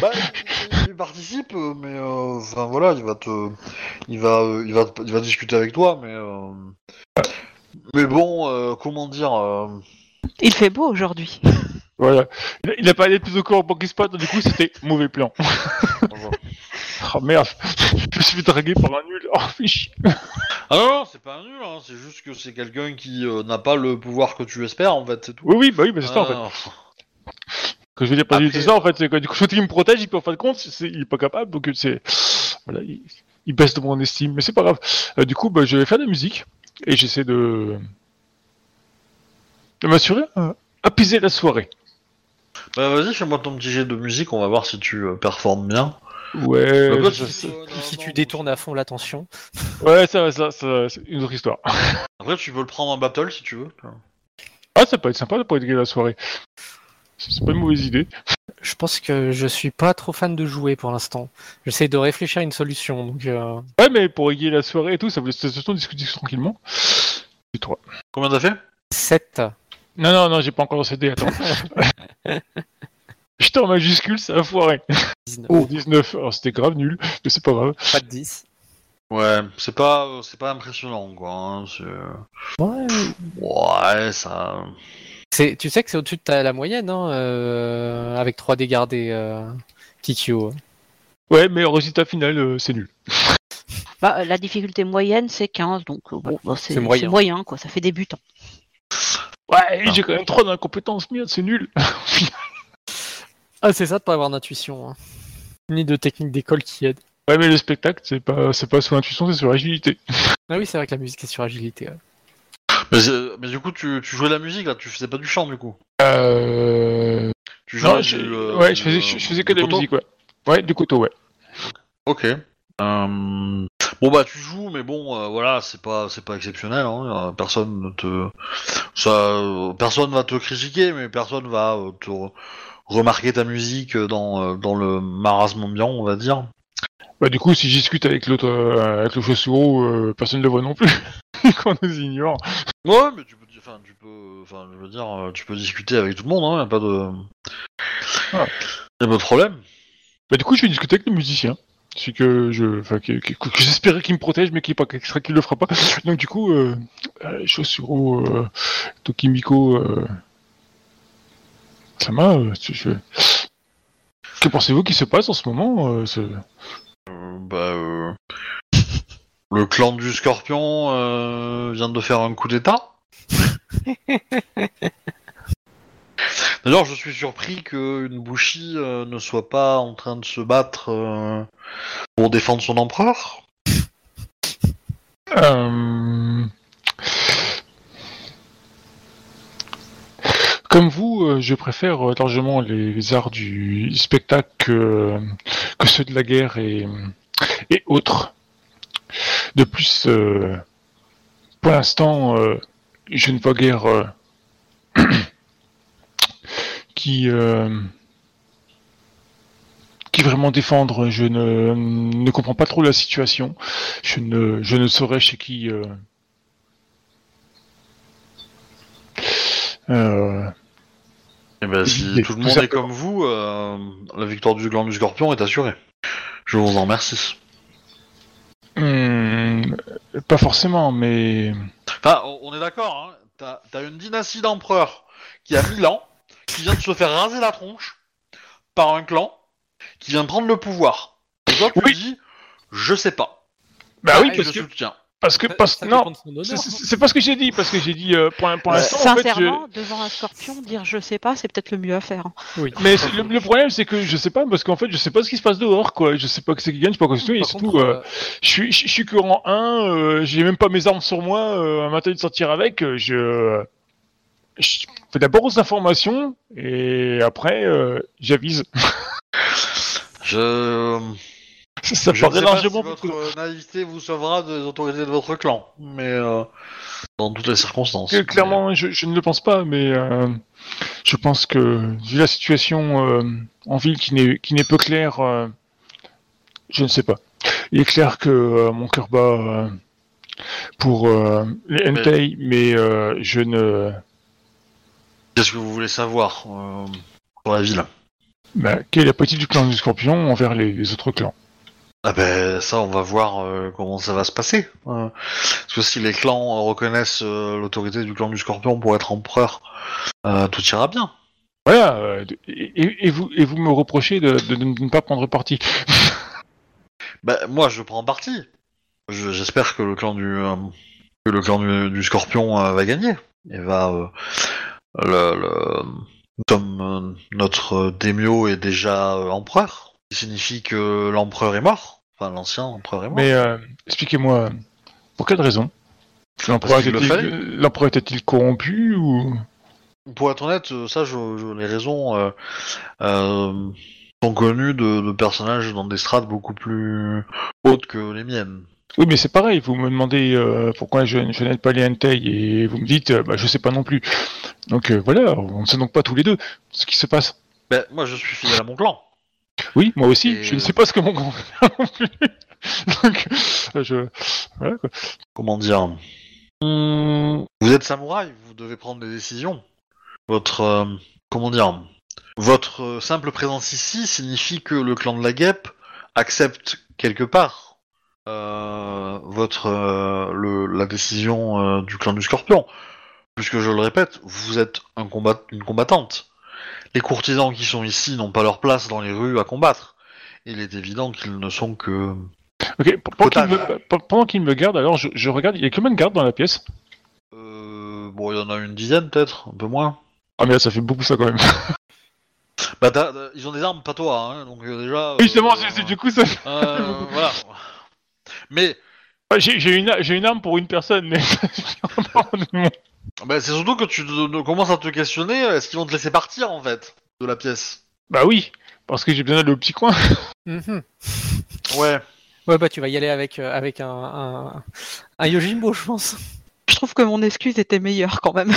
Speaker 3: Bah, il, il participe, euh, mais euh, enfin voilà, il va te, il va, euh, il va, te- il va discuter avec toi, mais euh, mais bon, euh, comment dire, euh,
Speaker 2: Il fait beau aujourd'hui.
Speaker 4: voilà. Il a- Il n'a pas l'air plus au corps pour qu'il se passe. Du coup, c'était mauvais plan. Oh merde, je me suis fait draguer par un nul. Oh, fais chier.
Speaker 3: ah non, non, c'est pas nul, hein, c'est juste que c'est quelqu'un qui euh, n'a pas le pouvoir que tu espères en fait, c'est tout.
Speaker 4: Oui, oui, bah oui, bah c'est ça en fait.
Speaker 3: Ah,
Speaker 4: Que je veux dire par
Speaker 3: Après,
Speaker 4: c'est ça en fait, c'est que du coup, il me protège, il peut en fin de compte, c'est- il est pas capable, donc euh, c'est. Voilà, il, il baisse de mon estime, mais c'est pas grave. Euh, du coup, bah, je vais faire de la musique et j'essaie de. de m'assurer à apaiser la soirée.
Speaker 3: Bah vas-y, fais-moi ton petit jet de musique, on va voir si tu euh, performes bien.
Speaker 4: Ouais,
Speaker 3: Bah,
Speaker 4: je-
Speaker 3: si tu- euh, non,
Speaker 5: si tu
Speaker 3: non,
Speaker 5: détournes à fond l'attention,
Speaker 4: ouais, ça, ça, ça, c'est une autre histoire.
Speaker 3: Après, tu peux le prendre en battle si tu veux.
Speaker 4: Ah, ça peut être sympa pour égayer la soirée. C'est c'est pas une mauvaise idée.
Speaker 5: je pense que je suis pas trop fan de jouer pour l'instant. J'essaie de réfléchir à une solution. Donc, euh,
Speaker 4: Ouais, mais pour égayer la soirée et tout, ça peut ça, ça, on discute tranquillement. C'est toi.
Speaker 3: Combien t'as fait
Speaker 5: 7.
Speaker 4: Non, non, non, j'ai pas encore lancé le dé, attends. J'étais en majuscule, ça a foiré.
Speaker 5: 19,
Speaker 4: Oh, 19, alors c'était grave nul, mais c'est pas grave.
Speaker 5: pas de 10.
Speaker 3: Ouais, c'est pas, euh, c'est pas impressionnant quoi. hein, c'est-
Speaker 5: Ouais.
Speaker 3: Ouais, ça.
Speaker 5: C'est- Tu sais que c'est au-dessus de ta- la moyenne, hein, euh, avec 3 dégardés gardés, euh, Kikyo.
Speaker 4: Ouais, mais au résultat final, euh, c'est nul.
Speaker 2: Bah, euh, la difficulté moyenne, c'est 15, donc euh, bon, bah, c'est
Speaker 5: c'est moyen.
Speaker 2: c'est moyen, quoi. Ça fait hein. débutant.
Speaker 4: Ouais, et j'ai quand même 3 d'incompétence, merde, c'est nul.
Speaker 5: Ah, c'est ça de pas avoir d'intuition. hein. Ni de technique d'école qui aide.
Speaker 4: Ouais, mais le spectacle, c'est pas, c'est pas sur l'intuition, c'est sur l'agilité.
Speaker 5: Ah oui, c'est vrai que la musique est sur agilité. ouais.
Speaker 3: Mais, euh, mais du coup, tu, tu jouais de la musique là, tu faisais pas du chant du coup.
Speaker 4: Euh...
Speaker 3: Tu jouais
Speaker 4: Non,
Speaker 3: du,
Speaker 4: je,
Speaker 3: euh,
Speaker 4: ouais,
Speaker 3: du,
Speaker 4: je faisais,
Speaker 3: euh,
Speaker 4: je, je faisais que
Speaker 3: du
Speaker 4: de la
Speaker 3: coton.
Speaker 4: musique, ouais. Ouais, du couteau, ouais.
Speaker 3: Ok. Euh, Bon bah tu joues, mais bon euh, voilà, c'est pas c'est pas exceptionnel. hein, euh, Personne ne te ça euh, personne va te critiquer, mais personne va euh, te re- remarquer ta musique euh, dans euh, dans le marasme ambiant, on va dire.
Speaker 4: Bah, du coup, si je discute avec l'autre, euh, avec le chaussuro, euh, personne ne le voit non plus. Qu'on nous ignore.
Speaker 3: Ouais, mais tu peux di- enfin tu peux enfin je veux dire euh, tu peux discuter avec tout le monde, hein, y a pas de
Speaker 4: Ah.
Speaker 3: y a pas de problème.
Speaker 4: Bah, du coup, je vais discuter avec le musicien. C'est que je, enfin, que, que- que j'espérais qu'il me protège, mais qu'il est pas qu'il sera- qu'il le fera pas. Donc, du coup, euh, euh, Chaussuro, euh, Tokimiko, euh, Sama, euh, je- je- que pensez-vous qui se passe en ce moment euh, ce-
Speaker 3: Euh, bah euh, le clan du Scorpion euh, vient de faire un coup d'état. D'ailleurs, je suis surpris que une Bushi euh, ne soit pas en train de se battre euh, pour défendre son empereur.
Speaker 4: Euh, Comme vous, euh, je préfère euh, largement les arts du spectacle que, que ceux de la guerre et, et autres. De plus, euh, pour l'instant, euh, je ne vois guère euh, qui, euh, qui vraiment défendre. Je ne, ne comprends pas trop la situation. Je ne, je ne saurais chez qui. euh, euh,
Speaker 3: Et ben, si
Speaker 4: Oui,
Speaker 3: tout le
Speaker 4: tout
Speaker 3: monde est
Speaker 4: simplement.
Speaker 3: comme vous, euh, la victoire du clan du Scorpion est assurée. Je vous en remercie.
Speaker 4: hmm, pas forcément, mais.
Speaker 3: Enfin, on- on est d'accord. Hein, T'as t'as une dynastie d'empereurs qui a 1000 ans, qui vient de se faire raser la tronche par un clan qui vient de prendre le pouvoir. Et toi, tu
Speaker 4: Oui.
Speaker 3: dis, je sais pas.
Speaker 4: Bah
Speaker 5: Ah,
Speaker 4: oui,
Speaker 3: Et
Speaker 4: parce
Speaker 3: je
Speaker 4: que.
Speaker 3: soutiens.
Speaker 4: Parce que
Speaker 5: Ça-
Speaker 4: parce-
Speaker 5: ça
Speaker 4: non,
Speaker 5: dépend de hein. son
Speaker 4: c'est
Speaker 5: honneur.
Speaker 4: c'est- c'est pas ce que j'ai dit, parce que j'ai dit euh, pour, pour l'instant, en fait. je-
Speaker 2: Sincèrement, devant un scorpion, dire je sais pas, c'est peut-être le mieux à faire. hein.
Speaker 5: Oui.
Speaker 4: Mais c'est- le, le problème, c'est que je sais pas, parce qu'en fait, je sais pas ce qui se passe dehors, quoi. Je sais pas que c'est qui gagne, je sais pas quoi c'est tout, et
Speaker 5: Par
Speaker 4: c'est
Speaker 5: contre,
Speaker 4: tout. euh,
Speaker 5: euh,
Speaker 4: Je suis, je, je suis que rang 1, euh, j'ai même pas mes armes sur moi, euh, un matin de sortir avec, euh, je, je fais d'abord aux informations, et après, euh, j'avise.
Speaker 3: Je,
Speaker 4: Ça, ça
Speaker 3: je ne
Speaker 4: paraît
Speaker 3: sais pas si
Speaker 4: largement
Speaker 3: votre
Speaker 4: beaucoup.
Speaker 3: naïveté vous sauvera des autorités de votre clan, mais euh, dans toutes les circonstances.
Speaker 4: Que, clairement, je, je ne le pense pas, mais euh, je pense que, vu la situation euh, en ville qui n'est qui n'est peu claire, euh, je ne sais pas. Il est clair que euh, mon cœur bat euh, pour euh, les
Speaker 3: Mais-
Speaker 4: hentai, mais euh, je ne...
Speaker 3: Qu'est-ce que vous voulez savoir euh, sur la ville
Speaker 4: Bah, quelle est l'appétit du clan du scorpion envers les, les autres clans
Speaker 3: Ah ben ça, on va voir euh, comment ça va se passer. Euh, parce que si les clans euh, reconnaissent euh, l'autorité du clan du Scorpion pour être empereur, euh, tout ira bien.
Speaker 4: Voilà, euh, et, et- et vous, et vous me reprochez de, de- de ne pas prendre parti.
Speaker 3: Bah, moi, je prends parti. Je- J'espère que le clan du euh, que le clan du, du Scorpion euh, va gagner et va euh, le, le- comme euh, notre euh, daimyo est déjà euh, empereur, ce qui signifie que l'empereur est mort, enfin l'ancien empereur est mort.
Speaker 4: Mais euh, expliquez-moi, pour quelle raison L'empereur
Speaker 3: qu'il le fallait.
Speaker 4: était-il l'empereur était-il corrompu ou...
Speaker 3: Pour être honnête, euh, ça, je, je- les raisons euh, euh, sont connues de, de personnages dans des strates beaucoup plus hautes que les miennes.
Speaker 4: Oui, mais c'est pareil, vous me demandez euh, pourquoi je, je n'aide pas les hentai et vous me dites, euh, bah, je sais pas non plus. Donc euh, voilà, on ne sait donc pas tous les deux ce qui se passe.
Speaker 3: Ben, moi, je suis fidèle à mon clan.
Speaker 4: Oui, moi aussi,
Speaker 3: Et,
Speaker 4: je ne
Speaker 3: euh,
Speaker 4: sais pas ce que mon grand frère non plus. Donc, euh, je... Voilà, quoi.
Speaker 3: comment dire Vous êtes samouraï, vous devez prendre des décisions. Votre euh, comment dire Votre euh, simple présence ici signifie que le clan de la guêpe accepte quelque part euh, votre euh, le- la décision euh, du clan du scorpion. Puisque je le répète, vous êtes un combat, une combattante. Les courtisans qui sont ici n'ont pas leur place dans les rues à combattre. Il est évident qu'ils ne sont que
Speaker 4: Ok, p- pendant qu'il
Speaker 3: Total.
Speaker 4: me, p- pendant qu'il me garde, alors je, je regarde, il y a combien de gardes dans la pièce
Speaker 3: euh, bon, il y en a une dizaine peut-être, un peu moins.
Speaker 4: Ah mais là ça fait beaucoup ça quand même.
Speaker 3: Bah, t'as- t'as- ils ont des armes, pas toi, hein, donc euh, déjà. euh,
Speaker 4: Justement,
Speaker 3: euh,
Speaker 4: du coup ça...
Speaker 3: euh, voilà. Mais
Speaker 4: Enfin, j'ai- J'ai une, a- j'ai une arme pour une personne, mais
Speaker 3: Bah, c'est surtout que tu te- commences à te questionner, euh, est-ce qu'ils vont te laisser partir en fait de la pièce
Speaker 4: Bah oui, parce que j'ai besoin d'aller au petit coin.
Speaker 5: Mhm.
Speaker 3: Ouais.
Speaker 5: Ouais, bah tu vas y aller avec, euh, avec un, un, un Yojimbo, je pense.
Speaker 2: Je trouve que mon excuse était meilleure quand même.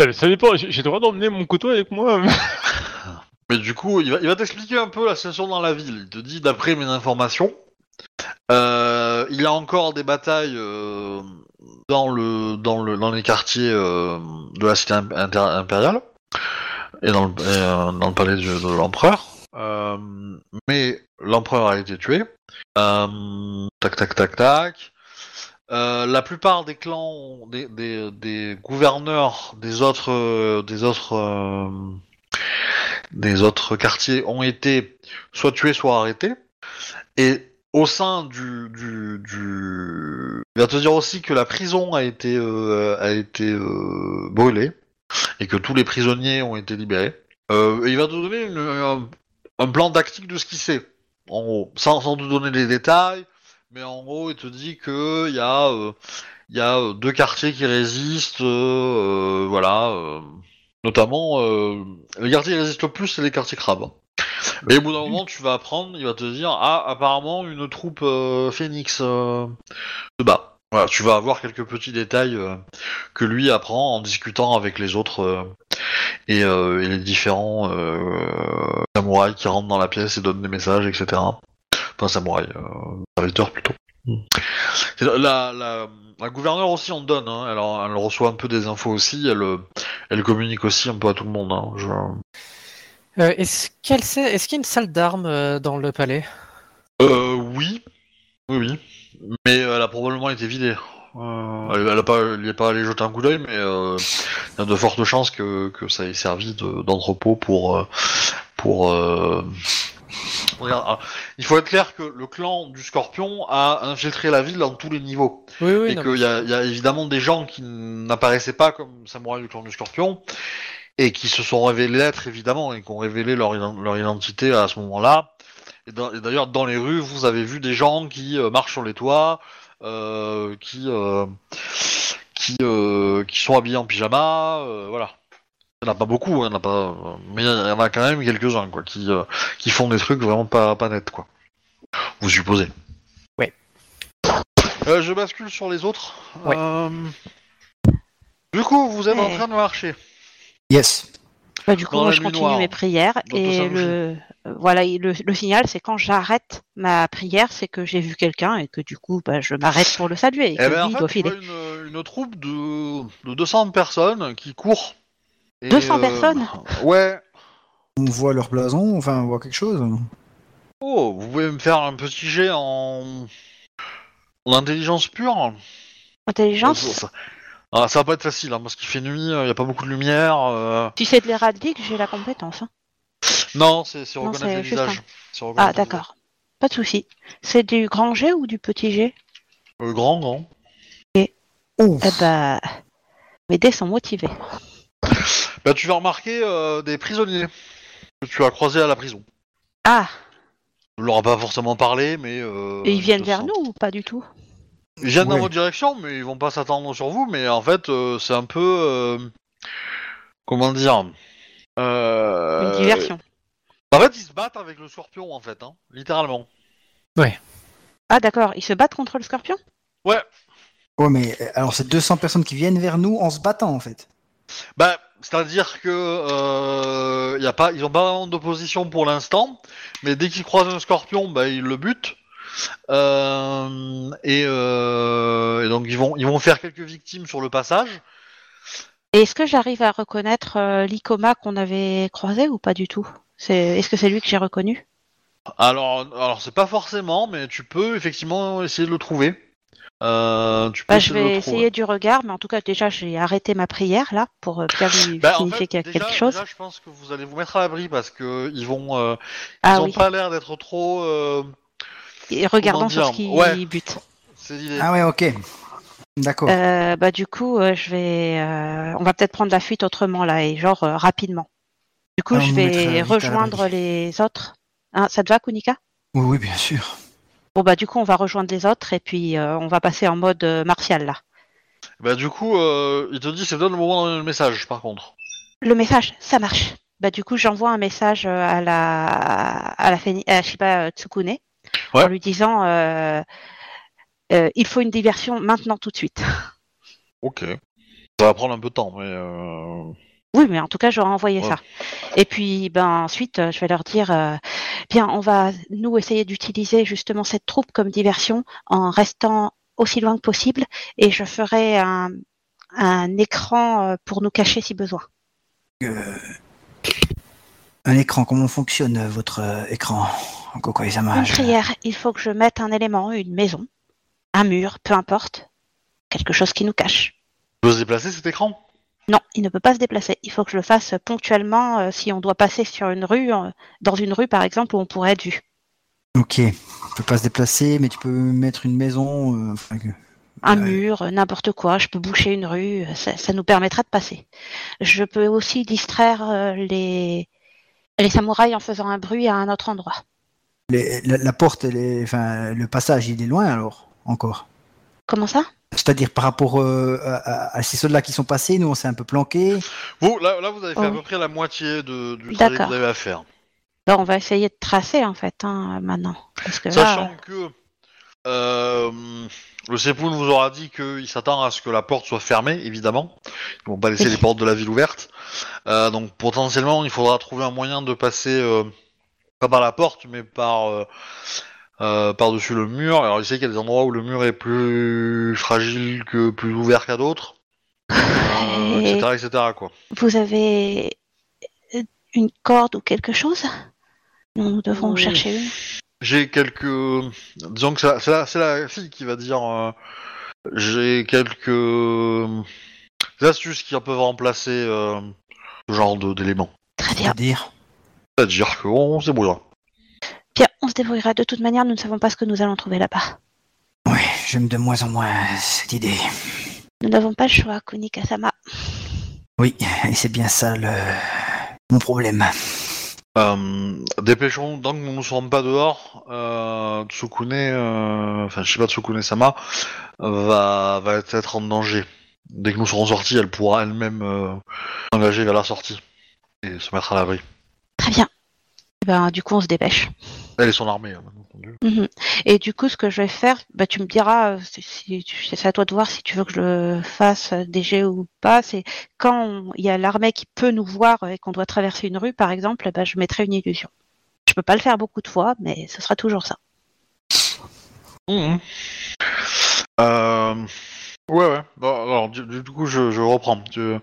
Speaker 4: Ah, mais Ça dépend, j'ai j'ai le droit d'emmener mon couteau avec moi.
Speaker 3: Mais du coup, il va, il va t'expliquer un peu la situation dans la ville. Il te dit, d'après mes informations, euh, il y a encore des batailles euh, dans, le, dans, le, dans les quartiers euh, de la cité im- inter- impériale et dans le, et, euh, dans le palais du- de l'empereur. Euh, mais l'empereur a été tué. Euh, tac, tac, tac, tac. Euh, la plupart des clans, ont- des, des, des gouverneurs des autres, euh, des autres euh, des autres quartiers ont été soit tués, soit arrêtés. Et au sein du, du, du... Il va te dire aussi que la prison a été, euh, a été euh, brûlée et que tous les prisonniers ont été libérés. Euh, et il va te donner une- un, un plan tactique de ce qu'il sait, en gros, sans, sans te donner les détails. Mais en gros, il te dit qu'il y a, euh, il y a euh, deux quartiers qui résistent, euh, euh, voilà, euh, notamment euh, les quartiers qui résistent le plus, c'est les quartiers crabes. Mais au bout d'un moment, tu vas apprendre, il va te dire Ah, apparemment, une troupe euh, phoenix euh, se bat. Voilà, tu vas avoir quelques petits détails euh, que lui apprend en discutant avec les autres euh, et, euh, et les différents euh, samouraïs qui rentrent dans la pièce et donnent des messages, etc. Enfin, samouraï, euh, serviteur plutôt. C'est La, la, la gouverneure aussi en donne, hein. elle, en- elle reçoit un peu des infos aussi, elle, euh, elle communique aussi un peu à tout le monde. hein. Je-
Speaker 5: Euh, Est-ce qu'elle sait- est-ce qu'il y a une salle d'armes euh, dans le palais
Speaker 3: Euh, oui. Oui, oui. Mais euh, elle a probablement été vidée. Euh, elle, elle a pas, elle y est pas allée jeter un coup d'œil, mais euh, il y a de fortes chances que, que ça ait servi de- d'entrepôt pour. euh, pour euh, regarde, ah, il faut être clair que le clan du scorpion a infiltré la ville dans tous les niveaux.
Speaker 5: Oui, oui,
Speaker 3: et
Speaker 5: non,
Speaker 3: qu'il y, a- il y a évidemment des gens qui n'apparaissaient pas comme samouraïs du clan du scorpion et qui se sont révélés être évidemment et qui ont révélé leur, ident- leur identité à ce moment-là. Et dans- et d'ailleurs, dans les rues, vous avez vu des gens qui euh, marchent sur les toits, euh, qui, euh, qui, euh, qui sont habillés en pyjama, euh, voilà. Il n'y en a pas beaucoup, hein, il y en a pas, euh, mais il y en a quand même quelques-uns quoi, qui, euh, qui font des trucs vraiment pas, pas nets. Quoi. Vous supposez.
Speaker 5: Ouais.
Speaker 3: Euh, je bascule sur les autres.
Speaker 5: Ouais.
Speaker 3: Euh, Du coup, vous êtes en
Speaker 2: Ouais.
Speaker 3: train de marcher.
Speaker 1: Yes.
Speaker 2: Bah, du coup,
Speaker 3: Dans
Speaker 2: moi,
Speaker 3: la
Speaker 2: je
Speaker 3: nuit
Speaker 2: continue
Speaker 3: noire,
Speaker 2: mes prières
Speaker 3: dans tout ça,
Speaker 2: et
Speaker 3: vous
Speaker 2: le euh, voilà et le, le signal, c'est quand j'arrête ma prière, c'est que j'ai vu quelqu'un et que du coup, bah, je m'arrête pour le saluer et
Speaker 3: Eh
Speaker 2: que
Speaker 3: ben,
Speaker 2: lui
Speaker 3: en
Speaker 2: doit
Speaker 3: fait, tu
Speaker 2: filer.
Speaker 3: vois une, une troupe de, de 200 personnes qui courent. Et, euh,
Speaker 2: 200 personnes
Speaker 3: bah, Ouais.
Speaker 1: On voit leur blason, enfin, on voit quelque chose.
Speaker 3: Oh, vous pouvez me faire un petit jet en, en intelligence pure
Speaker 2: Intelligence.
Speaker 3: Ça- ça- Ah, ça va pas être facile, hein, parce qu'il fait nuit, il n'y a pas beaucoup de lumière. euh,
Speaker 2: Si c'est de l'héraldique, j'ai la compétence. hein.
Speaker 3: Non, c'est c'est
Speaker 2: Non,
Speaker 3: reconnaître
Speaker 2: c'est
Speaker 3: les
Speaker 2: juste
Speaker 3: visages. C'est reconnaître
Speaker 2: Ah,
Speaker 3: les
Speaker 2: d'accord. Pas de souci. C'est du grand G ou du petit G
Speaker 3: visages. Euh, grand, grand.
Speaker 1: Ouf.
Speaker 2: Eh ben, mes dés sont motivés.
Speaker 3: Bah, tu vas remarquer euh, des prisonniers que tu as croisés à la prison.
Speaker 2: Ah,
Speaker 3: On leur a pas forcément parlé, mais. euh,
Speaker 2: et ils viennent
Speaker 3: te
Speaker 2: vers
Speaker 3: sens-
Speaker 2: nous ou pas du tout
Speaker 3: Ils viennent dans
Speaker 1: Ouais.
Speaker 3: votre direction, mais ils vont pas s'attendre sur vous. Mais en fait, euh, c'est un peu. euh, Comment dire
Speaker 2: Une
Speaker 3: Euh,
Speaker 2: diversion.
Speaker 3: En fait, ils se battent avec le scorpion, en fait, hein, littéralement.
Speaker 2: Ah, d'accord. Ils se battent contre le scorpion
Speaker 1: Ouais, mais euh, alors, c'est 200 personnes qui viennent vers nous en se battant, en fait.
Speaker 3: Bah, c'est-à-dire que euh, y a pas, ils ont pas vraiment d'opposition pour l'instant, mais dès qu'ils croisent un scorpion, bah, ils le butent. Euh, et, euh, et donc ils vont, ils vont faire quelques victimes sur le passage.
Speaker 2: Et est-ce que j'arrive à reconnaître euh, l'icoma qu'on avait croisé ou pas du tout C'est- Est-ce que c'est lui que j'ai reconnu
Speaker 3: Alors, alors c'est pas forcément, mais tu peux effectivement essayer de le trouver. Euh, tu peux
Speaker 2: bah, Je
Speaker 3: essayer de
Speaker 2: vais
Speaker 3: le trouver.
Speaker 2: essayer du regard, mais en tout cas, déjà, j'ai arrêté ma prière là pour euh, bien lui
Speaker 3: Bah, en
Speaker 2: signifier
Speaker 3: fait,
Speaker 2: qu'il y a
Speaker 3: déjà,
Speaker 2: quelque chose.
Speaker 3: déjà, je pense que vous allez vous mettre à l'abri parce que ils vont, euh, ils
Speaker 2: ah
Speaker 3: ont
Speaker 2: oui,
Speaker 3: pas l'air d'être trop. euh,
Speaker 2: et regardant
Speaker 3: comment
Speaker 2: sur ce
Speaker 3: dire
Speaker 2: qui
Speaker 3: Ouais.
Speaker 2: bute.
Speaker 3: c'est l'idée.
Speaker 1: Ah ouais, ok. D'accord.
Speaker 2: Euh, bah, du coup, euh, je vais, euh, on va peut-être prendre la fuite autrement là et genre euh, rapidement. Du coup,
Speaker 1: Ah, on
Speaker 2: je
Speaker 1: nous mettra
Speaker 2: vais
Speaker 1: vite à l'abri.
Speaker 2: rejoindre les autres. Hein, ça te va, Kunika
Speaker 1: Oui, oui, bien sûr.
Speaker 2: Bon bah du coup on va rejoindre les autres et puis euh, on va passer en mode euh, martial là.
Speaker 3: Bah du coup, euh, il te dit c'est bien le moment d'envoyer le message par contre.
Speaker 2: Le message, ça marche. Bah du coup j'envoie un message euh, à la à la Féni- à Shiba euh, Tsukune en
Speaker 3: Ouais.
Speaker 2: lui disant euh, euh, il faut une diversion maintenant tout de suite.
Speaker 3: Ok. Ça va prendre un peu de temps, mais... euh,
Speaker 2: Oui, mais en tout cas, j'aurais envoyé
Speaker 3: Ouais.
Speaker 2: ça. Et puis, ben ensuite, euh, je vais leur dire, euh, bien, on va nous essayer d'utiliser justement cette troupe comme diversion en restant aussi loin que possible, et je ferai un, un écran euh, pour nous cacher si besoin.
Speaker 1: Euh, un écran, comment fonctionne euh, votre euh, écran Coco et
Speaker 2: Une prière, il faut que je mette un élément, une maison, un mur, peu importe, quelque chose qui nous cache.
Speaker 3: peut se déplacer cet écran
Speaker 2: Non, il ne peut pas se déplacer. Il faut que je le fasse ponctuellement euh, si on doit passer sur une rue, euh, dans une rue par exemple où on pourrait être vu.
Speaker 1: Ok, tu peux pas se déplacer, mais tu peux mettre une maison. euh, enfin, que-
Speaker 2: un
Speaker 1: Ouais.
Speaker 2: mur, euh, n'importe quoi, je peux boucher une rue, euh, ça, ça nous permettra de passer. Je peux aussi distraire euh, les, les samouraïs en faisant un bruit à un autre endroit.
Speaker 1: les- la, la porte, elle est- enfin, le passage, il est loin alors, encore.
Speaker 2: Comment ça
Speaker 1: C'est-à-dire par rapport euh, à, à- à ces soldats qui sont passés, nous on s'est un peu planqués.
Speaker 3: Vous, là, là, vous avez fait à
Speaker 2: Oh.
Speaker 3: peu près la moitié de, du travail que
Speaker 2: D'accord.
Speaker 3: vous avez à faire.
Speaker 2: Ben, On va essayer de tracer en fait hein, maintenant. Parce que là,
Speaker 3: Sachant que euh, le Sepoun vous aura dit qu'il s'attend à ce que la porte soit fermée, évidemment. Ils vont pas laisser
Speaker 2: Oui.
Speaker 3: les portes de la ville ouvertes. Euh, donc potentiellement, il faudra trouver un moyen de passer euh, pas par la porte, mais par euh, euh, par-dessus le mur. Alors il sait qu'il y a des endroits où le mur est plus fragile que plus ouvert qu'à d'autres, euh,
Speaker 2: Et-
Speaker 3: etc., etc. Quoi.
Speaker 2: vous avez une corde ou quelque chose Nous devons
Speaker 3: Ouh.
Speaker 2: chercher une.
Speaker 3: J'ai quelques. Disons que c'est la- c'est la, c'est la fille qui va dire. euh, J'ai quelques euh, astuces qui peuvent remplacer euh, ce genre de- d'éléments.
Speaker 2: Très Ah, bien.
Speaker 1: C'est-à-dire,
Speaker 3: C'est-à-dire qu'on se débrouillera.
Speaker 2: Bien, on se débrouillera. De toute manière, nous ne savons pas ce que nous allons trouver là-bas.
Speaker 1: ouais, j'aime de moins en moins cette idée.
Speaker 2: Nous n'avons pas le choix, Kunikasama.
Speaker 1: Oui, et c'est bien ça le... mon problème.
Speaker 3: Euh, dépêchons donc nous ne serons pas dehors. Euh, Tsukune, euh, enfin je sais pas Tsukune Sama va va être en danger. Dès que nous serons sortis, elle pourra elle-même euh, s'engager vers la sortie et se mettre à l'abri.
Speaker 2: Très bien. Eh Ben, du coup, on se dépêche.
Speaker 3: Elle et son armée, hein, bien entendu.
Speaker 2: Mhm. Et du coup, ce que je vais faire, bah, tu me diras, euh, si, si tu- c'est à toi de voir si tu veux que je le fasse euh, DG ou pas. C'est quand on- il y a l'armée qui peut nous voir et qu'on doit traverser une rue, par exemple, bah, je mettrai une illusion. Je peux pas le faire beaucoup de fois, mais ce sera toujours ça.
Speaker 3: Mhm. Euh, Ouais, ouais. Bon, alors, du, du coup, je, je reprends. Je,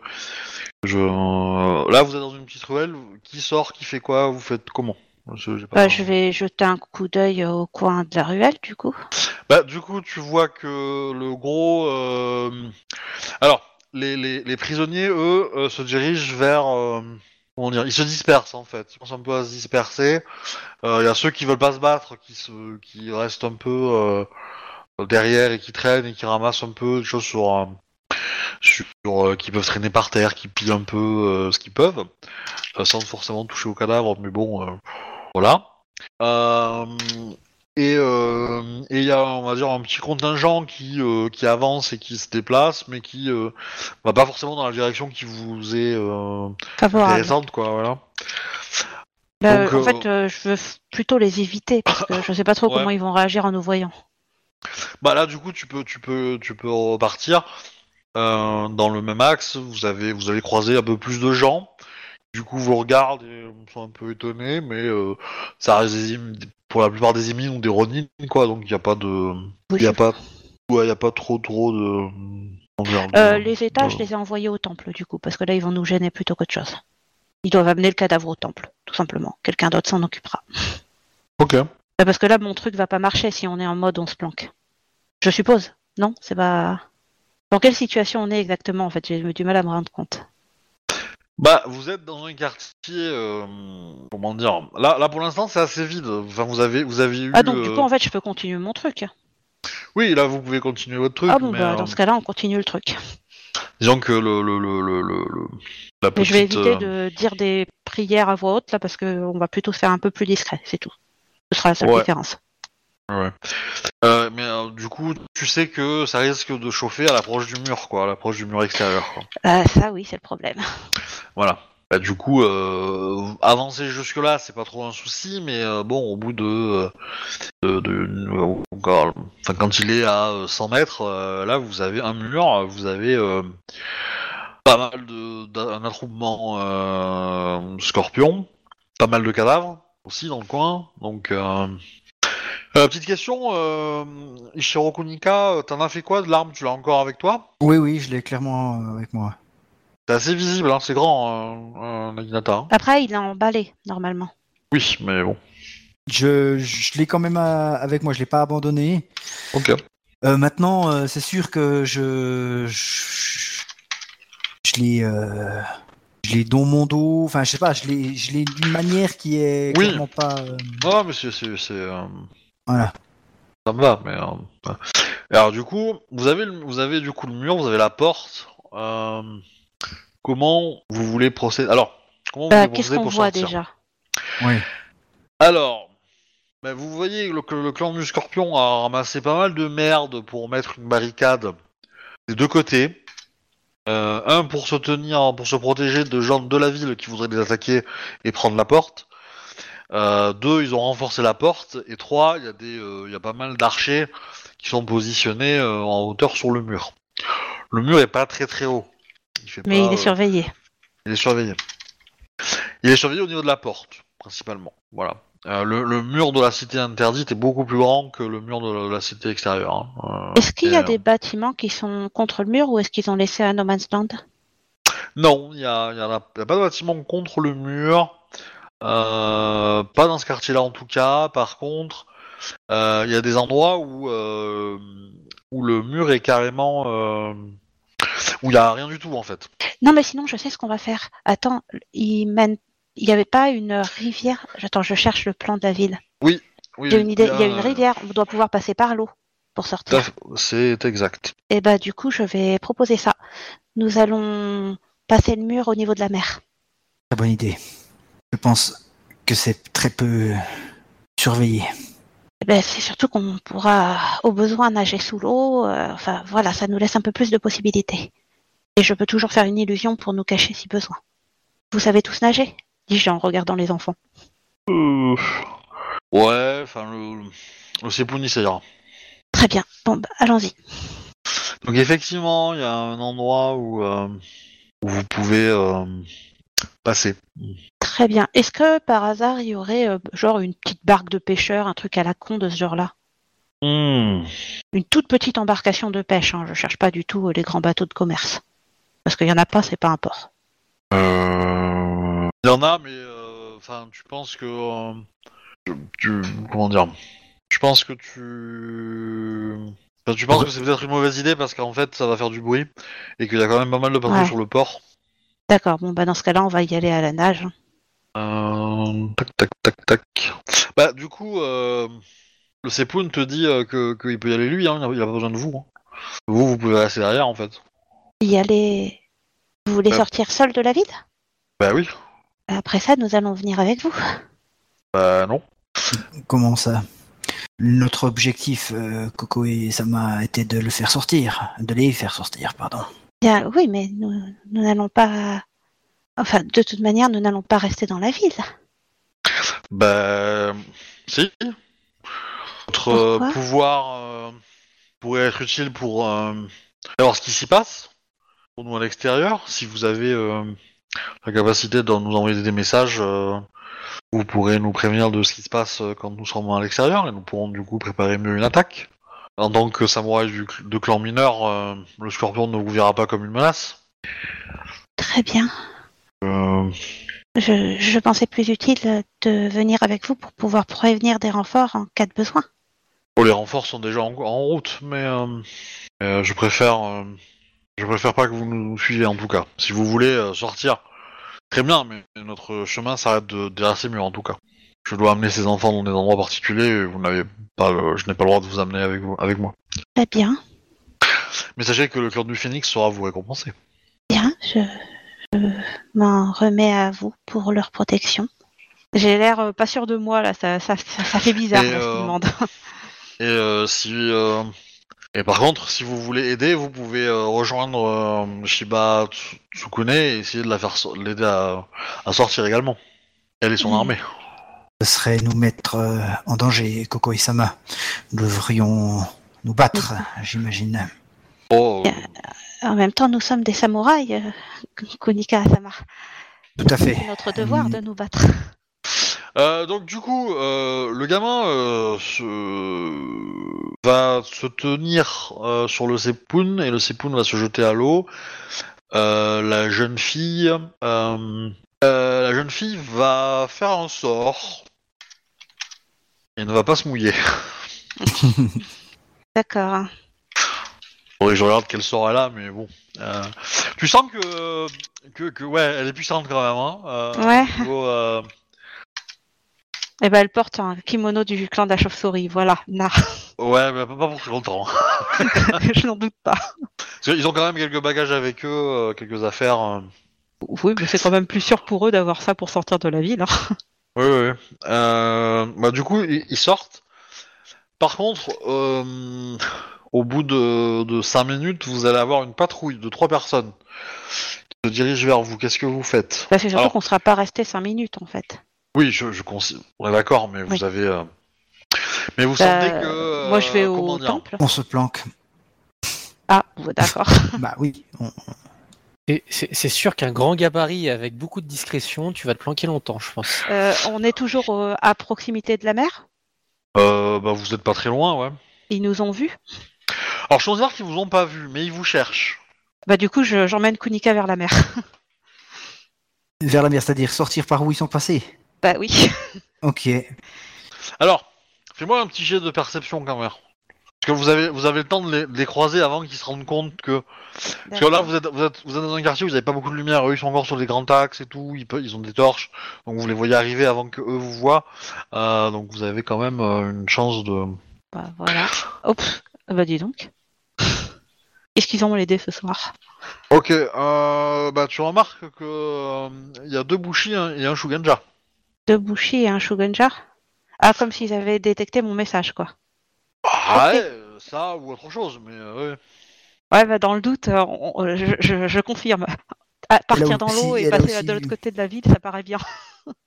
Speaker 3: je- euh, Là, vous êtes dans une petite ruelle. Qui sort Qui fait quoi Vous faites comment Je- j'ai pas-
Speaker 2: Bah, je vais jeter un coup d'œil au coin de la ruelle, du coup.
Speaker 3: Bah, du coup, tu vois que le gros. euh, Alors, les, les- les prisonniers, eux, euh, se dirigent vers. euh, Comment dire Ils se dispersent, en fait. Ils commencent un peu à se disperser. Euh, Il y a ceux qui veulent pas se battre, qui, se... qui restent un peu euh, derrière et qui traînent et qui ramassent un peu des choses sur. euh, sur euh, qui peuvent traîner par terre, qui pillent un peu euh, ce qu'ils peuvent, euh, sans forcément toucher au cadavre, mais bon, euh, voilà. Euh, et euh, et il y a, on va dire, un petit contingent qui, euh, qui avance et qui se déplace, mais qui euh, va pas forcément dans la direction qui vous est euh,
Speaker 2: Favorable.
Speaker 3: intéressante, quoi, voilà.
Speaker 2: Bah,
Speaker 3: Donc,
Speaker 2: en
Speaker 3: euh,
Speaker 2: fait, euh, je veux f- plutôt les éviter parce que je sais pas trop
Speaker 3: Ouais.
Speaker 2: comment ils vont réagir en nous voyant.
Speaker 3: Bah là, du coup, tu peux, tu peux, tu peux repartir euh, dans le même axe. Vous avez, vous allez croiser un peu plus de gens. Du coup, vous regardez, euh, sont un peu étonnés, mais euh, ça reste des im- pour la plupart des émines ou des ronines, quoi. Donc il y a pas de, il y a pas, ouais, il y a pas trop, trop de. comment dire, de-
Speaker 2: Euh, les états, je
Speaker 3: de-
Speaker 2: les ai envoyés au temple, du coup, parce que là, ils vont nous gêner plutôt qu'autre chose. Ils doivent amener le cadavre au temple, tout simplement. Quelqu'un d'autre s'en occupera.
Speaker 3: Ok.
Speaker 2: Euh, Parce que là, mon truc va pas marcher si on est en mode on se planque. Je suppose. Non, c'est pas. Dans quelle situation on est exactement, en fait J'ai eu du mal à me rendre compte.
Speaker 3: Bah, vous êtes dans un quartier, euh, comment dire Là, là pour l'instant, c'est assez vide. Enfin, vous avez, vous avez eu.
Speaker 2: Ah, donc, du
Speaker 3: euh,
Speaker 2: coup, en fait, je peux continuer mon truc.
Speaker 3: Oui, là, vous pouvez continuer votre truc.
Speaker 2: ah, bon,
Speaker 3: mais,
Speaker 2: bah,
Speaker 3: euh,
Speaker 2: dans ce cas-là, on continue le truc.
Speaker 3: Disons que le, le, le, le, le- le- la
Speaker 2: Mais
Speaker 3: petite.
Speaker 2: je vais éviter
Speaker 3: euh,
Speaker 2: de dire des prières à voix haute, là, parce qu'on va plutôt se faire un peu plus discret, c'est tout. Ce sera la seule
Speaker 3: Ouais.
Speaker 2: différence.
Speaker 3: Ouais. Euh, mais euh, du coup, tu sais que ça risque de chauffer à l'approche du mur, quoi, à l'approche du mur extérieur. Quoi.
Speaker 2: Ah, ça, oui, c'est le problème.
Speaker 3: Voilà. Bah, du coup, euh, avancer jusque-là, c'est pas trop un souci, mais euh, bon, au bout de. euh, de, de- encore- enfin, quand il est à euh, 100 mètres, euh, là, vous avez un mur, vous avez euh, pas mal de- d'un attroupement euh, scorpion, pas mal de cadavres aussi dans le coin, donc. euh, euh, petite question, euh, Ishiro Kunika, euh, t'en as fait quoi de l'arme Tu l'as encore avec toi
Speaker 1: Oui, oui, je l'ai clairement euh, avec moi.
Speaker 3: C'est assez visible, hein, c'est grand, euh, euh, Naginata, hein.
Speaker 2: Après, il l'a emballé, normalement.
Speaker 3: Oui, mais bon.
Speaker 1: Je, je l'ai quand même euh, avec moi, je l'ai pas abandonné.
Speaker 3: Ok.
Speaker 1: Euh, maintenant, euh, c'est sûr que je. Je, je l'ai. euh, je l'ai dans mon dos, enfin je sais pas, je l'ai, je l'ai d'une manière qui est
Speaker 3: Oui.
Speaker 1: clairement pas. euh,
Speaker 3: Non, mais c'est. c'est- c'est, euh,
Speaker 1: voilà.
Speaker 3: Ça me va, mais. euh, bah. Alors, du coup, vous avez, le- vous avez du coup le mur, vous avez la porte. euh, Comment vous voulez procéder Alors, comment vous
Speaker 2: Bah,
Speaker 3: voulez
Speaker 2: Qu'est-ce
Speaker 3: procéder
Speaker 2: qu'on
Speaker 3: pour
Speaker 2: voit
Speaker 3: sortir
Speaker 2: déjà
Speaker 1: Oui.
Speaker 3: Alors, bah, vous voyez le- que le, clan du scorpion a ramassé pas mal de merde pour mettre une barricade des deux côtés. Euh, un pour se tenir, pour se protéger de gens de la ville qui voudraient les attaquer et prendre la porte. Euh, deux, ils ont renforcé la porte. Et trois, il y, a des, euh, il y a pas mal d'archers qui sont positionnés euh, en hauteur sur le mur. Le mur est pas très très haut. Il fait
Speaker 2: Mais
Speaker 3: pas,
Speaker 2: il est
Speaker 3: euh,
Speaker 2: surveillé.
Speaker 3: il est surveillé. Il est surveillé au niveau de la porte, principalement. Voilà. Euh, le, le mur de la cité interdite est beaucoup plus grand que le mur de la, de la cité extérieure. hein. Euh,
Speaker 2: Est-ce qu'il y a
Speaker 3: et, euh,
Speaker 2: des bâtiments qui sont contre le mur ou est-ce qu'ils ont laissé un No Man's Land
Speaker 3: Non, il n'y a, il y en a- il y a pas de bâtiment contre le mur. Euh, pas dans ce quartier-là en tout cas. Par contre, euh, il y a des endroits où, euh, où le mur est carrément... euh, où il n'y a rien du tout en fait.
Speaker 2: Non, mais sinon, je sais ce qu'on va faire. Attends, il mène. Il n'y avait pas une rivière Attends, je cherche le plan de la ville.
Speaker 3: Oui,
Speaker 2: J'ai une idée. Il y a
Speaker 3: euh,
Speaker 2: une rivière. On doit pouvoir passer par l'eau pour
Speaker 3: tout à
Speaker 2: sortir.
Speaker 3: fait, C'est exact.
Speaker 2: Et bah, du coup, je vais proposer ça. Nous allons passer le mur au niveau de la mer.
Speaker 1: Très bonne idée. Je pense que c'est très peu surveillé.
Speaker 2: Eh ben, c'est surtout qu'on pourra, au besoin, nager sous l'eau. euh, enfin, voilà, ça nous laisse un peu plus de possibilités. Et je peux toujours faire une illusion pour nous cacher si besoin. Vous savez tous nager dis-je en regardant les enfants.
Speaker 3: Euh, Ouais, enfin le, le Sepouni, ça ira.
Speaker 2: Très bien. Bon, bah, allons-y.
Speaker 3: Donc effectivement, il y a un endroit où, euh, où vous pouvez euh, passer.
Speaker 2: Très bien. Est-ce que par hasard, il y aurait euh, genre une petite barque de pêcheurs, un truc à la con de ce genre-là
Speaker 3: Hmm.
Speaker 2: Une toute petite embarcation de pêche. Hein. Je cherche pas du tout euh, les grands bateaux de commerce. Parce qu'il y en a pas, c'est pas un port.
Speaker 3: Euh, Il y en a, mais euh, enfin, tu penses que euh, tu, tu- comment dire Je pense que tu enfin, tu penses que c'est peut-être une mauvaise idée parce qu'en fait, ça va faire du bruit et qu'il y a quand même pas mal de patrouilles
Speaker 2: Ouais.
Speaker 3: sur le port.
Speaker 2: D'accord. Bon, bah dans ce cas-là, on va y aller à la nage. hein.
Speaker 3: Euh, tac, tac, tac, tac. Bah, du coup, euh, le Sepoun te dit euh, que qu'il peut y aller lui, hein, il a- il a pas besoin de vous. hein. Vous, vous pouvez rester derrière, en fait.
Speaker 2: Y aller. Vous voulez
Speaker 3: Euh.
Speaker 2: sortir seul de la ville
Speaker 3: Bah oui.
Speaker 2: Après ça, nous allons venir avec vous.
Speaker 3: Bah non.
Speaker 1: Comment ça Notre objectif, euh, Coco et Sama, était de le faire sortir, de les faire sortir, pardon.
Speaker 2: Bien, oui, mais nous nous n'allons pas. Enfin, de toute manière, nous n'allons pas rester dans la ville.
Speaker 3: Bah... Si. Votre euh,
Speaker 2: Pourquoi
Speaker 3: pouvoir euh, pourrait être utile pour euh, savoir ce qui s'y passe, pour nous à l'extérieur. Si vous avez euh, la capacité de nous envoyer des messages, euh, vous pourrez nous prévenir de ce qui se passe euh, quand nous serons à l'extérieur, et nous pourrons du coup préparer mieux une attaque. En tant que samouraï du cl- de clan mineur, euh, le scorpion ne vous verra pas comme une menace.
Speaker 2: Très bien.
Speaker 3: Euh,
Speaker 2: Je, je pensais plus utile de venir avec vous pour pouvoir prévenir des renforts en cas de besoin.
Speaker 3: Bon, Oh, les renforts sont déjà en, en route, mais euh, euh, je préfère, euh, je préfère pas que vous nous suiviez en tout cas. Si vous voulez euh, sortir, très bien, mais notre chemin s'arrête de, derrière ces murs en tout cas. Je dois amener ces enfants dans des endroits particuliers. Et vous n'avez pas, le- je n'ai pas le droit de vous amener avec vous, avec moi.
Speaker 2: Très bien.
Speaker 3: Mais sachez que le clan du Phénix saura vous récompenser.
Speaker 2: Bien, je, je m'en remets à vous pour leur protection. J'ai l'air euh, pas sûr de moi là, ça, ça, ça, ça fait bizarre
Speaker 3: Et,
Speaker 2: là, ce
Speaker 3: euh,
Speaker 2: qu'il demande.
Speaker 3: Et euh, si euh, et par contre, si vous voulez aider, vous pouvez euh, rejoindre euh, Shiba Tsu- Tsukune et essayer de la faire so- l'aider à, à sortir également. Elle et son
Speaker 2: Mhm.
Speaker 3: armée.
Speaker 1: Ce serait nous mettre euh, en danger, Coco et Sama. Nous devrions nous battre, j'imagine.
Speaker 3: Oh,
Speaker 2: Bien. En même temps, nous sommes des samouraïs, euh, Kunika Asama.
Speaker 1: Tout à fait.
Speaker 2: C'est notre devoir
Speaker 1: Mm.
Speaker 2: de nous battre.
Speaker 3: Euh, donc du coup, euh, le gamin euh, se... va se tenir euh, sur le Sepoun et le Sepoun va se jeter à l'eau. Euh, la jeune fille, euh, euh, la jeune fille va faire un sort et ne va pas se mouiller.
Speaker 2: D'accord. hein.
Speaker 3: Faudrait que je regarde quel sort elle a, mais bon. Euh, tu sens que, que que ouais, elle est puissante quand même. Hein, euh,
Speaker 2: Ouais.
Speaker 3: niveau, euh,
Speaker 2: Eh ben, elle porte un kimono du clan de la chauve-souris. Voilà. Nah,
Speaker 3: ouais, mais pas pas pour très longtemps.
Speaker 2: je n'en doute pas.
Speaker 3: Parce qu'ils ont quand même quelques bagages avec eux, euh, quelques affaires. euh.
Speaker 2: Oui, mais c'est quand même plus sûr pour eux d'avoir ça pour sortir de la ville. hein.
Speaker 3: Oui, oui. Euh, bah, du coup, ils ils sortent. Par contre, euh, au bout de, de 5 minutes, vous allez avoir une patrouille de trois personnes qui se dirigent vers vous. Qu'est-ce que vous faites
Speaker 2: Bah, c'est surtout
Speaker 3: Alors-
Speaker 2: qu'on ne sera pas resté cinq minutes, en fait.
Speaker 3: Oui, je, je consi- On est d'accord, mais vous
Speaker 2: Oui.
Speaker 3: avez. euh, Mais vous
Speaker 2: Bah,
Speaker 3: sentez que. euh,
Speaker 2: Moi, je vais
Speaker 3: comment
Speaker 2: au
Speaker 3: dire
Speaker 2: temple.
Speaker 1: On se planque.
Speaker 2: Ah, ouais, d'accord.
Speaker 1: Bah oui, on-
Speaker 5: Et C'est c'est sûr qu'un grand gabarit avec beaucoup de discrétion, tu vas te planquer longtemps, je pense.
Speaker 2: Euh, on est toujours euh, à proximité de la mer
Speaker 3: Euh, bah, vous êtes pas très loin, ouais.
Speaker 2: Ils nous ont vus
Speaker 3: Alors, je dire qu'ils vous ont pas vu, mais ils vous cherchent.
Speaker 2: Bah, du coup, je- j'emmène Kunika vers la mer.
Speaker 1: vers la mer, c'est-à-dire sortir par où ils sont passés.
Speaker 2: Bah oui.
Speaker 1: Ok.
Speaker 3: Alors, fais-moi un petit jet de perception quand même. Parce que vous avez, vous avez le temps de les, de les croiser avant qu'ils se rendent compte que. Parce que là, vous êtes, vous, êtes, vous êtes dans un quartier où vous n'avez pas beaucoup de lumière. Eux, ils sont encore sur des grands axes et tout. Ils, pe- ils ont des torches. Donc, vous les voyez arriver avant que eux vous voient. Euh, donc, vous avez quand même euh, une chance de.
Speaker 2: Bah, voilà. Oups. Ah Bah dis donc. Qu'est-ce qu'ils ont les dés ce soir
Speaker 3: Ok, euh, bah, tu remarques que euh, il y a deux Bushi hein, et un Shuganja.
Speaker 2: Deux Bushi et un Shugenjar Ah, comme s'ils avaient détecté mon message, quoi.
Speaker 3: Ah,
Speaker 2: Ok.
Speaker 3: ouais, euh, ça ou autre chose, mais euh, ouais.
Speaker 2: Ouais, bah dans le doute, euh, on- on- je, je- je confirme. À partir
Speaker 1: Elle a
Speaker 2: dans
Speaker 1: aussi-
Speaker 2: l'eau et
Speaker 1: elle a
Speaker 2: passer
Speaker 1: aussi-
Speaker 2: de l'autre côté de la ville, ça paraît bien.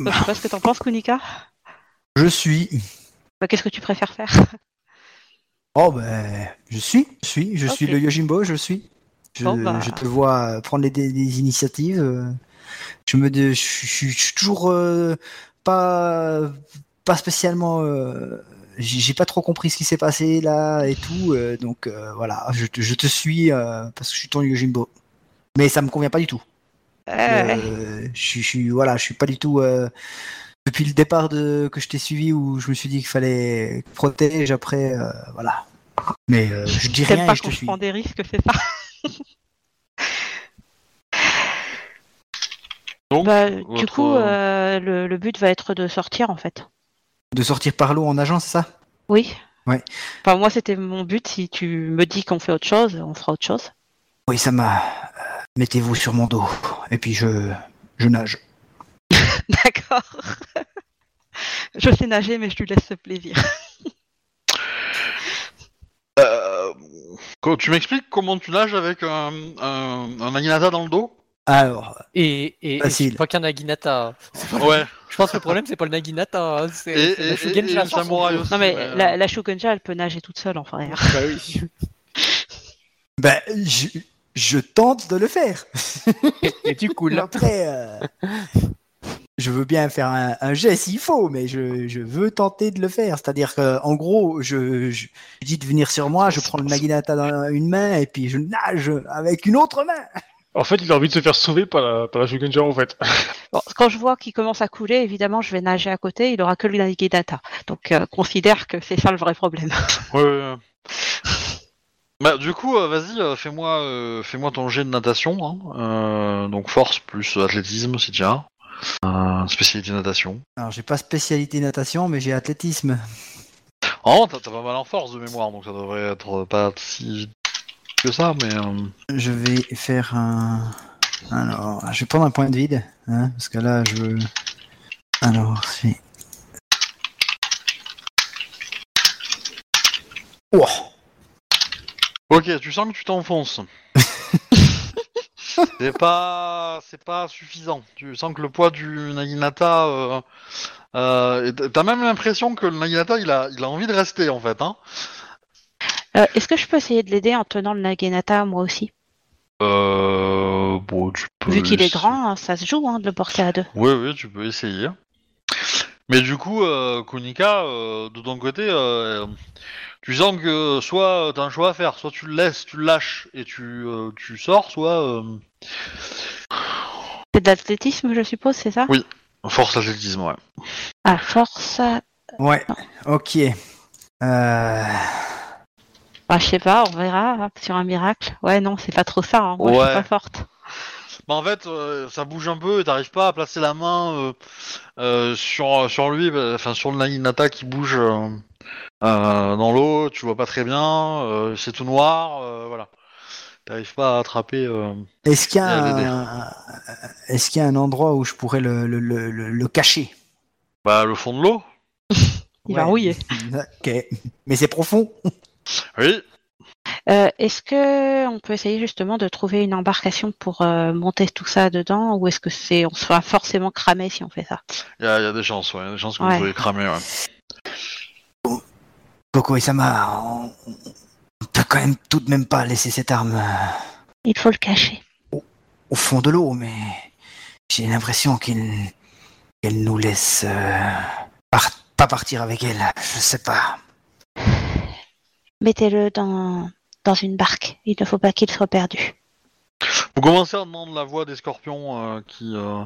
Speaker 2: Je sais pas ce que t'en penses, Kunika.
Speaker 1: Je suis.
Speaker 2: Bah, Qu'est-ce que tu préfères faire
Speaker 1: Oh ben, je suis, je suis, je suis
Speaker 2: Ok.
Speaker 1: le Yojimbo, je suis. Je,
Speaker 2: Bon, bah.
Speaker 1: je te vois prendre des, des- des initiatives. euh, Je me, dé- je, suis- je suis toujours euh, pas, pas spécialement. euh, J'ai j'ai pas trop compris ce qui s'est passé là et tout, euh, donc euh, voilà, je te, je te suis euh, parce que je suis ton Yojimbo. Mais ça me convient pas du tout.
Speaker 2: Euh,
Speaker 1: Euh, je, suis- je suis voilà, je suis pas du tout euh, depuis le départ de, que je t'ai suivi où je me suis dit qu'il fallait protéger après euh, voilà. Mais euh, je dis
Speaker 2: T'aimes
Speaker 1: rien
Speaker 2: pas
Speaker 1: et je
Speaker 2: quand
Speaker 1: te
Speaker 2: je
Speaker 1: suis.
Speaker 2: prends des risques, c'est ça
Speaker 3: Donc,
Speaker 2: Bah, du
Speaker 3: votre-
Speaker 2: coup, euh, le, le but va être de sortir, en fait.
Speaker 1: De sortir par l'eau en nageant, c'est ça
Speaker 2: Oui.
Speaker 1: Ouais.
Speaker 2: Enfin, moi, c'était mon but. Si tu me dis qu'on fait autre chose, on fera autre chose.
Speaker 1: Oui, ça m'a. euh, Mettez-vous sur mon dos et puis je je nage.
Speaker 2: D'accord. je sais nager, mais je lui laisse ce plaisir.
Speaker 3: Euh, co- tu m'expliques comment tu nages avec un, un, un Aguinata dans le dos
Speaker 1: Alors
Speaker 5: Et, et, et
Speaker 1: Facile.
Speaker 5: c'est pas qu'un naginata. C'est pas le-
Speaker 3: Ouais.
Speaker 5: Je pense que le problème, c'est pas le naginata, hein, c'est
Speaker 3: Et, et,
Speaker 5: c'est
Speaker 3: et,
Speaker 5: le Shugenja
Speaker 3: et le
Speaker 5: sur son
Speaker 3: samouraï
Speaker 5: dos.
Speaker 3: aussi.
Speaker 2: Non, mais
Speaker 3: ouais.
Speaker 2: la, la Shogunja, elle peut nager toute seule, en vrai.
Speaker 5: Bah oui.
Speaker 1: ben je, je tente de le faire.
Speaker 5: Et tu coules.
Speaker 1: Après. euh, Je veux bien faire un, un jet s'il faut, mais je, je veux tenter de le faire. C'est-à-dire que, en gros, je, je dis de venir sur moi, je prends le Maginata dans une main et puis je nage avec une autre main.
Speaker 4: En fait, il a envie de se faire sauver par la, par la Shogunja, en fait.
Speaker 2: Bon, quand je vois qu'il commence à couler, évidemment, je vais nager à côté. Il aura que le Nagidata. Donc, euh, considère que c'est ça le vrai problème.
Speaker 3: Ouais, ouais, ouais. Bah, du coup, euh, vas-y, euh, fais-moi euh, fais-moi ton jet de natation. hein. Euh, donc, force plus athlétisme, si tu as. Euh, spécialité natation.
Speaker 1: Alors, j'ai pas spécialité natation, mais j'ai athlétisme.
Speaker 3: Oh, t'as t'as pas mal en force de mémoire, donc ça devrait être pas si que ça, mais. euh,
Speaker 1: Je vais faire un. Alors, je vais prendre un point de vide, hein, parce que là, je. veux- Alors, c'est. Oh,
Speaker 3: Ok, tu sens que tu t'enfonces. c'est pas, c'est pas suffisant. Tu sens que le poids du Naginata, euh, euh, et t'as même l'impression que le Naginata, il a, il a envie de rester en fait. Hein.
Speaker 2: Euh, Est-ce que je peux essayer de l'aider en tenant le Naginata moi aussi
Speaker 3: Euh, bon, tu peux.
Speaker 2: Vu qu'il est
Speaker 3: essayer.
Speaker 2: grand, hein, ça se joue hein, de le porter à deux.
Speaker 3: Oui, oui, tu peux essayer. Mais du coup, euh, Kunika, euh, de ton côté, euh, tu sens que soit euh, t'as un choix à faire, soit tu le laisses, tu le lâches et tu, euh, tu sors, soit euh,
Speaker 2: C'est de l'athlétisme, je suppose, c'est ça
Speaker 3: Oui. force athlétisme, ouais.
Speaker 2: À force. euh,
Speaker 1: ouais, ok. Euh,
Speaker 2: bah, je sais pas, on verra hein, sur un miracle. Ouais, non, c'est pas trop ça. hein. Moi, je
Speaker 3: Ouais.
Speaker 2: suis pas forte.
Speaker 3: Bah, en fait, euh, ça bouge un peu et t'arrives pas à placer la main euh, euh, sur, sur lui, bah, enfin sur le Naginata qui bouge euh, euh, dans l'eau, tu vois pas très bien, euh, c'est tout noir, euh, voilà. T'arrives pas à attraper. euh,
Speaker 1: Est-ce qu'il y, a
Speaker 3: Il y a des
Speaker 1: un- est-ce qu'il y a un endroit où je pourrais le, le- le- le- le cacher
Speaker 3: bah, le fond de l'eau
Speaker 2: Il va rouiller.
Speaker 1: Ok, mais c'est profond.
Speaker 3: Oui.
Speaker 2: Euh, est-ce que on peut essayer justement de trouver une embarcation pour euh, monter tout ça dedans, ou est-ce que c'est on sera forcément cramé si on fait ça
Speaker 3: Il y, a- y a des chances, ouais. y a des chances que
Speaker 2: Ouais.
Speaker 3: vous pouvez cramer, ouais.
Speaker 1: Coco et Sama, on, on peut quand même tout de même pas laisser cette arme euh,
Speaker 2: Il faut le cacher.
Speaker 1: au fond de l'eau, mais j'ai l'impression qu'il- qu'elle nous laisse euh, par- pas partir avec elle. Je sais pas.
Speaker 2: Mettez-le dans dans une barque. Il ne faut pas qu'il soit perdu.
Speaker 3: Vous commencez à entendre la voix des scorpions euh, qui. euh,
Speaker 2: Bon,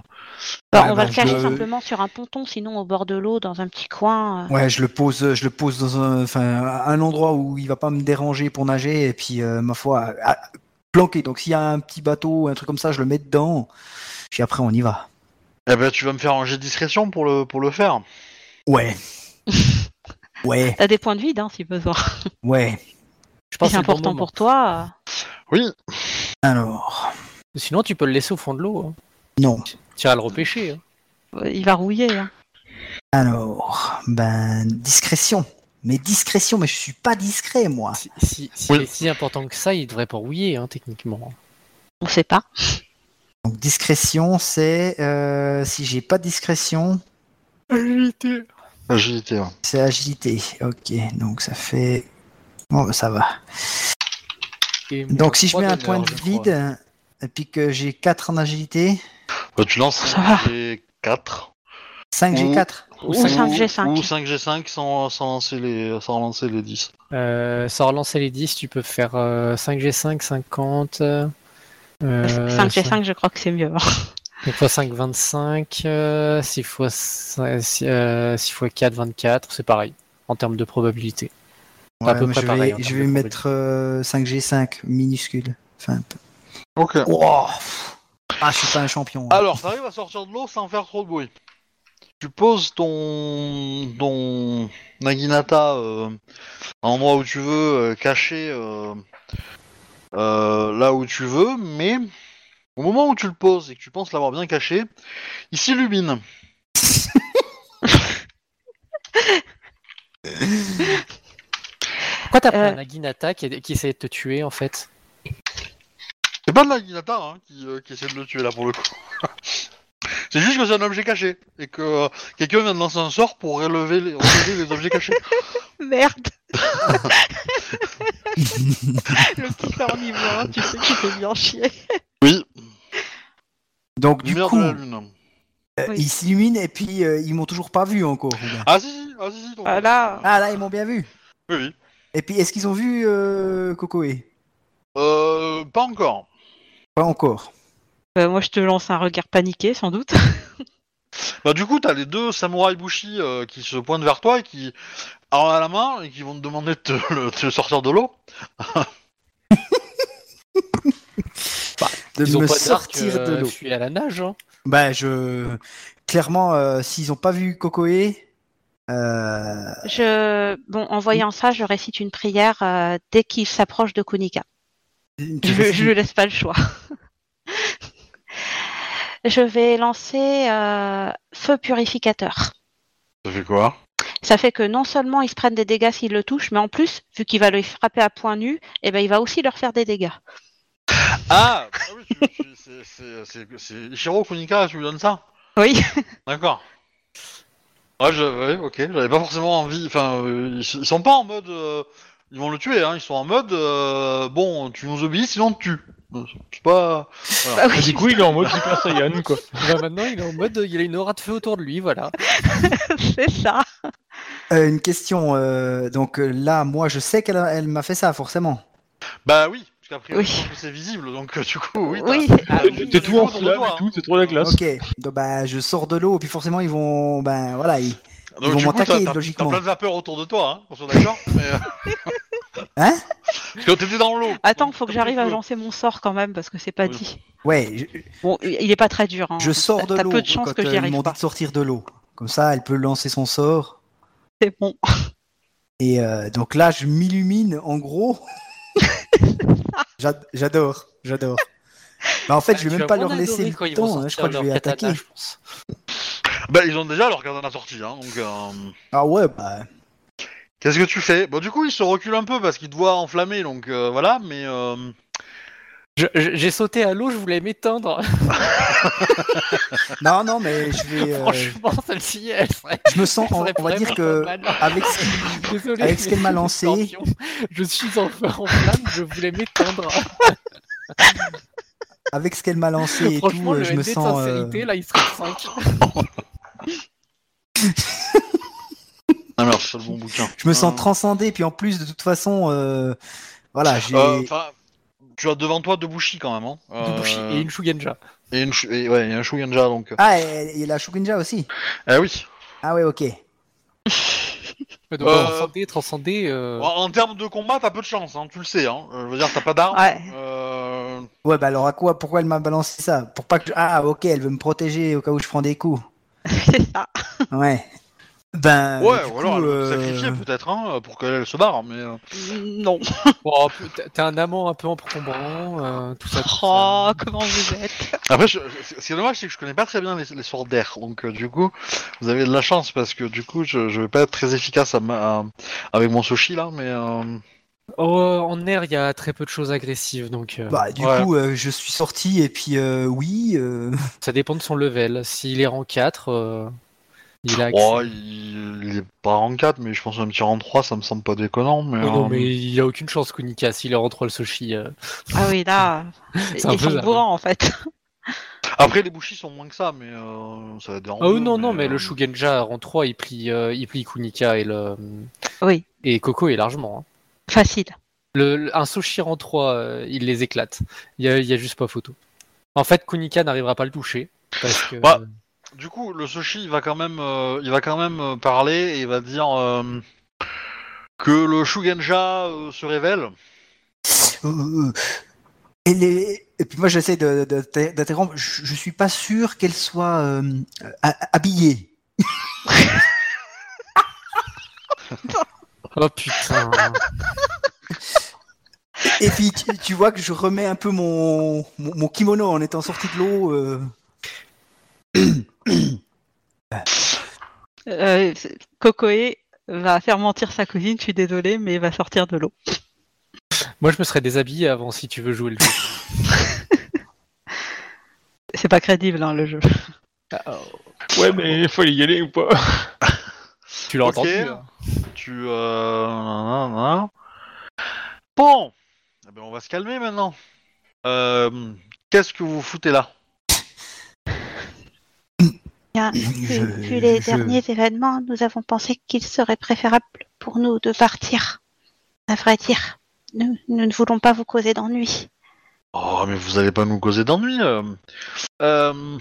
Speaker 5: Ah
Speaker 1: Ouais,
Speaker 2: on va
Speaker 5: ben,
Speaker 1: bah,
Speaker 2: le cacher
Speaker 1: je-
Speaker 2: simplement sur un ponton, sinon au bord de l'eau, dans un petit coin. euh,
Speaker 1: Ouais, je le pose, je le pose dans un, enfin, un endroit où il va pas me déranger pour nager et puis euh, ma foi, à- planqué. Donc s'il y a un petit bateau, un truc comme ça, je le mets dedans. Puis après, on y va.
Speaker 3: Eh ben, tu vas me faire un jet de discrétion pour le, pour le faire.
Speaker 1: Ouais. ouais,
Speaker 2: T'as des points de vide, hein, si besoin.
Speaker 1: ouais.
Speaker 5: Je
Speaker 2: Si
Speaker 5: pense
Speaker 2: c'est
Speaker 5: que le bon
Speaker 2: important
Speaker 5: moment.
Speaker 2: pour toi. euh,
Speaker 3: Oui.
Speaker 1: Alors,
Speaker 5: Sinon, tu peux le laisser au fond de l'eau. hein.
Speaker 1: non.
Speaker 5: Tu iras le repêcher. hein.
Speaker 2: Euh, Il va rouiller. hein.
Speaker 1: Alors, ben discrétion. Mais discrétion, mais je suis pas discret moi.
Speaker 5: Si, si, si
Speaker 3: Oui.
Speaker 5: c'est si important que ça, il devrait pas rouiller, hein, techniquement.
Speaker 2: On sait pas.
Speaker 1: Donc discrétion, c'est euh, si j'ai pas de discrétion,
Speaker 3: Agilité, ouais.
Speaker 1: c'est agilité. Ok, donc ça fait. Bon, ben, ça va.
Speaker 5: Et
Speaker 1: Donc si je
Speaker 5: trois
Speaker 1: mets un
Speaker 5: d'honneur,
Speaker 1: point de
Speaker 5: je crois.
Speaker 1: vide euh, et puis que j'ai 4 en agilité,
Speaker 3: Bah, tu lances
Speaker 2: Ça va.
Speaker 3: 4.
Speaker 1: 5
Speaker 5: Mmh.
Speaker 1: j'ai
Speaker 3: Ouh.
Speaker 1: 4.
Speaker 2: Ou 5G5.
Speaker 3: Ou 5G5 sans, sans, lancer les, sans lancer les 10.
Speaker 5: Euh, sans relancer les 10, tu peux faire euh, 5G5, 50. Euh,
Speaker 2: 5G5, je crois que c'est mieux. hein.
Speaker 5: 5 x 5, 25. euh, 6 x euh, 4, 24. C'est pareil, en termes de probabilité. à peu près
Speaker 1: je
Speaker 5: pareil
Speaker 1: vais,
Speaker 5: hein, en
Speaker 1: je
Speaker 5: termes
Speaker 1: vais
Speaker 5: de
Speaker 1: mettre euh, 5G5 minuscule. Enfin, un peu.
Speaker 3: Ok.
Speaker 1: Wow. Ah, je suis pas un champion. hein.
Speaker 3: Alors, t'arrives à sortir de l'eau sans faire trop de bruit. Tu poses ton, ton Naginata euh, à l'endroit où tu veux, euh, caché euh, euh, là où tu veux, mais au moment où tu le poses et que tu penses l'avoir bien caché, il s'illumine.
Speaker 5: Pourquoi t'as pris
Speaker 2: Euh.
Speaker 5: un Aguinata qui, qui essayait de te tuer en fait
Speaker 3: C'est pas le Naginata hein, qui, euh, qui essaie de le tuer là pour le coup. c'est juste que c'est un objet caché et que euh, quelqu'un vient de lancer un sort pour relever les, relever les objets cachés.
Speaker 2: Merde Le petit carnivore, tu sais qu'il fait bien chier.
Speaker 3: Oui,
Speaker 1: Donc du
Speaker 3: lumière
Speaker 1: coup,
Speaker 3: de la lune.
Speaker 1: euh,
Speaker 2: Oui.
Speaker 1: ils s'illuminent et puis euh, ils m'ont toujours pas vu encore. les gars.
Speaker 3: Ah si, si, ah si, si. ton-
Speaker 2: Voilà.
Speaker 1: Ah là, ils m'ont bien vu.
Speaker 3: Oui, oui.
Speaker 1: Et puis est-ce qu'ils ont vu euh, Cocoé
Speaker 3: Euh, pas encore.
Speaker 1: Pas encore.
Speaker 2: Bah, moi, je te lance un regard paniqué, sans doute.
Speaker 3: Bah du coup, t'as les deux samouraïs Bushi euh, qui se pointent vers toi et qui arment à la main et qui vont te demander de te, le- de te sortir de l'eau.
Speaker 1: De
Speaker 5: Ils ont
Speaker 1: me
Speaker 5: pas d'arc,
Speaker 1: sortir
Speaker 5: euh,
Speaker 1: de l'eau.
Speaker 5: fuis à la nage. hein.
Speaker 1: Bah je clairement, euh, s'ils ont pas vu Cocoé, euh,
Speaker 2: Je... Bon, en voyant ça, je récite une prière euh, dès qu'il s'approche de Kunika.
Speaker 1: tu
Speaker 2: Je,
Speaker 1: fais-
Speaker 2: je lui laisse pas le choix. je vais lancer euh, feu purificateur.
Speaker 3: Ça fait quoi
Speaker 2: Ça fait que non seulement ils se prennent des dégâts s'ils le touchent, mais en plus, vu qu'il va les frapper à point nu, eh ben, il va aussi leur faire des dégâts.
Speaker 3: Ah, ah oui, tu- tu- c'est- c'est- c'est- c'est Ichiro Kunika, tu lui donnes ça
Speaker 2: Oui.
Speaker 3: D'accord. Ouais, je, ouais, ok, j'avais pas forcément envie. Enfin, euh, ils, ils sont pas en mode. euh, ils vont le tuer, hein, ils sont en mode. euh, bon, tu nous obéis, sinon on te tue. Euh, C'est pas.
Speaker 2: Bah oui.
Speaker 4: Du coup, il est en mode Super Saiyan, quoi.
Speaker 5: Bah, maintenant, il est en mode, il a une aura de feu autour de lui, voilà.
Speaker 2: c'est ça.
Speaker 1: Euh, une question. euh, donc euh, là, moi, je sais qu'elle a- elle m'a fait ça, forcément.
Speaker 3: Bah oui, parce qu'après,
Speaker 2: Oui.
Speaker 3: je pense que c'est visible, donc euh, du coup, Ah, oui.
Speaker 2: Oui.
Speaker 3: t'as- t'as une
Speaker 4: T'es tout en
Speaker 3: autour de
Speaker 4: flamme
Speaker 3: toi, hein.
Speaker 4: et tout, c'est trop la classe.
Speaker 1: Ok. Donc bah, je sors de l'eau, puis forcément, ils vont. Ben voilà. Ils...
Speaker 3: hein.
Speaker 1: Ils
Speaker 3: Donc,
Speaker 1: vont
Speaker 3: du coup, t'as-
Speaker 1: m'attaquer,
Speaker 3: t'as- t'as
Speaker 1: logiquement.
Speaker 3: plein de vapeur autour de toi, hein, on soit d'accord. mais, euh,
Speaker 1: Hein
Speaker 3: Parce que t'étais dans l'eau.
Speaker 2: Attends,
Speaker 3: donc
Speaker 2: faut que
Speaker 3: t'as plein de
Speaker 2: j'arrive à
Speaker 3: feu.
Speaker 2: lancer mon sort quand même parce que c'est pas
Speaker 3: Oui.
Speaker 2: dit.
Speaker 1: Ouais. Je,
Speaker 2: Bon, il est pas très dur. Hein.
Speaker 1: je sors de
Speaker 2: T'as
Speaker 1: l'eau.
Speaker 2: peu de chances
Speaker 1: quand,
Speaker 2: que
Speaker 1: euh,
Speaker 2: j'y
Speaker 1: ils m'ont
Speaker 2: arrive
Speaker 1: dit
Speaker 2: pas.
Speaker 1: de sortir de l'eau. Comme ça, elle peut lancer son sort.
Speaker 2: C'est bon.
Speaker 1: Et euh, donc là, je m'illumine, en gros. J'a- j'adore, j'adore. Bah, en fait, je
Speaker 5: Ah, Tu
Speaker 1: vais même
Speaker 5: vas
Speaker 1: pas leur
Speaker 5: vraiment
Speaker 1: laisser
Speaker 5: adorer
Speaker 1: le
Speaker 5: quand ils vont
Speaker 1: temps. hein, Je
Speaker 5: sortir
Speaker 1: crois que je
Speaker 5: leur
Speaker 1: vais
Speaker 5: katana,
Speaker 1: attaquer.
Speaker 5: je pense.
Speaker 3: Bah, ils ont déjà leur carte à la sortie, hein, donc. euh,
Speaker 1: Ah ouais, bah.
Speaker 3: Qu'est-ce que tu fais Bon, du coup, il se recule un peu parce qu'il te voit enflammé, donc euh, voilà, mais. euh,
Speaker 5: Je- je- J'ai sauté à l'eau, je voulais m'éteindre.
Speaker 1: Non, non, mais je vais. euh,
Speaker 5: Franchement, celle-ci, elle serait.
Speaker 1: je me sens. On,
Speaker 5: serait
Speaker 1: on va dire que.
Speaker 5: vraiment pas mal.
Speaker 1: Avec ce
Speaker 5: Désolé,
Speaker 1: avec ce
Speaker 5: mais
Speaker 1: qu'elle m'a
Speaker 5: c'est
Speaker 1: lancé.
Speaker 5: une tension. Je suis en, feu, en flamme, je voulais m'éteindre.
Speaker 1: avec ce qu'elle m'a lancé et tout,
Speaker 5: Franchement,
Speaker 1: euh,
Speaker 5: le
Speaker 1: je me
Speaker 5: ND de
Speaker 1: sens. euh,
Speaker 5: sincérité, là, il serait 5.
Speaker 3: Ah merde, c'est pas le bon bouquin.
Speaker 1: je me sens
Speaker 3: Euh,
Speaker 1: transcendé, puis en plus, de toute façon, euh, voilà, j'ai.
Speaker 3: euh, enfin, tu as devant toi deux Bushi quand même, hein.
Speaker 5: de Bushi
Speaker 3: Euh,
Speaker 5: et une Shugenja.
Speaker 3: et une chou- et- ouais, et un Shugenja donc.
Speaker 1: Ah, et, et la Shugenja aussi.
Speaker 3: Eh oui.
Speaker 1: Ah ouais, ok.
Speaker 5: Ouais, Donc,
Speaker 3: Euh, oh.
Speaker 5: transcender, transcender. euh,
Speaker 3: En, en termes de combat, t'as peu de chance, hein, tu le sais, hein. Euh, Je veux dire, t'as pas d'armes.
Speaker 2: Ouais.
Speaker 1: Ah.
Speaker 3: Euh,
Speaker 1: Ouais, bah alors à quoi Pourquoi elle m'a balancé ça Pour pas que. je- Ah, ok, elle veut me protéger au cas où je prends des coups.
Speaker 2: c'est ça.
Speaker 1: Ouais. Ben.
Speaker 3: ouais,
Speaker 1: du
Speaker 3: ou alors
Speaker 1: coup,
Speaker 3: elle peut
Speaker 1: euh,
Speaker 3: te sacrifier peut-être, hein, pour qu'elle se barre, mais. euh,
Speaker 2: Non.
Speaker 5: bon, t'as- T'as oh, un amant un peu encombrant, euh, tout ça. tout ça.
Speaker 2: Oh, comment vous êtes
Speaker 3: Après, je- je- ce qui est dommage, c'est que je connais pas très bien les, les sorts d'air, donc euh, du coup, vous avez de la chance parce que du coup, je, je vais pas être très efficace à ma- à- avec mon sushi là, mais. euh,
Speaker 5: Oh, en air, il y a très peu de choses agressives, donc euh,
Speaker 1: Bah, du
Speaker 3: Ouais.
Speaker 1: coup, euh, je suis sorti et puis euh, oui. euh,
Speaker 5: ça dépend de son level. S'il est rang 4, euh, il a accès.
Speaker 3: Oh, il, il est pas en 4, mais je pense un petit rang 3, ça me semble pas déconnant. Mais,
Speaker 5: Oh Non, non,
Speaker 3: euh,
Speaker 5: mais il a aucune chance, Kunika, s'il est rang 3 le Soshi. euh.
Speaker 2: Ah oui, là,
Speaker 5: un
Speaker 2: ils
Speaker 5: peu
Speaker 2: sont
Speaker 5: ça.
Speaker 2: bourrins en fait.
Speaker 3: Après, les bouchis sont moins que ça, mais euh, ça va être
Speaker 5: Ah oui, non, non, mais le
Speaker 3: euh,
Speaker 5: Shugenja rang 3, il plie, euh, il plie Kunika et le.
Speaker 2: Oui.
Speaker 5: Et Coco est largement. hein.
Speaker 2: Facile.
Speaker 5: Le, le- un Soshi rang 3, euh, il les éclate. Il y a, il y a juste pas photo. En fait, Kunika n'arrivera pas à le toucher. Parce que.
Speaker 3: Bah. Du coup, le Soshi, il va quand même, euh, il va quand même euh, parler et il va dire euh, que le Shugenja euh, se révèle.
Speaker 1: euh, euh, elle est- Et puis moi, j'essaie de- de- de- d'interrompre. Je, je suis pas sûr qu'elle soit euh, ha- habillée.
Speaker 5: Oh putain.
Speaker 1: Et puis tu, tu vois que je remets un peu mon, mon, mon kimono en étant sorti de l'eau. euh.
Speaker 2: Euh, c'est- Cocoé va faire mentir sa cousine, je suis désolée, mais va sortir de l'eau.
Speaker 5: Moi, je me serais déshabillé avant si tu veux jouer le jeu.
Speaker 2: C'est pas crédible hein, le jeu.
Speaker 4: Ouais, mais fallait y aller ou pas
Speaker 5: Tu l'as
Speaker 3: Ok.
Speaker 5: entendu hein.
Speaker 3: Tu. euh, nan, nan, nan. Bon, Eh ben, on va se calmer maintenant. Euh, Qu'est-ce que vous foutez là
Speaker 1: Je-
Speaker 2: vu, vu les
Speaker 1: je-
Speaker 2: derniers événements, nous avons pensé qu'il serait préférable pour nous de partir. À vrai dire, nous, nous ne voulons pas vous causer d'ennui.
Speaker 3: Oh, mais vous allez pas nous causer d'ennui. euh. Euh,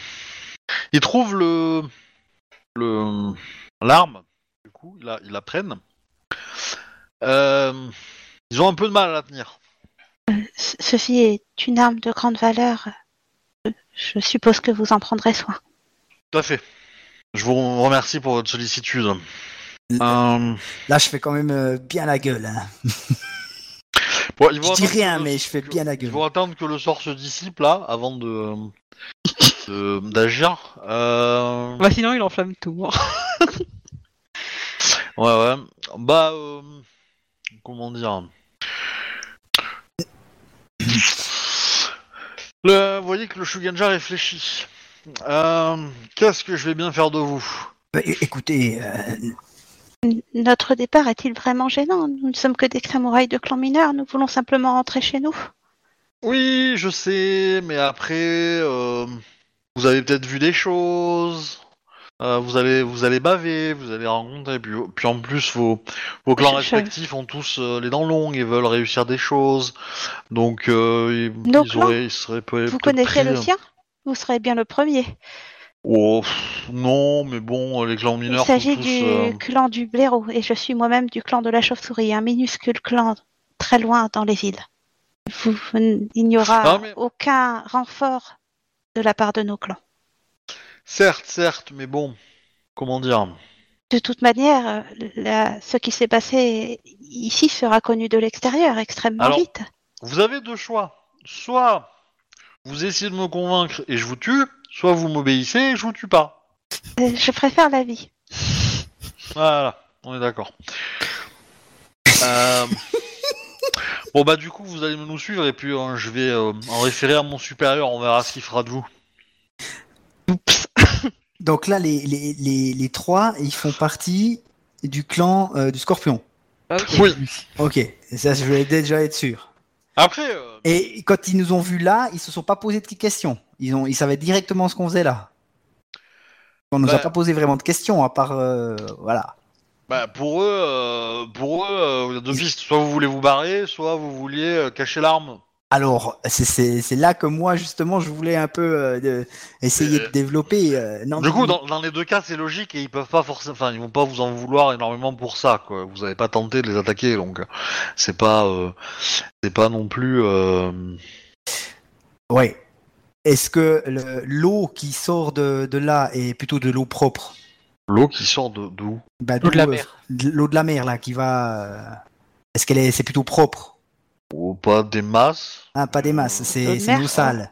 Speaker 3: ils trouvent le. le. l'arme. Du coup, ils la, ils la prennent. Euh, ils ont un peu de mal à la tenir.
Speaker 2: Ce- Ceci est une arme de grande valeur. Je- Je suppose que vous en prendrez soin.
Speaker 3: Tout à fait. Je vous remercie pour votre sollicitude. Euh,
Speaker 1: Là, je fais quand même euh, bien la gueule. hein.
Speaker 3: bon, ils
Speaker 1: Je
Speaker 3: vont
Speaker 1: dis
Speaker 3: attendre que
Speaker 1: rien,
Speaker 3: le-
Speaker 1: mais je fais
Speaker 3: que-
Speaker 1: bien la
Speaker 3: Ils
Speaker 1: gueule.
Speaker 3: vont attendre que le sort se dissipe là, avant de. de- d'agir. Euh,
Speaker 2: Bah, sinon, il enflamme tout.
Speaker 3: Ouais, ouais. Bah, euh, comment dire Le- Vous voyez que le Shuganja réfléchit. Euh, Qu'est-ce que je vais bien faire de vous
Speaker 1: Bah, é- écoutez, euh,
Speaker 2: N- Notre départ est-il vraiment gênant Nous ne sommes que des samouraïs de clan mineur, nous voulons simplement rentrer chez nous.
Speaker 3: Oui, je sais, mais après, euh, vous avez peut-être vu des choses. Euh, vous allez, vous allez baver, vous allez rencontrer. Puis, puis en plus, vos, vos clans
Speaker 2: Je- je-
Speaker 3: respectifs ont tous euh, les dents longues et veulent réussir des choses. Donc, euh, ils,
Speaker 2: Nos
Speaker 3: ils
Speaker 2: clans
Speaker 3: auraient- ils seraient peut-
Speaker 2: Vous
Speaker 3: peut-être
Speaker 2: connaissez le
Speaker 3: pris-
Speaker 2: sien
Speaker 3: hein.
Speaker 2: Vous serez bien le premier.
Speaker 3: Oh, pff, non, mais bon, les clans
Speaker 2: Il
Speaker 3: mineurs sont
Speaker 2: s'agit
Speaker 3: tous.
Speaker 2: du
Speaker 3: euh,
Speaker 2: clan du blaireau, et je suis moi-même du clan de la chauve-souris, un minuscule clan très loin dans les îles. Vous- vous n- il n'y aura
Speaker 3: Non, mais-
Speaker 2: aucun renfort de la part de nos clans.
Speaker 3: Certes, certes, mais bon, comment dire
Speaker 2: De toute manière, euh, la- ce qui s'est passé ici sera connu de l'extérieur extrêmement
Speaker 3: Alors-
Speaker 2: vite.
Speaker 3: Vous avez deux choix. Soit vous essayez de me convaincre et je vous tue, soit vous m'obéissez et je vous tue pas.
Speaker 2: Euh, Je préfère la vie.
Speaker 3: Voilà, on est d'accord. Euh, Bon bah du coup vous allez nous suivre et puis euh, je vais euh, en référer à mon supérieur, on verra ce qu'il fera de vous.
Speaker 1: donc là, les, les, les, les trois, ils font partie du clan euh, du scorpion.
Speaker 3: Oui.
Speaker 1: Ok, ça, je voulais déjà être sûr.
Speaker 3: Après, euh,
Speaker 1: Et quand ils nous ont vus là, ils se sont pas posé de questions. Ils, ont, ils savaient directement ce qu'on faisait là. On nous a
Speaker 3: Bah.
Speaker 1: pas posé vraiment de questions, à part. euh, voilà.
Speaker 3: bah, pour eux, euh, pour eux, euh, il y a deux pistes. Soit vous voulez vous barrer, soit vous vouliez euh, cacher l'arme.
Speaker 1: Alors, c'est- c'est c'est là que moi, justement, je voulais un peu euh, de- essayer
Speaker 3: Euh,
Speaker 1: de développer. euh, non,
Speaker 3: Du coup,
Speaker 1: mais-
Speaker 3: dans, dans les deux cas, c'est logique et ils peuvent pas forcément, enfin, ils vont pas vous en vouloir énormément pour ça, quoi. Vous avez pas tenté de les attaquer, donc c'est pas, euh, c'est pas non plus. euh,
Speaker 1: Ouais. Est-ce que le- l'eau qui sort de, de là est plutôt de l'eau propre
Speaker 3: L'eau qui sort de d'où
Speaker 1: Bah,
Speaker 5: L'eau de la
Speaker 1: d'où, euh,
Speaker 5: mer.
Speaker 1: de L'eau de la mer, là, qui va. euh, Est-ce qu'elle est. C'est plutôt propre
Speaker 3: Ou pas des masses
Speaker 1: Ah, pas des masses,
Speaker 2: L'eau de
Speaker 1: c'est c'est
Speaker 2: mer,
Speaker 1: l'eau
Speaker 2: ouais.
Speaker 1: sale.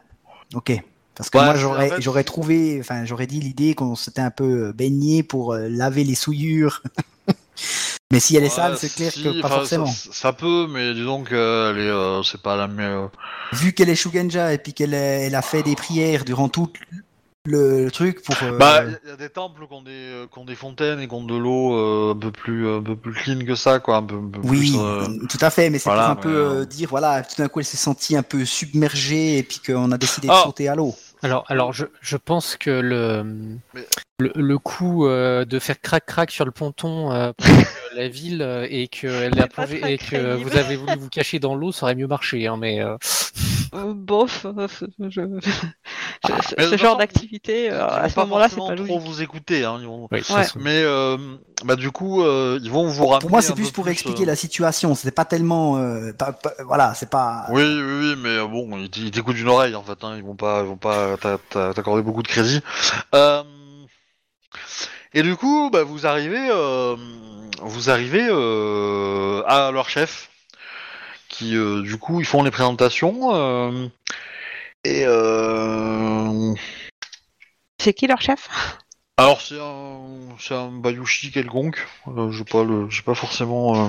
Speaker 1: Ok. Parce que
Speaker 3: Ouais,
Speaker 1: moi,
Speaker 3: c'est-
Speaker 1: j'aurais
Speaker 3: en fait-
Speaker 1: j'aurais trouvé. Enfin, j'aurais dit l'idée qu'on s'était un peu euh, baigné pour euh, laver les souillures. Mais si elle est
Speaker 3: Ouais,
Speaker 1: sale, c'est clair
Speaker 3: si,
Speaker 1: que pas
Speaker 3: enfin,
Speaker 1: forcément.
Speaker 3: Ça, ça peut, mais disons que elle est, euh, c'est pas la meilleure.
Speaker 1: Vu qu'elle est Shugenja et puis qu'elle est- elle a fait des prières durant tout le truc pour. euh,
Speaker 3: Bah, il y a des temples qui ont des, euh, qui ont des fontaines et qui ont de l'eau euh, un peu plus, un peu plus clean que ça, quoi. Un peu, un peu
Speaker 1: Oui,
Speaker 3: plus, euh,
Speaker 1: tout à fait, mais c'est
Speaker 3: voilà,
Speaker 1: pour un
Speaker 3: mais,
Speaker 1: peu
Speaker 3: euh,
Speaker 1: euh, dire, voilà, tout d'un coup elle s'est sentie un peu submergée et puis qu'on a décidé de
Speaker 3: Ah.
Speaker 1: sauter à l'eau.
Speaker 5: Alors, alors je, je pense que le,
Speaker 3: Mais-
Speaker 5: le, le coup euh, de faire crac-crac sur le ponton euh, pour que la ville euh, et que, elle a
Speaker 2: pas
Speaker 5: plongé-
Speaker 2: très
Speaker 5: et que
Speaker 2: crédible.
Speaker 5: vous avez voulu vous cacher dans l'eau, ça aurait mieux marché. Hein, mais euh,
Speaker 6: Euh, bof, euh, f- je- je- ce-
Speaker 3: Ah, mais de
Speaker 6: ce
Speaker 3: toute
Speaker 6: genre
Speaker 3: façon,
Speaker 6: d'activité, euh,
Speaker 3: ils vont
Speaker 6: à ce moment-là, c'est
Speaker 3: forcément
Speaker 6: pas
Speaker 3: trop
Speaker 6: logique.
Speaker 3: vous écouter, hein. Ils vont-
Speaker 5: oui, de toute
Speaker 6: Ouais.
Speaker 5: façon.
Speaker 3: Mais euh, bah du coup, euh, ils vont vous ramener.
Speaker 1: Pour moi, c'est
Speaker 3: un
Speaker 1: plus
Speaker 3: peu
Speaker 1: pour expliquer
Speaker 3: euh,
Speaker 1: la situation, c'est pas tellement. euh, pas- pas- voilà, c'est pas.
Speaker 3: Oui, oui, oui, mais euh, bon, ils t- ils t'écoutent d'une oreille en fait. Hein. Ils vont pas, ils vont pas t'a- t'a- t'accorder beaucoup de crédit. Euh, Et du coup, bah, vous arrivez, euh, vous arrivez euh, à leur chef, qui euh, du coup, ils font les présentations euh, et euh,
Speaker 2: C'est qui leur chef
Speaker 3: Alors c'est un, c'est un Bayushi quelconque. Euh, j'ai pas le, j'ai pas forcément. euh,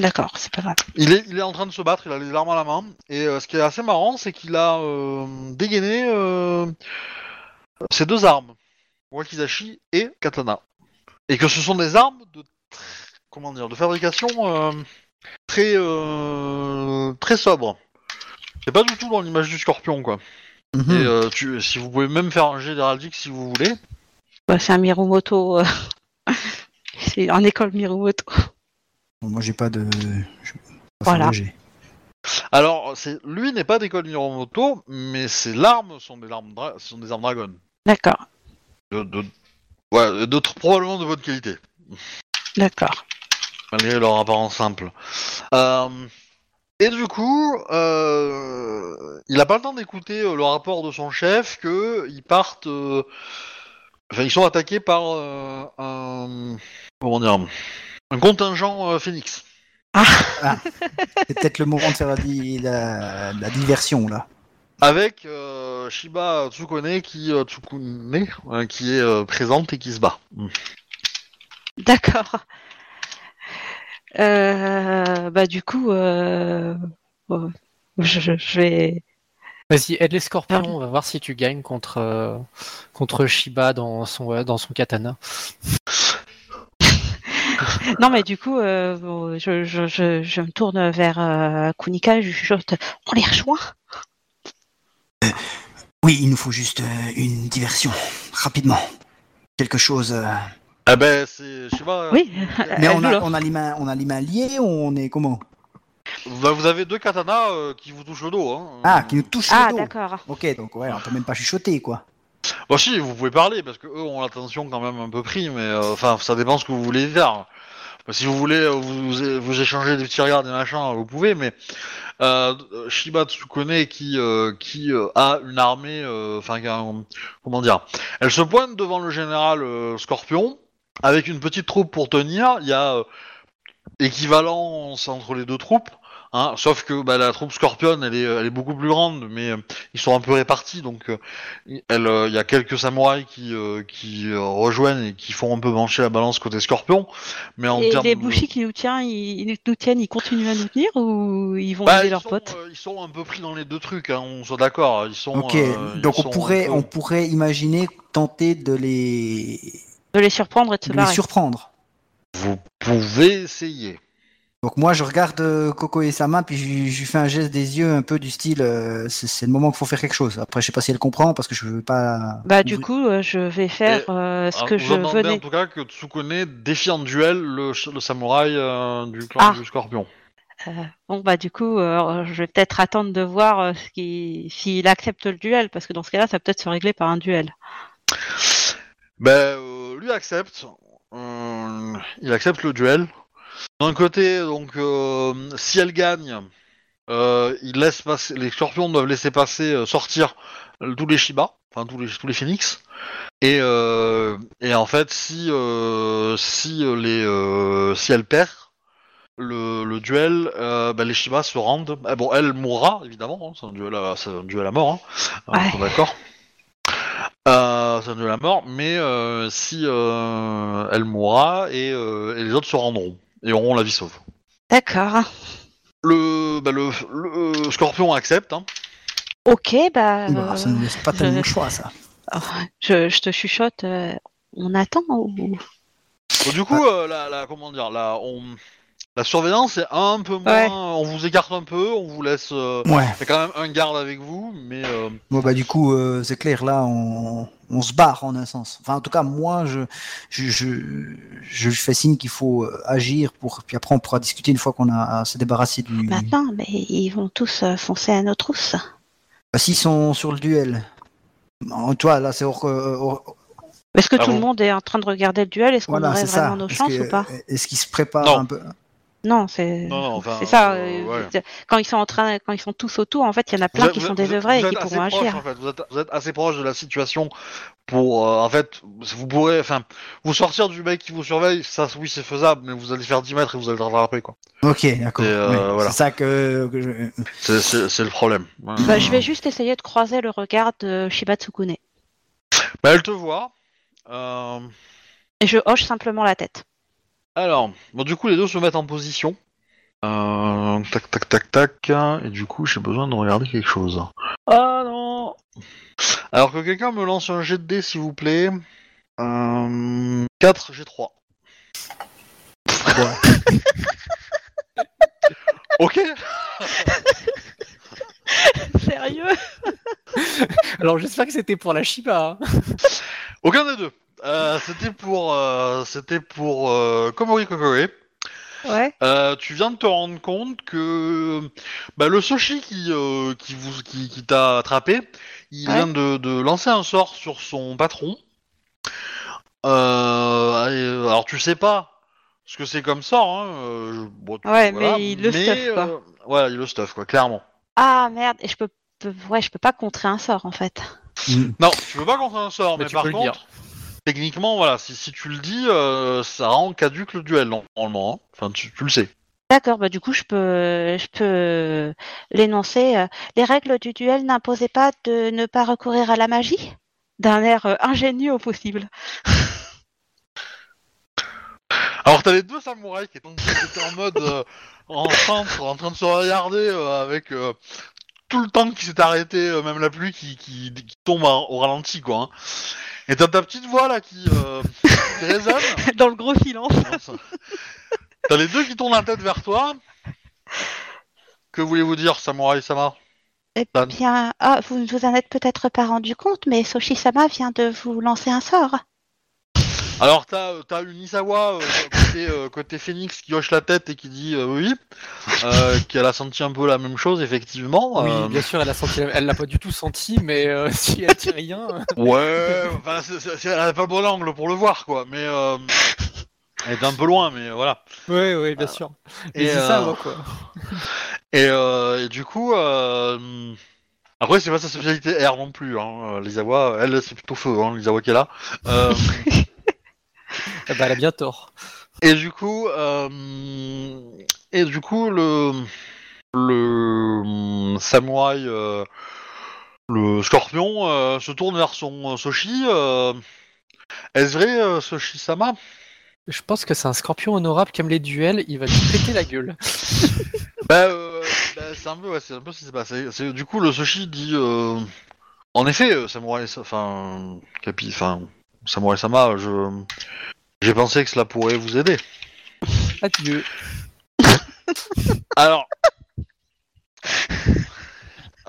Speaker 2: D'accord, c'est pas grave.
Speaker 3: Il est, il est en train de se battre. Il a les armes à la main. Et euh, ce qui est assez marrant, c'est qu'il a euh, dégainé euh, ses deux armes, Wakizashi et Katana, et que ce sont des armes de, tr- comment dire, de fabrication euh, très, euh, très sobre. C'est pas du tout dans l'image du scorpion quoi.
Speaker 1: Mhm.
Speaker 3: Et euh, tu, si vous pouvez même faire un jet d'héraldique si vous voulez.
Speaker 2: Bah, c'est un Mirumoto. euh, c'est en école Mirumoto.
Speaker 1: Bon, moi, j'ai pas de. je-
Speaker 2: Voilà.
Speaker 1: Enfin, j'ai-
Speaker 3: Alors, c'est lui n'est pas d'école Miromoto, mais ses larmes sont des larmes dra- sont des armes dragon.
Speaker 2: D'accord,
Speaker 3: De, de- ouais, d'autres probablement de bonne qualité,
Speaker 2: d'accord.
Speaker 3: malgré leur apparence simple. Euh, et du coup, euh, il n'a pas le temps d'écouter euh, le rapport de son chef que ils partent. euh, enfin, ils sont attaqués par euh, un comment dire un contingent euh, phoenix.
Speaker 1: C'est peut-être le moment de faire la, di- la- la diversion là.
Speaker 3: Avec euh, Shiba Tsukune qui, euh,
Speaker 1: Mm.
Speaker 3: Tsukune, euh, qui est euh, présente et qui se bat.
Speaker 2: D'accord.
Speaker 6: Euh, bah du coup, euh, euh, je, je- je vais.
Speaker 5: Vas-y, aide les scorpions, on va voir si tu gagnes contre, euh, contre Shiba dans son, euh, dans son katana.
Speaker 2: Non, mais du coup, euh, bon, je, je, je, je me tourne vers euh, Kunika, je chuchote On les rejoint
Speaker 1: Oui, il nous faut juste euh, une diversion, rapidement. Quelque chose. euh,
Speaker 3: Ah ben, c'est. Je sais pas.
Speaker 2: Oui.
Speaker 1: Mais
Speaker 2: Euh,
Speaker 1: on a,
Speaker 2: l'offre.
Speaker 1: on a les mains, on a les mains liées. On est comment
Speaker 3: Bah, vous avez deux katanas euh, qui vous touchent le dos. Hein.
Speaker 1: Ah, qui nous touche
Speaker 2: Ah,
Speaker 1: le dos.
Speaker 2: d'accord.
Speaker 1: Ok, donc ouais, on peut même pas chuchoter quoi.
Speaker 3: Bah si, vous pouvez parler parce que eux ont l'attention quand même un peu pris, mais euh, enfin ça dépend ce que vous voulez faire. Bah, si vous voulez euh, vous, vous, vous échanger des petits regards des machins, vous pouvez, mais euh, Shiba Tsukune qui euh, qui euh, a une armée, euh, enfin qui a un- comment dire, elle se pointe devant le général euh, Scorpion avec une petite troupe pour tenir. Il y a euh, équivalence entre les deux troupes. Hein, sauf que bah, la troupe Scorpion, elle est, elle est beaucoup plus grande, mais euh, ils sont un peu répartis, donc euh, il y a quelques samouraïs qui, euh, qui euh, rejoignent et qui font un peu pencher la balance côté scorpion. Mais en
Speaker 2: Et
Speaker 3: termes
Speaker 2: les
Speaker 3: de-
Speaker 2: bouchis qui nous tiennent, ils, ils nous tiennent, ils continuent à nous tenir ou ils vont
Speaker 3: Bah,
Speaker 2: aider
Speaker 3: ils,
Speaker 2: leurs
Speaker 3: sont,
Speaker 2: potes
Speaker 3: euh, ils sont un peu pris dans les deux trucs, hein, on soit d'accord. Ils sont.
Speaker 1: Ok,
Speaker 3: euh, ils
Speaker 1: donc on
Speaker 3: sont
Speaker 1: pourrait,
Speaker 3: un peu-
Speaker 1: on pourrait imaginer tenter de les,
Speaker 2: De les surprendre et de se
Speaker 1: de les
Speaker 2: barrer.
Speaker 1: surprendre.
Speaker 3: Vous pouvez essayer.
Speaker 1: Donc moi je regarde euh, Coco et Sama puis je lui- je lui fais un geste des yeux un peu du style euh, c'est c'est le moment qu'il faut faire quelque chose. Après je sais pas si elle comprend parce que je veux pas.
Speaker 2: Bah, du coup, euh, je vais faire euh, ce
Speaker 3: Ah,
Speaker 2: que
Speaker 3: vous
Speaker 2: je
Speaker 3: entendez en
Speaker 2: venais.
Speaker 3: tout cas que Tsukune défie en duel le, ch- le samouraï euh, du clan
Speaker 2: Ah.
Speaker 3: du scorpion.
Speaker 2: Bon, bah, du coup, euh, je vais peut-être attendre de voir euh, ce qui- s'il accepte le duel, parce que dans ce cas-là, ça peut peut-être se régler par un duel.
Speaker 3: Ben, euh, lui accepte. Euh, il accepte le duel. D'un côté, donc, euh, si elle gagne, euh, il laisse passer, les scorpions doivent laisser passer, euh, sortir tous les Shiba, enfin tous les, tous les phoenix. Et, euh, et en fait, si, euh, si, euh, les, euh, si elle perd le, le duel, euh, ben, les Shiba se rendent. Ah, bon, elle mourra, évidemment, hein, c'est un, duel à- c'est un duel à mort, hein,
Speaker 2: Ouais.
Speaker 3: on est d'accord. Euh, ça de la mort, mais euh, si euh, elle mourra et, euh, et les autres se rendront et auront la vie sauve.
Speaker 2: D'accord.
Speaker 3: Le, bah, le, le scorpion accepte. hein.
Speaker 2: Ok, bah,
Speaker 1: Bah, ça nous laisse pas
Speaker 2: je-
Speaker 1: tellement le choix ça.
Speaker 2: je, je te chuchote. euh, on attend ou...
Speaker 3: Bon, du coup, euh, la, la- comment dire, la, on- la surveillance est un peu moins.
Speaker 2: Ouais.
Speaker 3: On vous écarte un peu, on vous laisse. euh,
Speaker 1: Ouais.
Speaker 3: Il y a quand même un garde avec vous, mais euh,
Speaker 1: Bon bah du coup euh, c'est clair là on, on se barre en un sens. Enfin en tout cas moi je je, je, je lui fais signe qu'il faut euh, agir pour puis après on pourra discuter une fois qu'on a à se débarrasser du.
Speaker 2: Maintenant, mais ils vont tous euh, foncer à nos trousses.
Speaker 1: Bah, S'ils sont sur le duel. En- Tu vois là c'est hors, euh, hors-
Speaker 2: Est-ce que
Speaker 3: Ah
Speaker 2: tout le
Speaker 3: bon
Speaker 2: monde est en train de regarder le duel Est-ce qu'on
Speaker 1: voilà
Speaker 2: aurait
Speaker 1: c'est ça.
Speaker 2: vraiment nos
Speaker 1: Est-ce
Speaker 2: chances
Speaker 1: que-
Speaker 2: ou pas
Speaker 1: Est-ce qu'ils se préparent
Speaker 3: Non.
Speaker 1: un peu
Speaker 2: Non, c'est
Speaker 3: Non, non, enfin,
Speaker 2: c'est ça.
Speaker 3: euh,
Speaker 2: euh,
Speaker 3: ouais.
Speaker 2: c'est- Quand ils sont en train, quand ils sont tous autour, en fait, il y en a
Speaker 3: Vous
Speaker 2: plein
Speaker 3: êtes-
Speaker 2: qui
Speaker 3: vous
Speaker 2: sont
Speaker 3: êtes- vous êtes-
Speaker 2: désœuvrés et
Speaker 3: vous
Speaker 2: qui
Speaker 3: êtes assez hein.
Speaker 2: pourront
Speaker 3: proche,
Speaker 2: agir.
Speaker 3: en fait. Vous, êtes, vous êtes assez proche de la situation pour, euh, en fait, vous pourrez, enfin, vous sortir du mec qui vous surveille, ça, oui, c'est faisable, mais vous allez faire 10 mètres et vous allez le rattraper, quoi.
Speaker 1: Ok d'accord.
Speaker 3: Et, euh,
Speaker 1: Ouais,
Speaker 3: voilà.
Speaker 1: C'est ça que, que je-
Speaker 3: C'est- C'est c'est le problème. Ouais.
Speaker 2: Bah, je vais juste essayer de croiser le regard de Shiba Tsukune.
Speaker 3: Bah, elle te voit. Euh,
Speaker 2: Et je hoche simplement la tête.
Speaker 3: alors, bon, du coup, les deux se mettent en position. Euh, tac, tac, tac, tac. Et du coup, j'ai besoin de regarder quelque chose. Ah non Alors que quelqu'un me lance un jet de dés, s'il vous plaît. Euh, 4 G3. ok
Speaker 2: Sérieux
Speaker 5: Alors j'espère que c'était pour la Shiba. hein.
Speaker 3: Aucun des deux. Euh, c'était pour, euh, c'était pour euh, Komori Kokoe.
Speaker 2: Ouais.
Speaker 3: Euh, tu viens de te rendre compte que bah, le Soshi qui, euh, qui, vous- qui, qui t'a attrapé, il
Speaker 2: Ouais.
Speaker 3: vient de, de lancer un sort sur son patron. Euh, et, euh, alors tu sais pas ce que c'est comme sort. Hein, euh, je- bon, tu-
Speaker 2: Ouais, mais il le
Speaker 3: mais,
Speaker 2: stuff, quoi.
Speaker 3: euh, voilà, il le stuff quoi, clairement.
Speaker 2: Ah merde, et je peux, peux- ouais, je peux pas contrer un sort en fait.
Speaker 1: Mm.
Speaker 3: Non, tu peux pas contre un sort,
Speaker 5: Mais
Speaker 3: mais,
Speaker 5: tu
Speaker 3: par
Speaker 5: peux le
Speaker 3: contre,
Speaker 5: dire.
Speaker 3: techniquement, voilà, si, si tu le dis, euh, ça rend caduque le duel normalement. hein. Enfin, tu, tu le sais.
Speaker 2: D'accord, bah du coup je peux je peux l'énoncer. euh, Les règles du duel n'imposaient pas de ne pas recourir à la magie d'un air euh, ingénieux au possible.
Speaker 3: Alors t'as les deux samouraïs qui étaient en- qui étaient en mode euh, en centre, en train de se regarder euh, avec euh, tout le temps qui s'est arrêté, euh, même la pluie qui, qui, qui tombe à- au ralenti quoi. hein. Et t'as ta petite voix là qui, euh, qui résonne.
Speaker 6: Dans le gros silence.
Speaker 3: Non, ça- T'as les deux qui tournent la tête vers toi. Que voulez-vous dire, Samurai Sama
Speaker 2: Eh
Speaker 3: Pam.
Speaker 2: bien, ah, vous ne vous en êtes peut-être pas rendu compte, mais Soshi-sama vient de vous lancer un sort.
Speaker 3: Alors t'as euh, t'as une Isawa euh, côté, euh, côté Phoenix qui hoche la tête et qui dit euh, oui, euh, qu'elle a senti un peu la même chose effectivement.
Speaker 5: Oui,
Speaker 3: euh,
Speaker 5: bien sûr, elle a senti, elle l'a pas du tout senti, mais euh, si elle dit rien, euh,
Speaker 3: Ouais, enfin, c'est- c'est- c'est- elle a pas le bon angle pour le voir quoi, mais euh, elle est un peu loin, mais euh, voilà.
Speaker 5: ouais, ouais, bien sûr.
Speaker 3: Et,
Speaker 5: Et c'est ça,
Speaker 3: euh,
Speaker 5: moi, quoi.
Speaker 3: Et, euh, et du coup, euh, après c'est pas sa spécialité R non plus. Hein. euh, L'Isawa, elle c'est plutôt feu, hein, l'Isawa qui est là. Euh,
Speaker 5: Eh ben, elle a bien tort.
Speaker 3: Et du coup, euh, et du coup, le le euh, samouraï, euh, le scorpion, euh, se tourne vers son euh, Soshi. euh, Est-ce vrai, euh, Soshi-sama
Speaker 5: Je pense que c'est un scorpion honorable qui aime les duels, il va lui péter la gueule.
Speaker 3: Bah, euh, bah, c'est un peu, ouais, c'est un peu ce qui s'est passé. C'est du coup le Soshi dit, euh, en effet, euh, samouraï, enfin, capi, enfin, samouraï-sama, je j'ai pensé que cela pourrait vous aider.
Speaker 5: Adieu.
Speaker 3: Alors.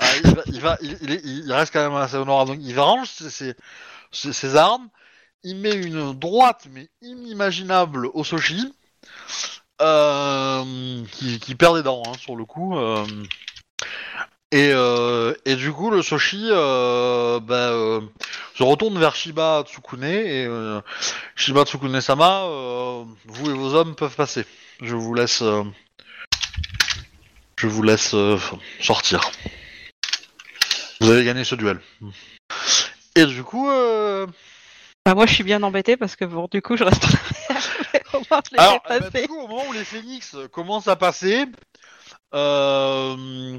Speaker 3: Ah, il, va, il, va- il- il est- il reste quand même assez honorable. Donc, il range ses, ses- ses- ses armes. Il met une droite, mais inimaginable, au Soshi. euh, qui, qui perd des dents, hein, sur le coup. euh. et, euh, et du coup, le Soshi euh, bah, euh, se retourne vers Shiba Tsukune. Et euh, Shiba Tsukune-sama, euh, vous et vos hommes peuvent passer. Je vous laisse. euh, je vous laisse euh, sortir. Vous avez gagné ce duel. Et du coup, euh,
Speaker 6: Bah, moi, je suis bien embêtée parce que bon, du coup, je reste en arrière. Au moins, je les
Speaker 3: alors,
Speaker 6: ai
Speaker 3: bah, du
Speaker 6: passés.
Speaker 3: coup, au moment où les phénix commencent à passer, euh,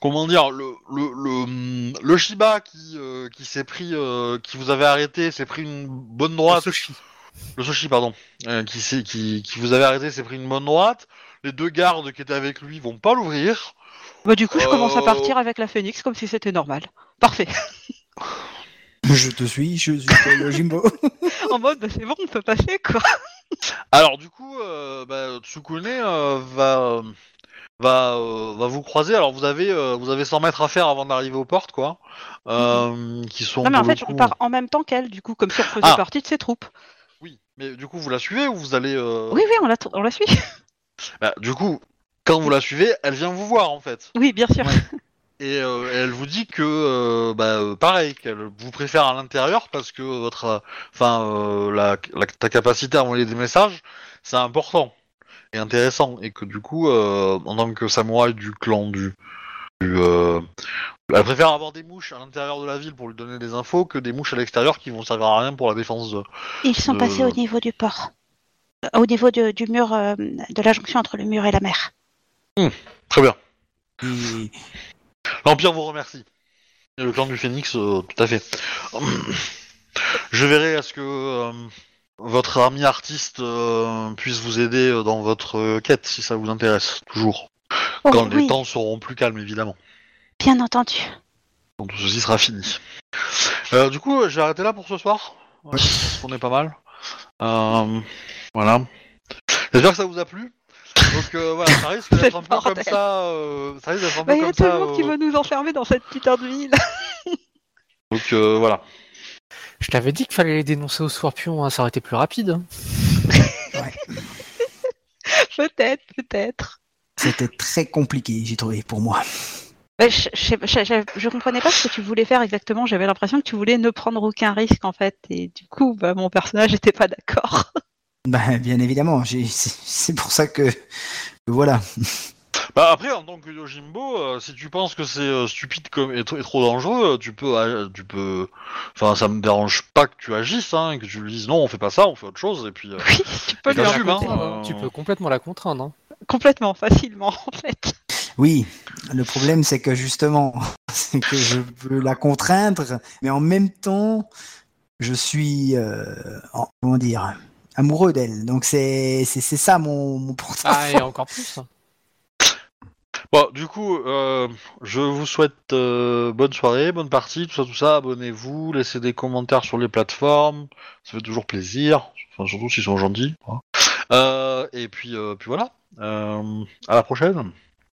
Speaker 3: comment dire, le, le, le, le Shiba qui, euh, qui s'est pris, euh, qui vous avait arrêté, s'est pris une bonne droite.
Speaker 5: Le Soshi.
Speaker 3: Le Soshi, pardon, euh, qui, s'est- qui, qui vous avait arrêté, s'est pris une bonne droite. Les deux gardes qui étaient avec lui vont pas l'ouvrir.
Speaker 6: Bah, du coup, je commence à
Speaker 3: Euh,
Speaker 6: partir avec la phoenix comme si c'était normal. Parfait.
Speaker 1: Je te suis, je suis le Jimbo.
Speaker 6: en mode, bah, c'est bon, on peut passer, quoi.
Speaker 3: Alors du coup, euh, bah, Tsukune euh, va va euh, va vous croiser. Alors vous avez euh, vous avez 100 mètres à faire avant d'arriver aux portes, quoi, Euh, qui sont.
Speaker 6: Mhm. Non, mais en
Speaker 3: pour le
Speaker 6: fait, je
Speaker 3: coup- euh,
Speaker 6: repars en même temps qu'elle, du coup, comme si on faisait
Speaker 3: Ah.
Speaker 6: partie de ses troupes.
Speaker 3: Oui, mais du coup vous la suivez ou vous allez. euh,
Speaker 6: Oui, oui, on la, tr- on la suit.
Speaker 3: bah, du coup, quand vous la suivez, elle vient vous voir en fait,
Speaker 6: Oui, bien sûr.
Speaker 3: et euh, elle vous dit que euh, bah, euh, pareil, qu'elle vous préfère à l'intérieur parce que votre, euh, enfin euh, la, la- ta capacité à envoyer des messages, c'est important et intéressant, et que du coup, euh, en tant que samouraï du clan du Du, euh, Elle préfère avoir des mouches à l'intérieur de la ville pour lui donner des infos que des mouches à l'extérieur qui vont servir à rien pour la défense. De...
Speaker 2: Ils sont
Speaker 3: Euh.
Speaker 2: passés au niveau du port. Euh, Au niveau de- du mur, euh, de la jonction entre le mur et la mer.
Speaker 3: Très bien.
Speaker 1: Et
Speaker 3: L'Empire vous remercie. Et le clan du Phénix, euh, tout à fait. Hum. Je verrai à ce que euh, votre ami artiste euh, puisse vous aider euh, dans votre euh, quête, si ça vous intéresse, toujours.
Speaker 2: Oh,
Speaker 3: Quand les
Speaker 2: oui,
Speaker 3: temps seront plus calmes, évidemment.
Speaker 2: bien entendu.
Speaker 3: Quand tout ceci sera fini. Euh, du coup, j'ai arrêté là pour ce soir. Euh, Parce qu'on est pas mal. Euh, voilà. J'espère que ça vous a plu. Donc euh, voilà, ça risque
Speaker 6: C'est
Speaker 3: d'être un
Speaker 6: le
Speaker 3: peu comme
Speaker 6: bordel.
Speaker 3: ça. euh, ça risque d'être un peu
Speaker 6: Bah, il y a
Speaker 3: comme
Speaker 6: tout
Speaker 3: ça.
Speaker 6: le monde qui
Speaker 3: euh,
Speaker 6: veut nous enfermer dans cette putain de ville.
Speaker 3: Donc euh, voilà.
Speaker 5: Je t'avais dit qu'il fallait les dénoncer aux scorpions, hein, ça aurait été plus rapide. hein.
Speaker 6: peut-être, peut-être.
Speaker 1: c'était très compliqué, j'ai trouvé, pour moi.
Speaker 6: Bah, je, je, je- je- je comprenais pas ce que tu voulais faire exactement. J'avais l'impression que tu voulais ne prendre aucun risque, en fait. Et du coup, bah, mon personnage n'était pas d'accord.
Speaker 1: Ben, bien évidemment, j'ai- c'est c'est pour ça que, que voilà.
Speaker 3: Bah après, en tant que Yojimbo, euh, si tu penses que c'est euh, stupide comme et, tr- et trop dangereux, euh, tu peux, euh, tu peux. Enfin, ça me dérange pas que tu agisses, hein, et que tu lui dises non, on fait pas ça, on fait autre chose, et puis. euh,
Speaker 6: Oui, tu peux
Speaker 3: Et
Speaker 6: le
Speaker 3: t'as su,
Speaker 6: raconter.
Speaker 3: hein.
Speaker 5: Contraindre, hein. Tu peux complètement la contraindre. hein.
Speaker 6: Complètement, facilement, en fait.
Speaker 1: Oui, le problème c'est que justement, c'est que je veux la contraindre, mais en même temps, je suis, euh, en- comment dire, amoureux d'elle. Donc c'est c'est c'est ça mon, mon point
Speaker 5: Ah, et encore plus.
Speaker 3: Bon, du coup, euh, je vous souhaite euh, bonne soirée, bonne partie, tout ça, tout ça. Abonnez-vous, laissez des commentaires sur les plateformes, ça fait toujours plaisir, enfin, surtout s'ils sont gentils. hein. Euh, et puis, euh, puis voilà. Euh, à la prochaine.